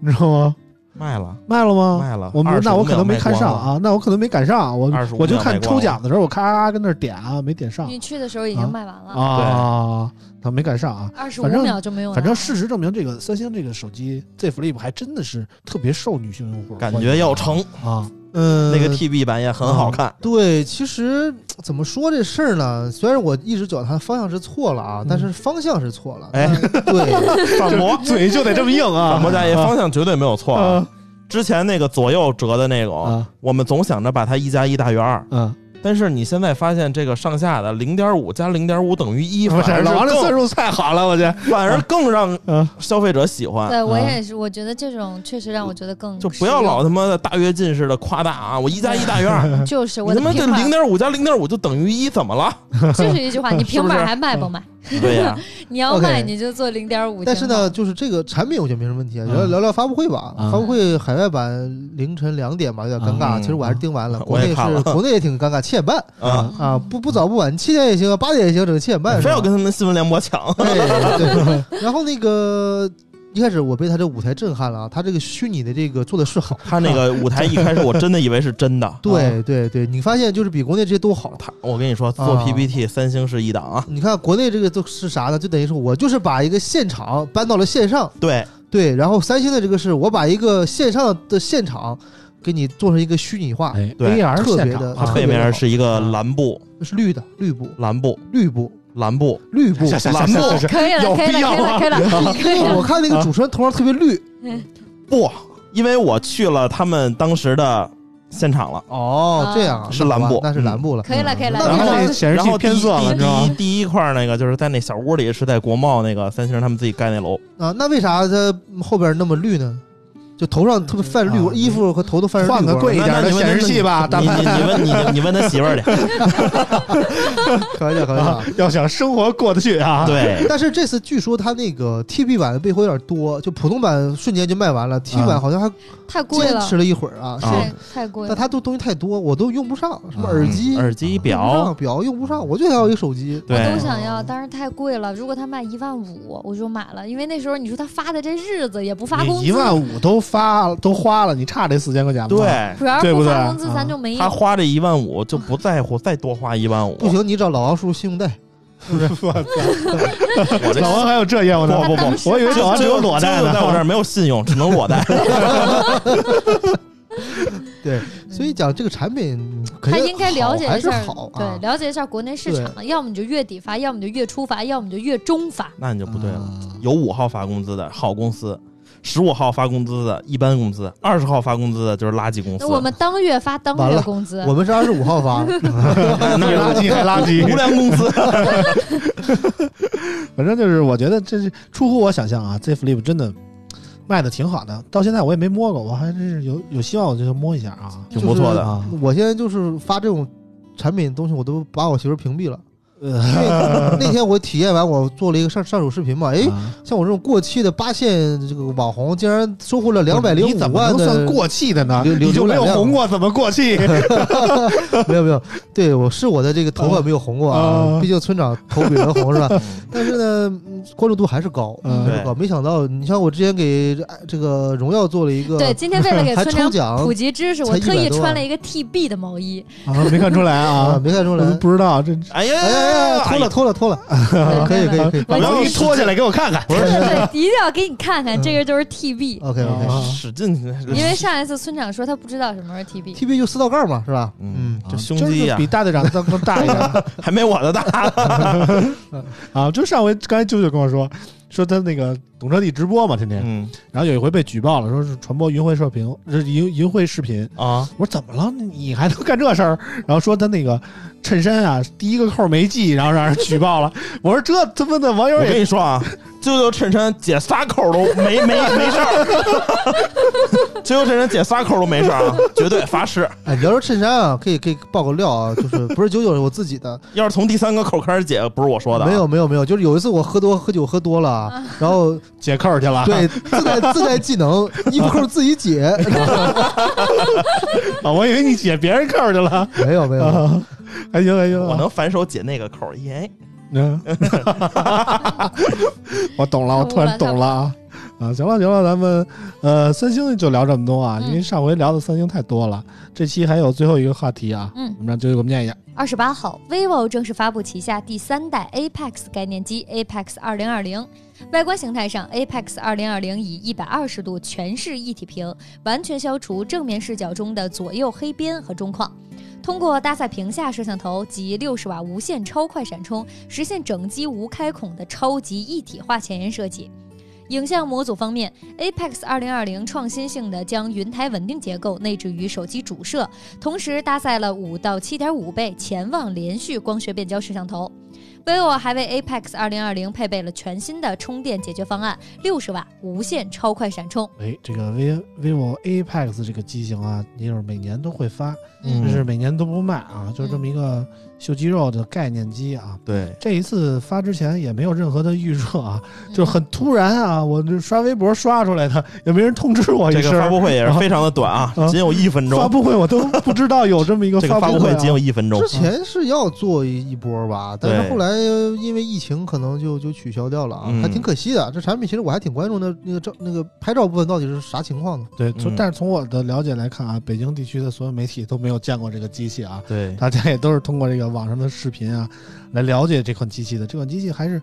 [SPEAKER 3] 你知道吗？
[SPEAKER 4] 卖了，
[SPEAKER 3] 卖了吗？
[SPEAKER 4] 卖了。
[SPEAKER 3] 啊我们那我可能没
[SPEAKER 4] 25
[SPEAKER 3] 看
[SPEAKER 4] 秒卖
[SPEAKER 3] 上
[SPEAKER 4] 光了，
[SPEAKER 3] 啊，那我可能没赶上，我
[SPEAKER 4] 25
[SPEAKER 3] 我就
[SPEAKER 4] 秒卖
[SPEAKER 3] 看
[SPEAKER 4] 光
[SPEAKER 3] 抽
[SPEAKER 4] 了
[SPEAKER 3] 奖的时候，我咔咔跟那儿点啊，没点上
[SPEAKER 2] 你去的时候已经卖完了，
[SPEAKER 3] 啊，他没赶上啊。
[SPEAKER 2] 二十五
[SPEAKER 3] 反正
[SPEAKER 2] 秒就没有了。
[SPEAKER 3] 反正事实证明，这个三星这个手机 Z Flip 还真的是特别受女性用户欢迎，
[SPEAKER 4] 感觉要成。
[SPEAKER 3] 啊，
[SPEAKER 5] 嗯，
[SPEAKER 4] 那个 TB 版也很
[SPEAKER 3] (laughs)
[SPEAKER 4] 好看。
[SPEAKER 5] 对，其实怎么说这事儿呢？虽然我一直觉得它方向是错了啊，但是方向是错了。
[SPEAKER 4] 嗯哎
[SPEAKER 5] 但，对， (laughs)
[SPEAKER 4] 反驳，
[SPEAKER 3] 嘴就得这么硬啊！
[SPEAKER 4] 反驳大爷方向绝对没有错啊
[SPEAKER 3] 啊！
[SPEAKER 4] 之前那个左右折的那种，
[SPEAKER 3] 啊
[SPEAKER 4] 我们总想着把它一加一大于二，
[SPEAKER 3] 嗯，
[SPEAKER 4] 但是你现在发现这个上下的零点五加零点五等于一，
[SPEAKER 3] 不
[SPEAKER 4] 反
[SPEAKER 3] 是
[SPEAKER 4] 而
[SPEAKER 3] 老王这
[SPEAKER 4] 更
[SPEAKER 3] 算术太好了，我去，
[SPEAKER 4] 反而更让
[SPEAKER 3] 嗯
[SPEAKER 4] 消费者喜欢。
[SPEAKER 2] 对我
[SPEAKER 3] 啊
[SPEAKER 2] 也是，我觉得这种确实让我觉得更
[SPEAKER 4] 就不
[SPEAKER 2] 实
[SPEAKER 4] 要
[SPEAKER 2] 用
[SPEAKER 4] 老他妈的大跃进似的夸大啊！我一加一大于二，
[SPEAKER 3] (laughs)
[SPEAKER 4] 你
[SPEAKER 2] 就是我
[SPEAKER 4] 他
[SPEAKER 2] 的
[SPEAKER 4] 妈这
[SPEAKER 2] 平板
[SPEAKER 4] 零点五加零点五就等于一，怎么了？
[SPEAKER 2] 就是一句话，
[SPEAKER 3] (laughs)
[SPEAKER 2] 你平板还卖不
[SPEAKER 3] 嗯
[SPEAKER 2] 卖？
[SPEAKER 4] (laughs) 对
[SPEAKER 2] (laughs)
[SPEAKER 4] 呀，
[SPEAKER 2] 你要卖
[SPEAKER 5] OK
[SPEAKER 2] 你就做零点五。
[SPEAKER 5] 但是
[SPEAKER 4] 啊
[SPEAKER 5] 呢，，就是这个产品我觉得没什么问题啊。
[SPEAKER 3] 嗯
[SPEAKER 5] 聊聊聊发布会吧，
[SPEAKER 3] 嗯
[SPEAKER 5] 发布会海外版凌晨两点吧，有点尴尬。
[SPEAKER 4] 嗯
[SPEAKER 5] 其实我还是盯完了，
[SPEAKER 4] 嗯
[SPEAKER 5] 国内
[SPEAKER 4] 我也看
[SPEAKER 5] 是
[SPEAKER 4] 了
[SPEAKER 5] 国内也挺尴尬，七点半
[SPEAKER 4] 啊，
[SPEAKER 5] 啊，不不早不晚，七点也行，八点也行，整个七点半是
[SPEAKER 4] 哎非
[SPEAKER 5] 吧
[SPEAKER 4] 要跟他们新闻联播抢。
[SPEAKER 5] 哎，对。然后那个一开始我被他这舞台震撼了啊，他这个虚拟的这个做的是好，，
[SPEAKER 4] 他那个舞台一开始我真的以为是真的
[SPEAKER 5] 对
[SPEAKER 4] 哦
[SPEAKER 5] 对对，你发现就是比国内这些都好。
[SPEAKER 4] (laughs) 他我跟你说做
[SPEAKER 5] 啊
[SPEAKER 4] PPT 三星是一档啊，
[SPEAKER 5] 你看国内这个都是啥呢？就等于说我就是把一个现场搬到了线上，
[SPEAKER 4] 对，
[SPEAKER 5] 对。然后三星的这个是我把一个线上的现场给你做成一个虚拟化，
[SPEAKER 3] 哎，
[SPEAKER 4] 对
[SPEAKER 8] ，AR
[SPEAKER 5] 特别
[SPEAKER 8] 现场
[SPEAKER 5] 的它
[SPEAKER 8] 啊
[SPEAKER 5] 特别
[SPEAKER 4] 背面是一个蓝布，
[SPEAKER 5] 是绿的，绿布，
[SPEAKER 4] 蓝布，
[SPEAKER 5] 绿布，
[SPEAKER 4] 蓝布，
[SPEAKER 5] 绿布。
[SPEAKER 4] 蓝布，
[SPEAKER 3] (laughs)
[SPEAKER 2] 可以了，
[SPEAKER 3] 有
[SPEAKER 2] 可以
[SPEAKER 3] 必要啊吗
[SPEAKER 2] 了，可以了，可以了，可以
[SPEAKER 5] 我
[SPEAKER 2] 了。
[SPEAKER 5] 看那
[SPEAKER 3] 啊
[SPEAKER 5] 个主持人头上特别绿
[SPEAKER 4] 不，因为我去了他们当时的现场了，
[SPEAKER 5] 哦
[SPEAKER 2] 啊，
[SPEAKER 5] 这样啊
[SPEAKER 4] 是蓝布
[SPEAKER 5] 那是蓝布了。
[SPEAKER 2] 嗯可以了，可
[SPEAKER 3] (laughs)
[SPEAKER 2] 以了。
[SPEAKER 4] 然
[SPEAKER 2] 可以
[SPEAKER 4] 后
[SPEAKER 2] 了
[SPEAKER 3] 这显示
[SPEAKER 4] 然
[SPEAKER 3] 器
[SPEAKER 4] 后第
[SPEAKER 3] 偏
[SPEAKER 4] 一
[SPEAKER 3] 色了，
[SPEAKER 4] 第
[SPEAKER 3] 知道
[SPEAKER 4] 一
[SPEAKER 3] 吗？
[SPEAKER 4] 第一块那个就是在那小屋里，是在国贸那个三星他们自己盖那楼，
[SPEAKER 5] 啊，那为啥它后边那么绿呢？就头上特别泛绿，
[SPEAKER 3] 啊
[SPEAKER 5] 衣服和头都泛着绿
[SPEAKER 3] 换个
[SPEAKER 5] 光
[SPEAKER 3] 贵一
[SPEAKER 4] 那
[SPEAKER 3] 点
[SPEAKER 4] 那
[SPEAKER 3] 的
[SPEAKER 4] 你问
[SPEAKER 3] 显示器吧，
[SPEAKER 4] 你
[SPEAKER 3] 大
[SPEAKER 4] 你
[SPEAKER 3] 白。
[SPEAKER 4] 你问你你问他媳妇儿 (laughs) 去，
[SPEAKER 5] 可以的，可以
[SPEAKER 3] 啊
[SPEAKER 5] 的。，
[SPEAKER 3] 要想生活过得去啊，
[SPEAKER 4] 对，
[SPEAKER 5] 但是这次据说它那个 TB 版的备货有点多，就普通版瞬间就卖完了，TB
[SPEAKER 3] 啊
[SPEAKER 5] 版好像还
[SPEAKER 2] 太贵
[SPEAKER 5] 坚
[SPEAKER 2] 了，
[SPEAKER 5] 持了一会儿啊。
[SPEAKER 4] 啊
[SPEAKER 5] 是，
[SPEAKER 2] 太太贵
[SPEAKER 5] 但
[SPEAKER 2] 了。
[SPEAKER 5] 它都东西太多，我都用不上，什么
[SPEAKER 3] 啊
[SPEAKER 5] 耳机、
[SPEAKER 4] 耳机嗯
[SPEAKER 5] 用不上
[SPEAKER 4] 表，
[SPEAKER 5] 表用不上，我就想要一个手机。
[SPEAKER 2] 我
[SPEAKER 4] 对
[SPEAKER 2] 都想要，但是太贵了。如果他卖一万五，我就买了，因为那时候你说他发的这日子也不发工
[SPEAKER 3] 你
[SPEAKER 2] 资，
[SPEAKER 3] 一万五都发都花了，你差这四千块钱吗？
[SPEAKER 4] 对。
[SPEAKER 2] 主要
[SPEAKER 3] 对
[SPEAKER 2] 是
[SPEAKER 3] 不对
[SPEAKER 2] 发工资
[SPEAKER 3] 啊
[SPEAKER 2] 咱就没
[SPEAKER 4] 他
[SPEAKER 2] 有。
[SPEAKER 4] 花这一万五就不在乎，再多花一万五，
[SPEAKER 5] 不行，你找老王叔叔信用贷。
[SPEAKER 2] 嗯
[SPEAKER 4] 我这
[SPEAKER 3] 老王还有这业务呢，
[SPEAKER 4] 不不不
[SPEAKER 2] 当时
[SPEAKER 3] 我以为老王只有裸贷
[SPEAKER 4] 就
[SPEAKER 3] 呢
[SPEAKER 4] 在我这儿没有信用，只能
[SPEAKER 3] (laughs)
[SPEAKER 4] 裸贷。
[SPEAKER 5] 所以讲这个产品，嗯肯
[SPEAKER 2] 他
[SPEAKER 5] 定
[SPEAKER 2] 应该了解
[SPEAKER 5] 好还
[SPEAKER 2] 一
[SPEAKER 5] 是
[SPEAKER 2] 下儿，
[SPEAKER 5] 好啊
[SPEAKER 2] 对，。了解一下国内市
[SPEAKER 5] 对
[SPEAKER 2] 场嘛。要么你就月底发，要么你就月初发，要么你就月中发。
[SPEAKER 4] 那你就不对了。
[SPEAKER 5] 啊
[SPEAKER 4] 有五号发工资的好公司，十五号发工资的一般公司，二十号发工资的就是垃圾公司。
[SPEAKER 2] 那我们当月发当
[SPEAKER 5] 完
[SPEAKER 2] 月
[SPEAKER 5] 了
[SPEAKER 2] 工资
[SPEAKER 5] 我，们是二十五号
[SPEAKER 2] (laughs)
[SPEAKER 5] 发，
[SPEAKER 3] 那垃圾还垃圾
[SPEAKER 4] 无，良公
[SPEAKER 3] (laughs)
[SPEAKER 4] 司，
[SPEAKER 3] 反正就是我觉得这是出乎我想象啊，Z Flip 真的卖的挺好的，到现在我也没摸过，我还真是有有希望我就摸一下啊。
[SPEAKER 4] 挺不错的
[SPEAKER 3] 啊
[SPEAKER 5] 我现在就是发这种产品的东西，我都把我媳妇儿
[SPEAKER 3] (laughs)
[SPEAKER 5] 屏蔽了。
[SPEAKER 3] 呃，
[SPEAKER 5] 因为那天我体验完，我做了一个上上手视频嘛，哎，
[SPEAKER 3] 啊
[SPEAKER 5] 像我这种过气的八线这个网红，竟然收获了两百零
[SPEAKER 3] 你怎
[SPEAKER 5] 五
[SPEAKER 3] 么
[SPEAKER 5] 万
[SPEAKER 3] 能算
[SPEAKER 5] 的，
[SPEAKER 3] 过气的呢？
[SPEAKER 5] 流流
[SPEAKER 3] 你就没有
[SPEAKER 5] 流量
[SPEAKER 3] 红过，怎么过
[SPEAKER 5] (laughs)
[SPEAKER 3] 气？
[SPEAKER 5] 没有没有，对我是我的这个头发没有红过啊，
[SPEAKER 3] 啊
[SPEAKER 5] 毕竟村长头比人红是吧？但是呢，嗯关注度还是高，
[SPEAKER 3] (laughs) 嗯
[SPEAKER 5] 还是高。没想到，你像我之前给这这个荣耀做了一个，
[SPEAKER 2] 对，今天为了给
[SPEAKER 5] 还
[SPEAKER 2] 村
[SPEAKER 5] 抽
[SPEAKER 2] 长
[SPEAKER 5] 奖
[SPEAKER 2] 普及知识，
[SPEAKER 5] 才
[SPEAKER 2] 我特意
[SPEAKER 5] 100多
[SPEAKER 2] 穿了一个 TB 的毛
[SPEAKER 5] (laughs)
[SPEAKER 2] 衣，
[SPEAKER 3] 啊，没看出来
[SPEAKER 5] 啊，
[SPEAKER 3] 啊，
[SPEAKER 5] 没看出
[SPEAKER 3] 我
[SPEAKER 5] 来
[SPEAKER 3] 都，不知道这
[SPEAKER 4] 哎呀，哎
[SPEAKER 5] 哎哎哎，脱了脱了脱了，啊
[SPEAKER 2] 对
[SPEAKER 5] 可以可
[SPEAKER 2] 对对
[SPEAKER 5] 以可以
[SPEAKER 2] 我
[SPEAKER 3] 把毛
[SPEAKER 2] 就
[SPEAKER 3] 衣脱下来给我看看。(laughs)
[SPEAKER 2] 对对，一定要给你看看，
[SPEAKER 5] 嗯
[SPEAKER 2] 这个就是 TB，
[SPEAKER 5] ，OK OK。
[SPEAKER 3] 啊
[SPEAKER 4] 使劲，
[SPEAKER 2] 因为上一次村长说他不知道什么是 TB，
[SPEAKER 5] T B 就四道杠嘛，是吧？
[SPEAKER 4] 嗯，这胸
[SPEAKER 3] 真
[SPEAKER 4] 肌
[SPEAKER 3] 是
[SPEAKER 4] 呀
[SPEAKER 3] 比，大队长更更大一点
[SPEAKER 5] (laughs)
[SPEAKER 4] 还没我的大。
[SPEAKER 3] 啊！就上回刚才舅舅跟我说，说他那个懂车帝直播嘛，天天，
[SPEAKER 4] 嗯
[SPEAKER 3] 然后有一回被举报了，说是传播淫秽射频，是淫淫秽视频。
[SPEAKER 4] 啊，
[SPEAKER 3] 我说怎么了？你还能干这事儿？然后说他那个衬衫啊，第一个扣没系，然后让人举报了。我说这他妈的网
[SPEAKER 4] 我
[SPEAKER 3] 友
[SPEAKER 4] 跟
[SPEAKER 3] 也
[SPEAKER 4] 你说啊，舅舅衬衫解仨扣都没 (laughs) 没没事儿，舅舅衬衫解仨扣都没事儿啊，绝对发誓。
[SPEAKER 5] 哎，聊聊衬衫啊，可以可以爆个
[SPEAKER 2] (laughs)
[SPEAKER 5] 料啊，就是不是九九是我自己的，
[SPEAKER 4] 要是从第三个扣开始解，不是我说的，啊
[SPEAKER 5] 没有，没有没有，就是有一次我喝多喝酒喝多了啊，然后
[SPEAKER 3] 解扣去了。
[SPEAKER 5] 对自带自带技能，衣服扣自己解，
[SPEAKER 3] 啊，我以为你解别人扣去了。
[SPEAKER 5] 没有没有，
[SPEAKER 3] 啊，还行还行啊，
[SPEAKER 4] 我能反手解那个扣，
[SPEAKER 8] (laughs)
[SPEAKER 4] 耶。
[SPEAKER 3] 嗯，我懂了，我突然懂了啊！
[SPEAKER 8] 啊，行了行了，咱们呃三星就聊这么多啊，因为
[SPEAKER 2] 嗯
[SPEAKER 8] 上回聊的三星太多了，这期还有最后一个话题啊，
[SPEAKER 2] 嗯
[SPEAKER 8] 我们让舅舅给我们念一下。
[SPEAKER 2] 二十八号，vivo 正式发布旗下第三代 Apex 概念机 Apex 二零二零。外观形态上，Apex 二零二零以一百二十度全视一体屏，完全消除正面视角中的左右黑边和中框。通过搭载屏下摄像头及六十瓦无线超快闪充，实现整机无开孔的超级一体化前沿设计。影像模组方面，Apex 二零二零创新性的将云台稳定结构内置于手机主摄，同时搭载了五到七点五倍潜望连续光学变焦摄像头。vivo 还为 Apex 二零二零配备了全新的充电解决方案，六十瓦无线超快闪充。
[SPEAKER 3] 哎，这个 V vivo Apex 这个机型啊，也就是每年都会发，
[SPEAKER 4] 嗯
[SPEAKER 3] 但是每年都不卖啊，就是这么一个秀肌肉的概念机啊。
[SPEAKER 4] 对，
[SPEAKER 3] 这一次发之前也没有任何的预热啊，就很突然啊，我就刷微博刷出来的，也没人通知我一
[SPEAKER 4] 这
[SPEAKER 3] 声。
[SPEAKER 4] 个发布会哦也是非常的短啊，
[SPEAKER 3] 啊
[SPEAKER 4] 仅有一分
[SPEAKER 3] 发
[SPEAKER 4] 钟。
[SPEAKER 3] 布会我都不知道有这么一个
[SPEAKER 4] 这个发
[SPEAKER 3] 布
[SPEAKER 4] 布
[SPEAKER 3] 会
[SPEAKER 4] 会
[SPEAKER 3] 啊
[SPEAKER 4] 仅有一分钟
[SPEAKER 5] 之，前是要做一一波吧，但
[SPEAKER 4] 对
[SPEAKER 5] 是后来因为疫情，可能就就取消掉了啊，
[SPEAKER 4] 嗯
[SPEAKER 5] 还挺可惜的。这产品其实我还挺关注的，那个照那个拍照部分到底是啥情况呢？
[SPEAKER 3] 对，从
[SPEAKER 4] 嗯
[SPEAKER 3] 但是从我的了解来看啊，北京地区的所有媒体都没有见过这个机器啊，
[SPEAKER 4] 对，
[SPEAKER 3] 大家也都是通过这个网上的视频啊来了解这款机器的。这款机器还是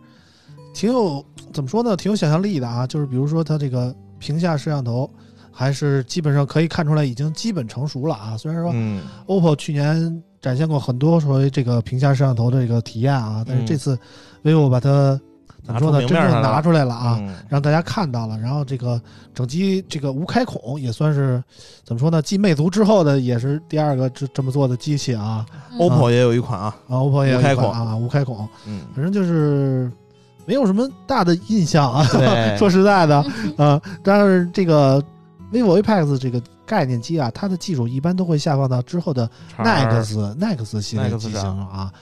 [SPEAKER 3] 挺有怎么说呢，挺有想象力的啊。就是比如说它这个屏下摄像头，还是基本上可以看出来已经基本成熟了啊。虽然说
[SPEAKER 4] 嗯，
[SPEAKER 3] OPPO 去年展现过很多所谓这个屏下摄像头的这个体验啊，但是
[SPEAKER 4] 嗯
[SPEAKER 3] 这次 vivo 把它怎么说呢，
[SPEAKER 4] 拿出明
[SPEAKER 3] 真
[SPEAKER 4] 面
[SPEAKER 3] 正
[SPEAKER 4] 上来了
[SPEAKER 3] 拿出来了啊。
[SPEAKER 4] 嗯，
[SPEAKER 3] 让大家看到了，然后这个整机这个无开孔也算是怎么说呢？继魅族之后的，也是第二个这这么做的机器啊。
[SPEAKER 4] OPPO 也有一款啊，
[SPEAKER 3] 啊，OPPO 也有
[SPEAKER 4] 无开
[SPEAKER 3] 一款
[SPEAKER 4] 孔
[SPEAKER 3] 啊，无开孔，
[SPEAKER 4] 嗯，
[SPEAKER 3] 反正就是没有什么大的印象啊。(laughs) (laughs)
[SPEAKER 4] 对，
[SPEAKER 3] 说实在的，
[SPEAKER 2] 嗯
[SPEAKER 3] 啊、但是这个 vivo Apex 这个概念机啊，它的技术一般都会下放到之后的
[SPEAKER 4] 叉儿
[SPEAKER 3] Nex Nex 系列
[SPEAKER 4] Nex
[SPEAKER 3] 机型
[SPEAKER 4] 上
[SPEAKER 3] 上啊。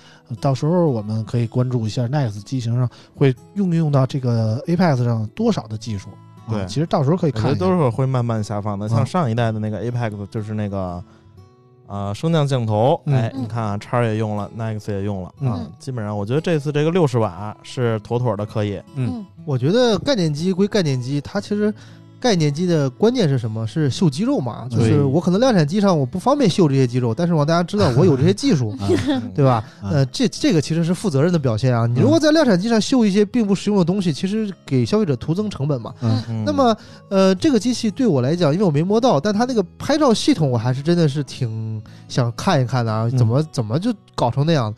[SPEAKER 3] 到时候我们可以关注一下 Nex 机型上会运用到这个 Apex 上多少的技术。啊
[SPEAKER 4] 对
[SPEAKER 3] 其实到时候可以
[SPEAKER 4] 我觉
[SPEAKER 3] 看
[SPEAKER 4] 得
[SPEAKER 3] 一下
[SPEAKER 4] 都是会慢慢下放的。
[SPEAKER 3] 嗯
[SPEAKER 4] 像上一代的那个 Apex，就是那个呃升降镜头，
[SPEAKER 3] 嗯。
[SPEAKER 4] 哎，
[SPEAKER 2] 嗯
[SPEAKER 4] 你看啊，叉也用了，Nex 也用了啊
[SPEAKER 2] 嗯，
[SPEAKER 4] 基本上我觉得这次这个六十瓦是妥妥的可以。
[SPEAKER 2] 嗯
[SPEAKER 5] 我觉得概念机归概念机，它其实概念机的关键是什么？是秀肌肉嘛？就
[SPEAKER 4] 对
[SPEAKER 5] 是我可能量产机上我不方便秀这些肌肉，但是我让大家知道我有这些技术
[SPEAKER 4] (laughs)
[SPEAKER 3] 啊
[SPEAKER 4] 嗯
[SPEAKER 5] 对吧？
[SPEAKER 3] 嗯
[SPEAKER 5] 呃，这这个其实是负责任的表现啊！你如果在量产机上秀一些并不实用的东西，其实给消费者徒增成本嘛。
[SPEAKER 4] 嗯
[SPEAKER 5] 那么，呃，这个机器对我来讲，因为我没摸到，但它那个拍照系统，我还是真的是挺想看一看的啊，
[SPEAKER 3] 嗯
[SPEAKER 5] 怎么怎么就搞成那样？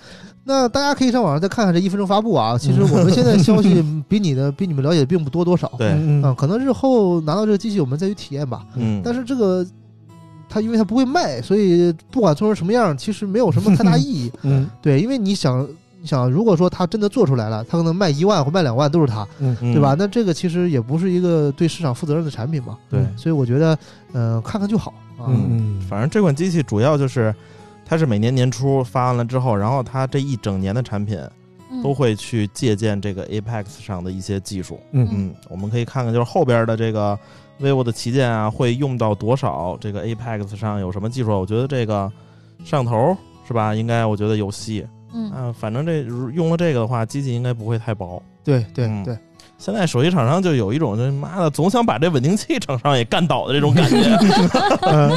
[SPEAKER 5] 那大家可以上网上再看看这一分钟发布啊。其实我们现在
[SPEAKER 4] (laughs)
[SPEAKER 5] 消息比你的比你们了解并不多多少，
[SPEAKER 4] 嗯对，
[SPEAKER 3] 嗯
[SPEAKER 5] 啊，可能日后拿到这个机器我们再去体验吧。
[SPEAKER 4] 嗯，
[SPEAKER 5] 但是这个。它因为它不会卖，所以不管做成什么样，其实没有什么太大意
[SPEAKER 4] (laughs)
[SPEAKER 5] 义。
[SPEAKER 3] 嗯
[SPEAKER 5] 对，因为你想，你想，如果说它真的做出来了，它可能卖一万或卖两万都是它，
[SPEAKER 4] 嗯
[SPEAKER 5] 对吧？？那这个其实也不是一个对市场负责任的产品嘛，
[SPEAKER 4] 对，
[SPEAKER 5] 所以我觉得，呃，看看就好啊。
[SPEAKER 3] 嗯
[SPEAKER 4] 反正这款机器主要就是。它是每年年初发完了之后，然后它这一整年的产品
[SPEAKER 2] 嗯
[SPEAKER 4] 都会去借鉴这个 Apex 上的一些技术，
[SPEAKER 3] 嗯
[SPEAKER 4] 嗯，我们可以看看，就是后边的这个 vivo 的旗舰啊，会用到多少这个 Apex 上有什么技术啊？我觉得这个摄像头是吧，应该我觉得有戏。
[SPEAKER 2] 嗯，
[SPEAKER 4] 啊、反正这如用了这个的话，机器应该不会太薄。
[SPEAKER 5] 对对
[SPEAKER 4] 嗯
[SPEAKER 5] 对， (laughs)
[SPEAKER 4] 现在手机厂商就有一种，这妈的总想把这稳定器厂商也干倒的这种感觉。
[SPEAKER 3] 嗯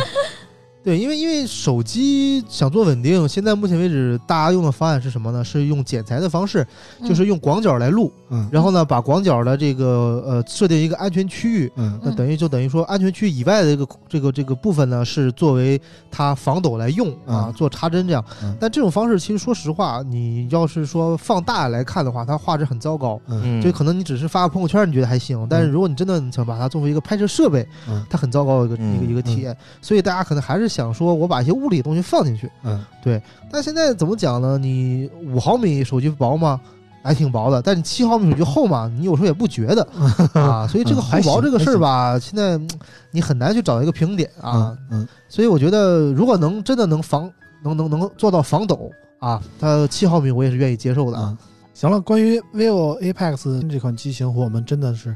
[SPEAKER 5] 对，因为因为手机想做稳定，现在目前为止大家用的方案是什么呢？是用剪裁的方式，
[SPEAKER 2] 嗯
[SPEAKER 5] 就是用广角来录，
[SPEAKER 3] 嗯
[SPEAKER 5] 然后呢，把广角的这个呃设定一个安全区域。
[SPEAKER 3] 嗯
[SPEAKER 5] 那等于就等于说，安全区以外的这个这个这个部分呢，是作为它防抖来用啊，
[SPEAKER 3] 嗯
[SPEAKER 5] 做插针这样
[SPEAKER 3] 嗯。
[SPEAKER 5] 但这种方式其实说实话，啊你要是说放大来看的话，它画质很糟糕。
[SPEAKER 3] (laughs) 嗯
[SPEAKER 4] 嗯，
[SPEAKER 5] 就可能你只是发个朋友圈，你觉得还行，但是如果你真的想把它作为一个拍摄设备，
[SPEAKER 3] 嗯
[SPEAKER 5] 它很糟糕的一个、
[SPEAKER 4] 嗯
[SPEAKER 5] 一个一个体验。所以大家可能还是想说，我把一些物理的东西放进去。
[SPEAKER 4] 啊
[SPEAKER 3] 嗯，
[SPEAKER 5] 对。但现在怎么讲呢？你五毫米手机薄吗？还挺薄的，但你七毫米手机厚嘛，你有时候也不觉
[SPEAKER 3] (laughs)
[SPEAKER 5] 得啊。所以这个
[SPEAKER 3] 嗯
[SPEAKER 5] 厚
[SPEAKER 3] 还
[SPEAKER 5] 薄
[SPEAKER 3] 行
[SPEAKER 5] 这个
[SPEAKER 3] 还
[SPEAKER 5] 事儿
[SPEAKER 3] 行
[SPEAKER 5] 吧，现在嗯你很难去找一个平衡点啊。
[SPEAKER 3] 嗯
[SPEAKER 5] 所以我觉得，如果能真的能防能能能做到防抖啊，它七毫米我也是愿意接受的啊。
[SPEAKER 3] 嗯，行了，关于 vivo Apex 这款机型，我们真的是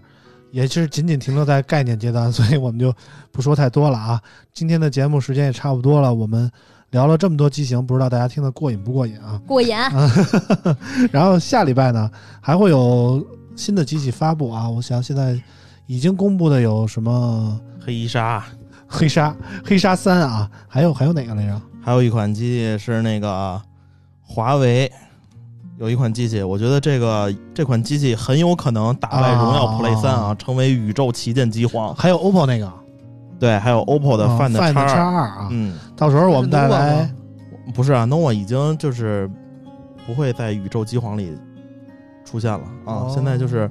[SPEAKER 3] 也是仅仅停留在概念阶段，所以我们就不说太多了啊。今天的节目时间也差不多了，我们聊了这么多机型，不知道大家听得过瘾不过瘾啊？
[SPEAKER 2] 过眼，
[SPEAKER 4] 嗯
[SPEAKER 3] 然后下礼拜呢，还会有新的机器发布啊。我想现在已经公布的有什么
[SPEAKER 4] 黑鲨，
[SPEAKER 3] 黑鲨、黑鲨三啊，还有还有哪个来着？
[SPEAKER 4] 还有一款机器是那个华为有一款机器，我觉得这个这款机器很有可能打败荣耀
[SPEAKER 3] 啊
[SPEAKER 4] Play 三啊，成为宇宙旗舰机皇。
[SPEAKER 3] 还有 OPPO 那个
[SPEAKER 4] 对，还有 OPPO 的
[SPEAKER 3] 啊
[SPEAKER 4] Find
[SPEAKER 3] Find
[SPEAKER 4] 二，
[SPEAKER 3] 二啊，
[SPEAKER 4] 嗯，
[SPEAKER 3] 到时候我们再来
[SPEAKER 5] 是。
[SPEAKER 4] 不是啊，nova 已经就是不会在宇宙机皇里出现了啊，
[SPEAKER 3] 哦
[SPEAKER 4] 现在就是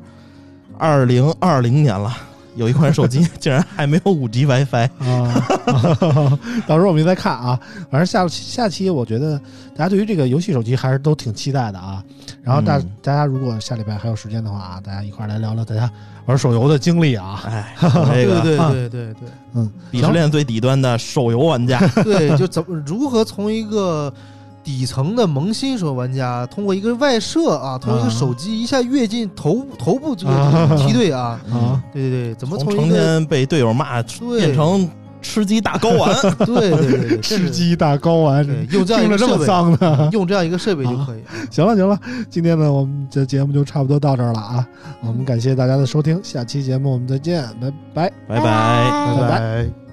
[SPEAKER 4] 二零二零年了。有一款手
[SPEAKER 5] (laughs)
[SPEAKER 4] 机竟然还没有五 G WiFi，
[SPEAKER 3] 啊， (laughs) 到时候我们再看啊。反正下下期我觉得大家对于这个游戏手机还是都挺期待的啊。然后大、
[SPEAKER 4] 嗯
[SPEAKER 3] 大家如果下礼拜还有时间的话啊，大家一块儿来聊聊大家玩手游的经历啊。
[SPEAKER 4] 哎，我这个
[SPEAKER 5] (laughs)
[SPEAKER 3] 嗯
[SPEAKER 5] 对对对对对。
[SPEAKER 4] 鄙视链最底端的手游玩家，
[SPEAKER 5] 对，就怎么 (laughs) 如何从一个底层的萌新手玩家，通过一个外设啊，通过一
[SPEAKER 3] 啊
[SPEAKER 5] 个手机一下跃进头部头部这
[SPEAKER 3] 啊
[SPEAKER 5] 个梯队啊，
[SPEAKER 4] 嗯
[SPEAKER 3] 啊，
[SPEAKER 5] 对对对，怎么
[SPEAKER 4] 从
[SPEAKER 5] 从
[SPEAKER 4] 成
[SPEAKER 5] 一个
[SPEAKER 4] 天被队友骂，
[SPEAKER 5] 对
[SPEAKER 4] 变成吃鸡大
[SPEAKER 5] (laughs)
[SPEAKER 4] 睾丸，
[SPEAKER 5] 对对对对
[SPEAKER 3] (laughs) 吃，鸡大睾丸，
[SPEAKER 5] 对，用这样一
[SPEAKER 3] 听着
[SPEAKER 5] 个
[SPEAKER 3] 这么
[SPEAKER 5] 设
[SPEAKER 3] 啊
[SPEAKER 5] 备，
[SPEAKER 3] 脏呢。
[SPEAKER 5] 用这样一个设备就可以。
[SPEAKER 3] 行了行了，今天呢我们这节目就差不多到这儿了啊。我们感谢大家的收听，下期节目我们再见，拜拜。
[SPEAKER 2] 哦
[SPEAKER 4] 拜拜。
[SPEAKER 5] 拜拜。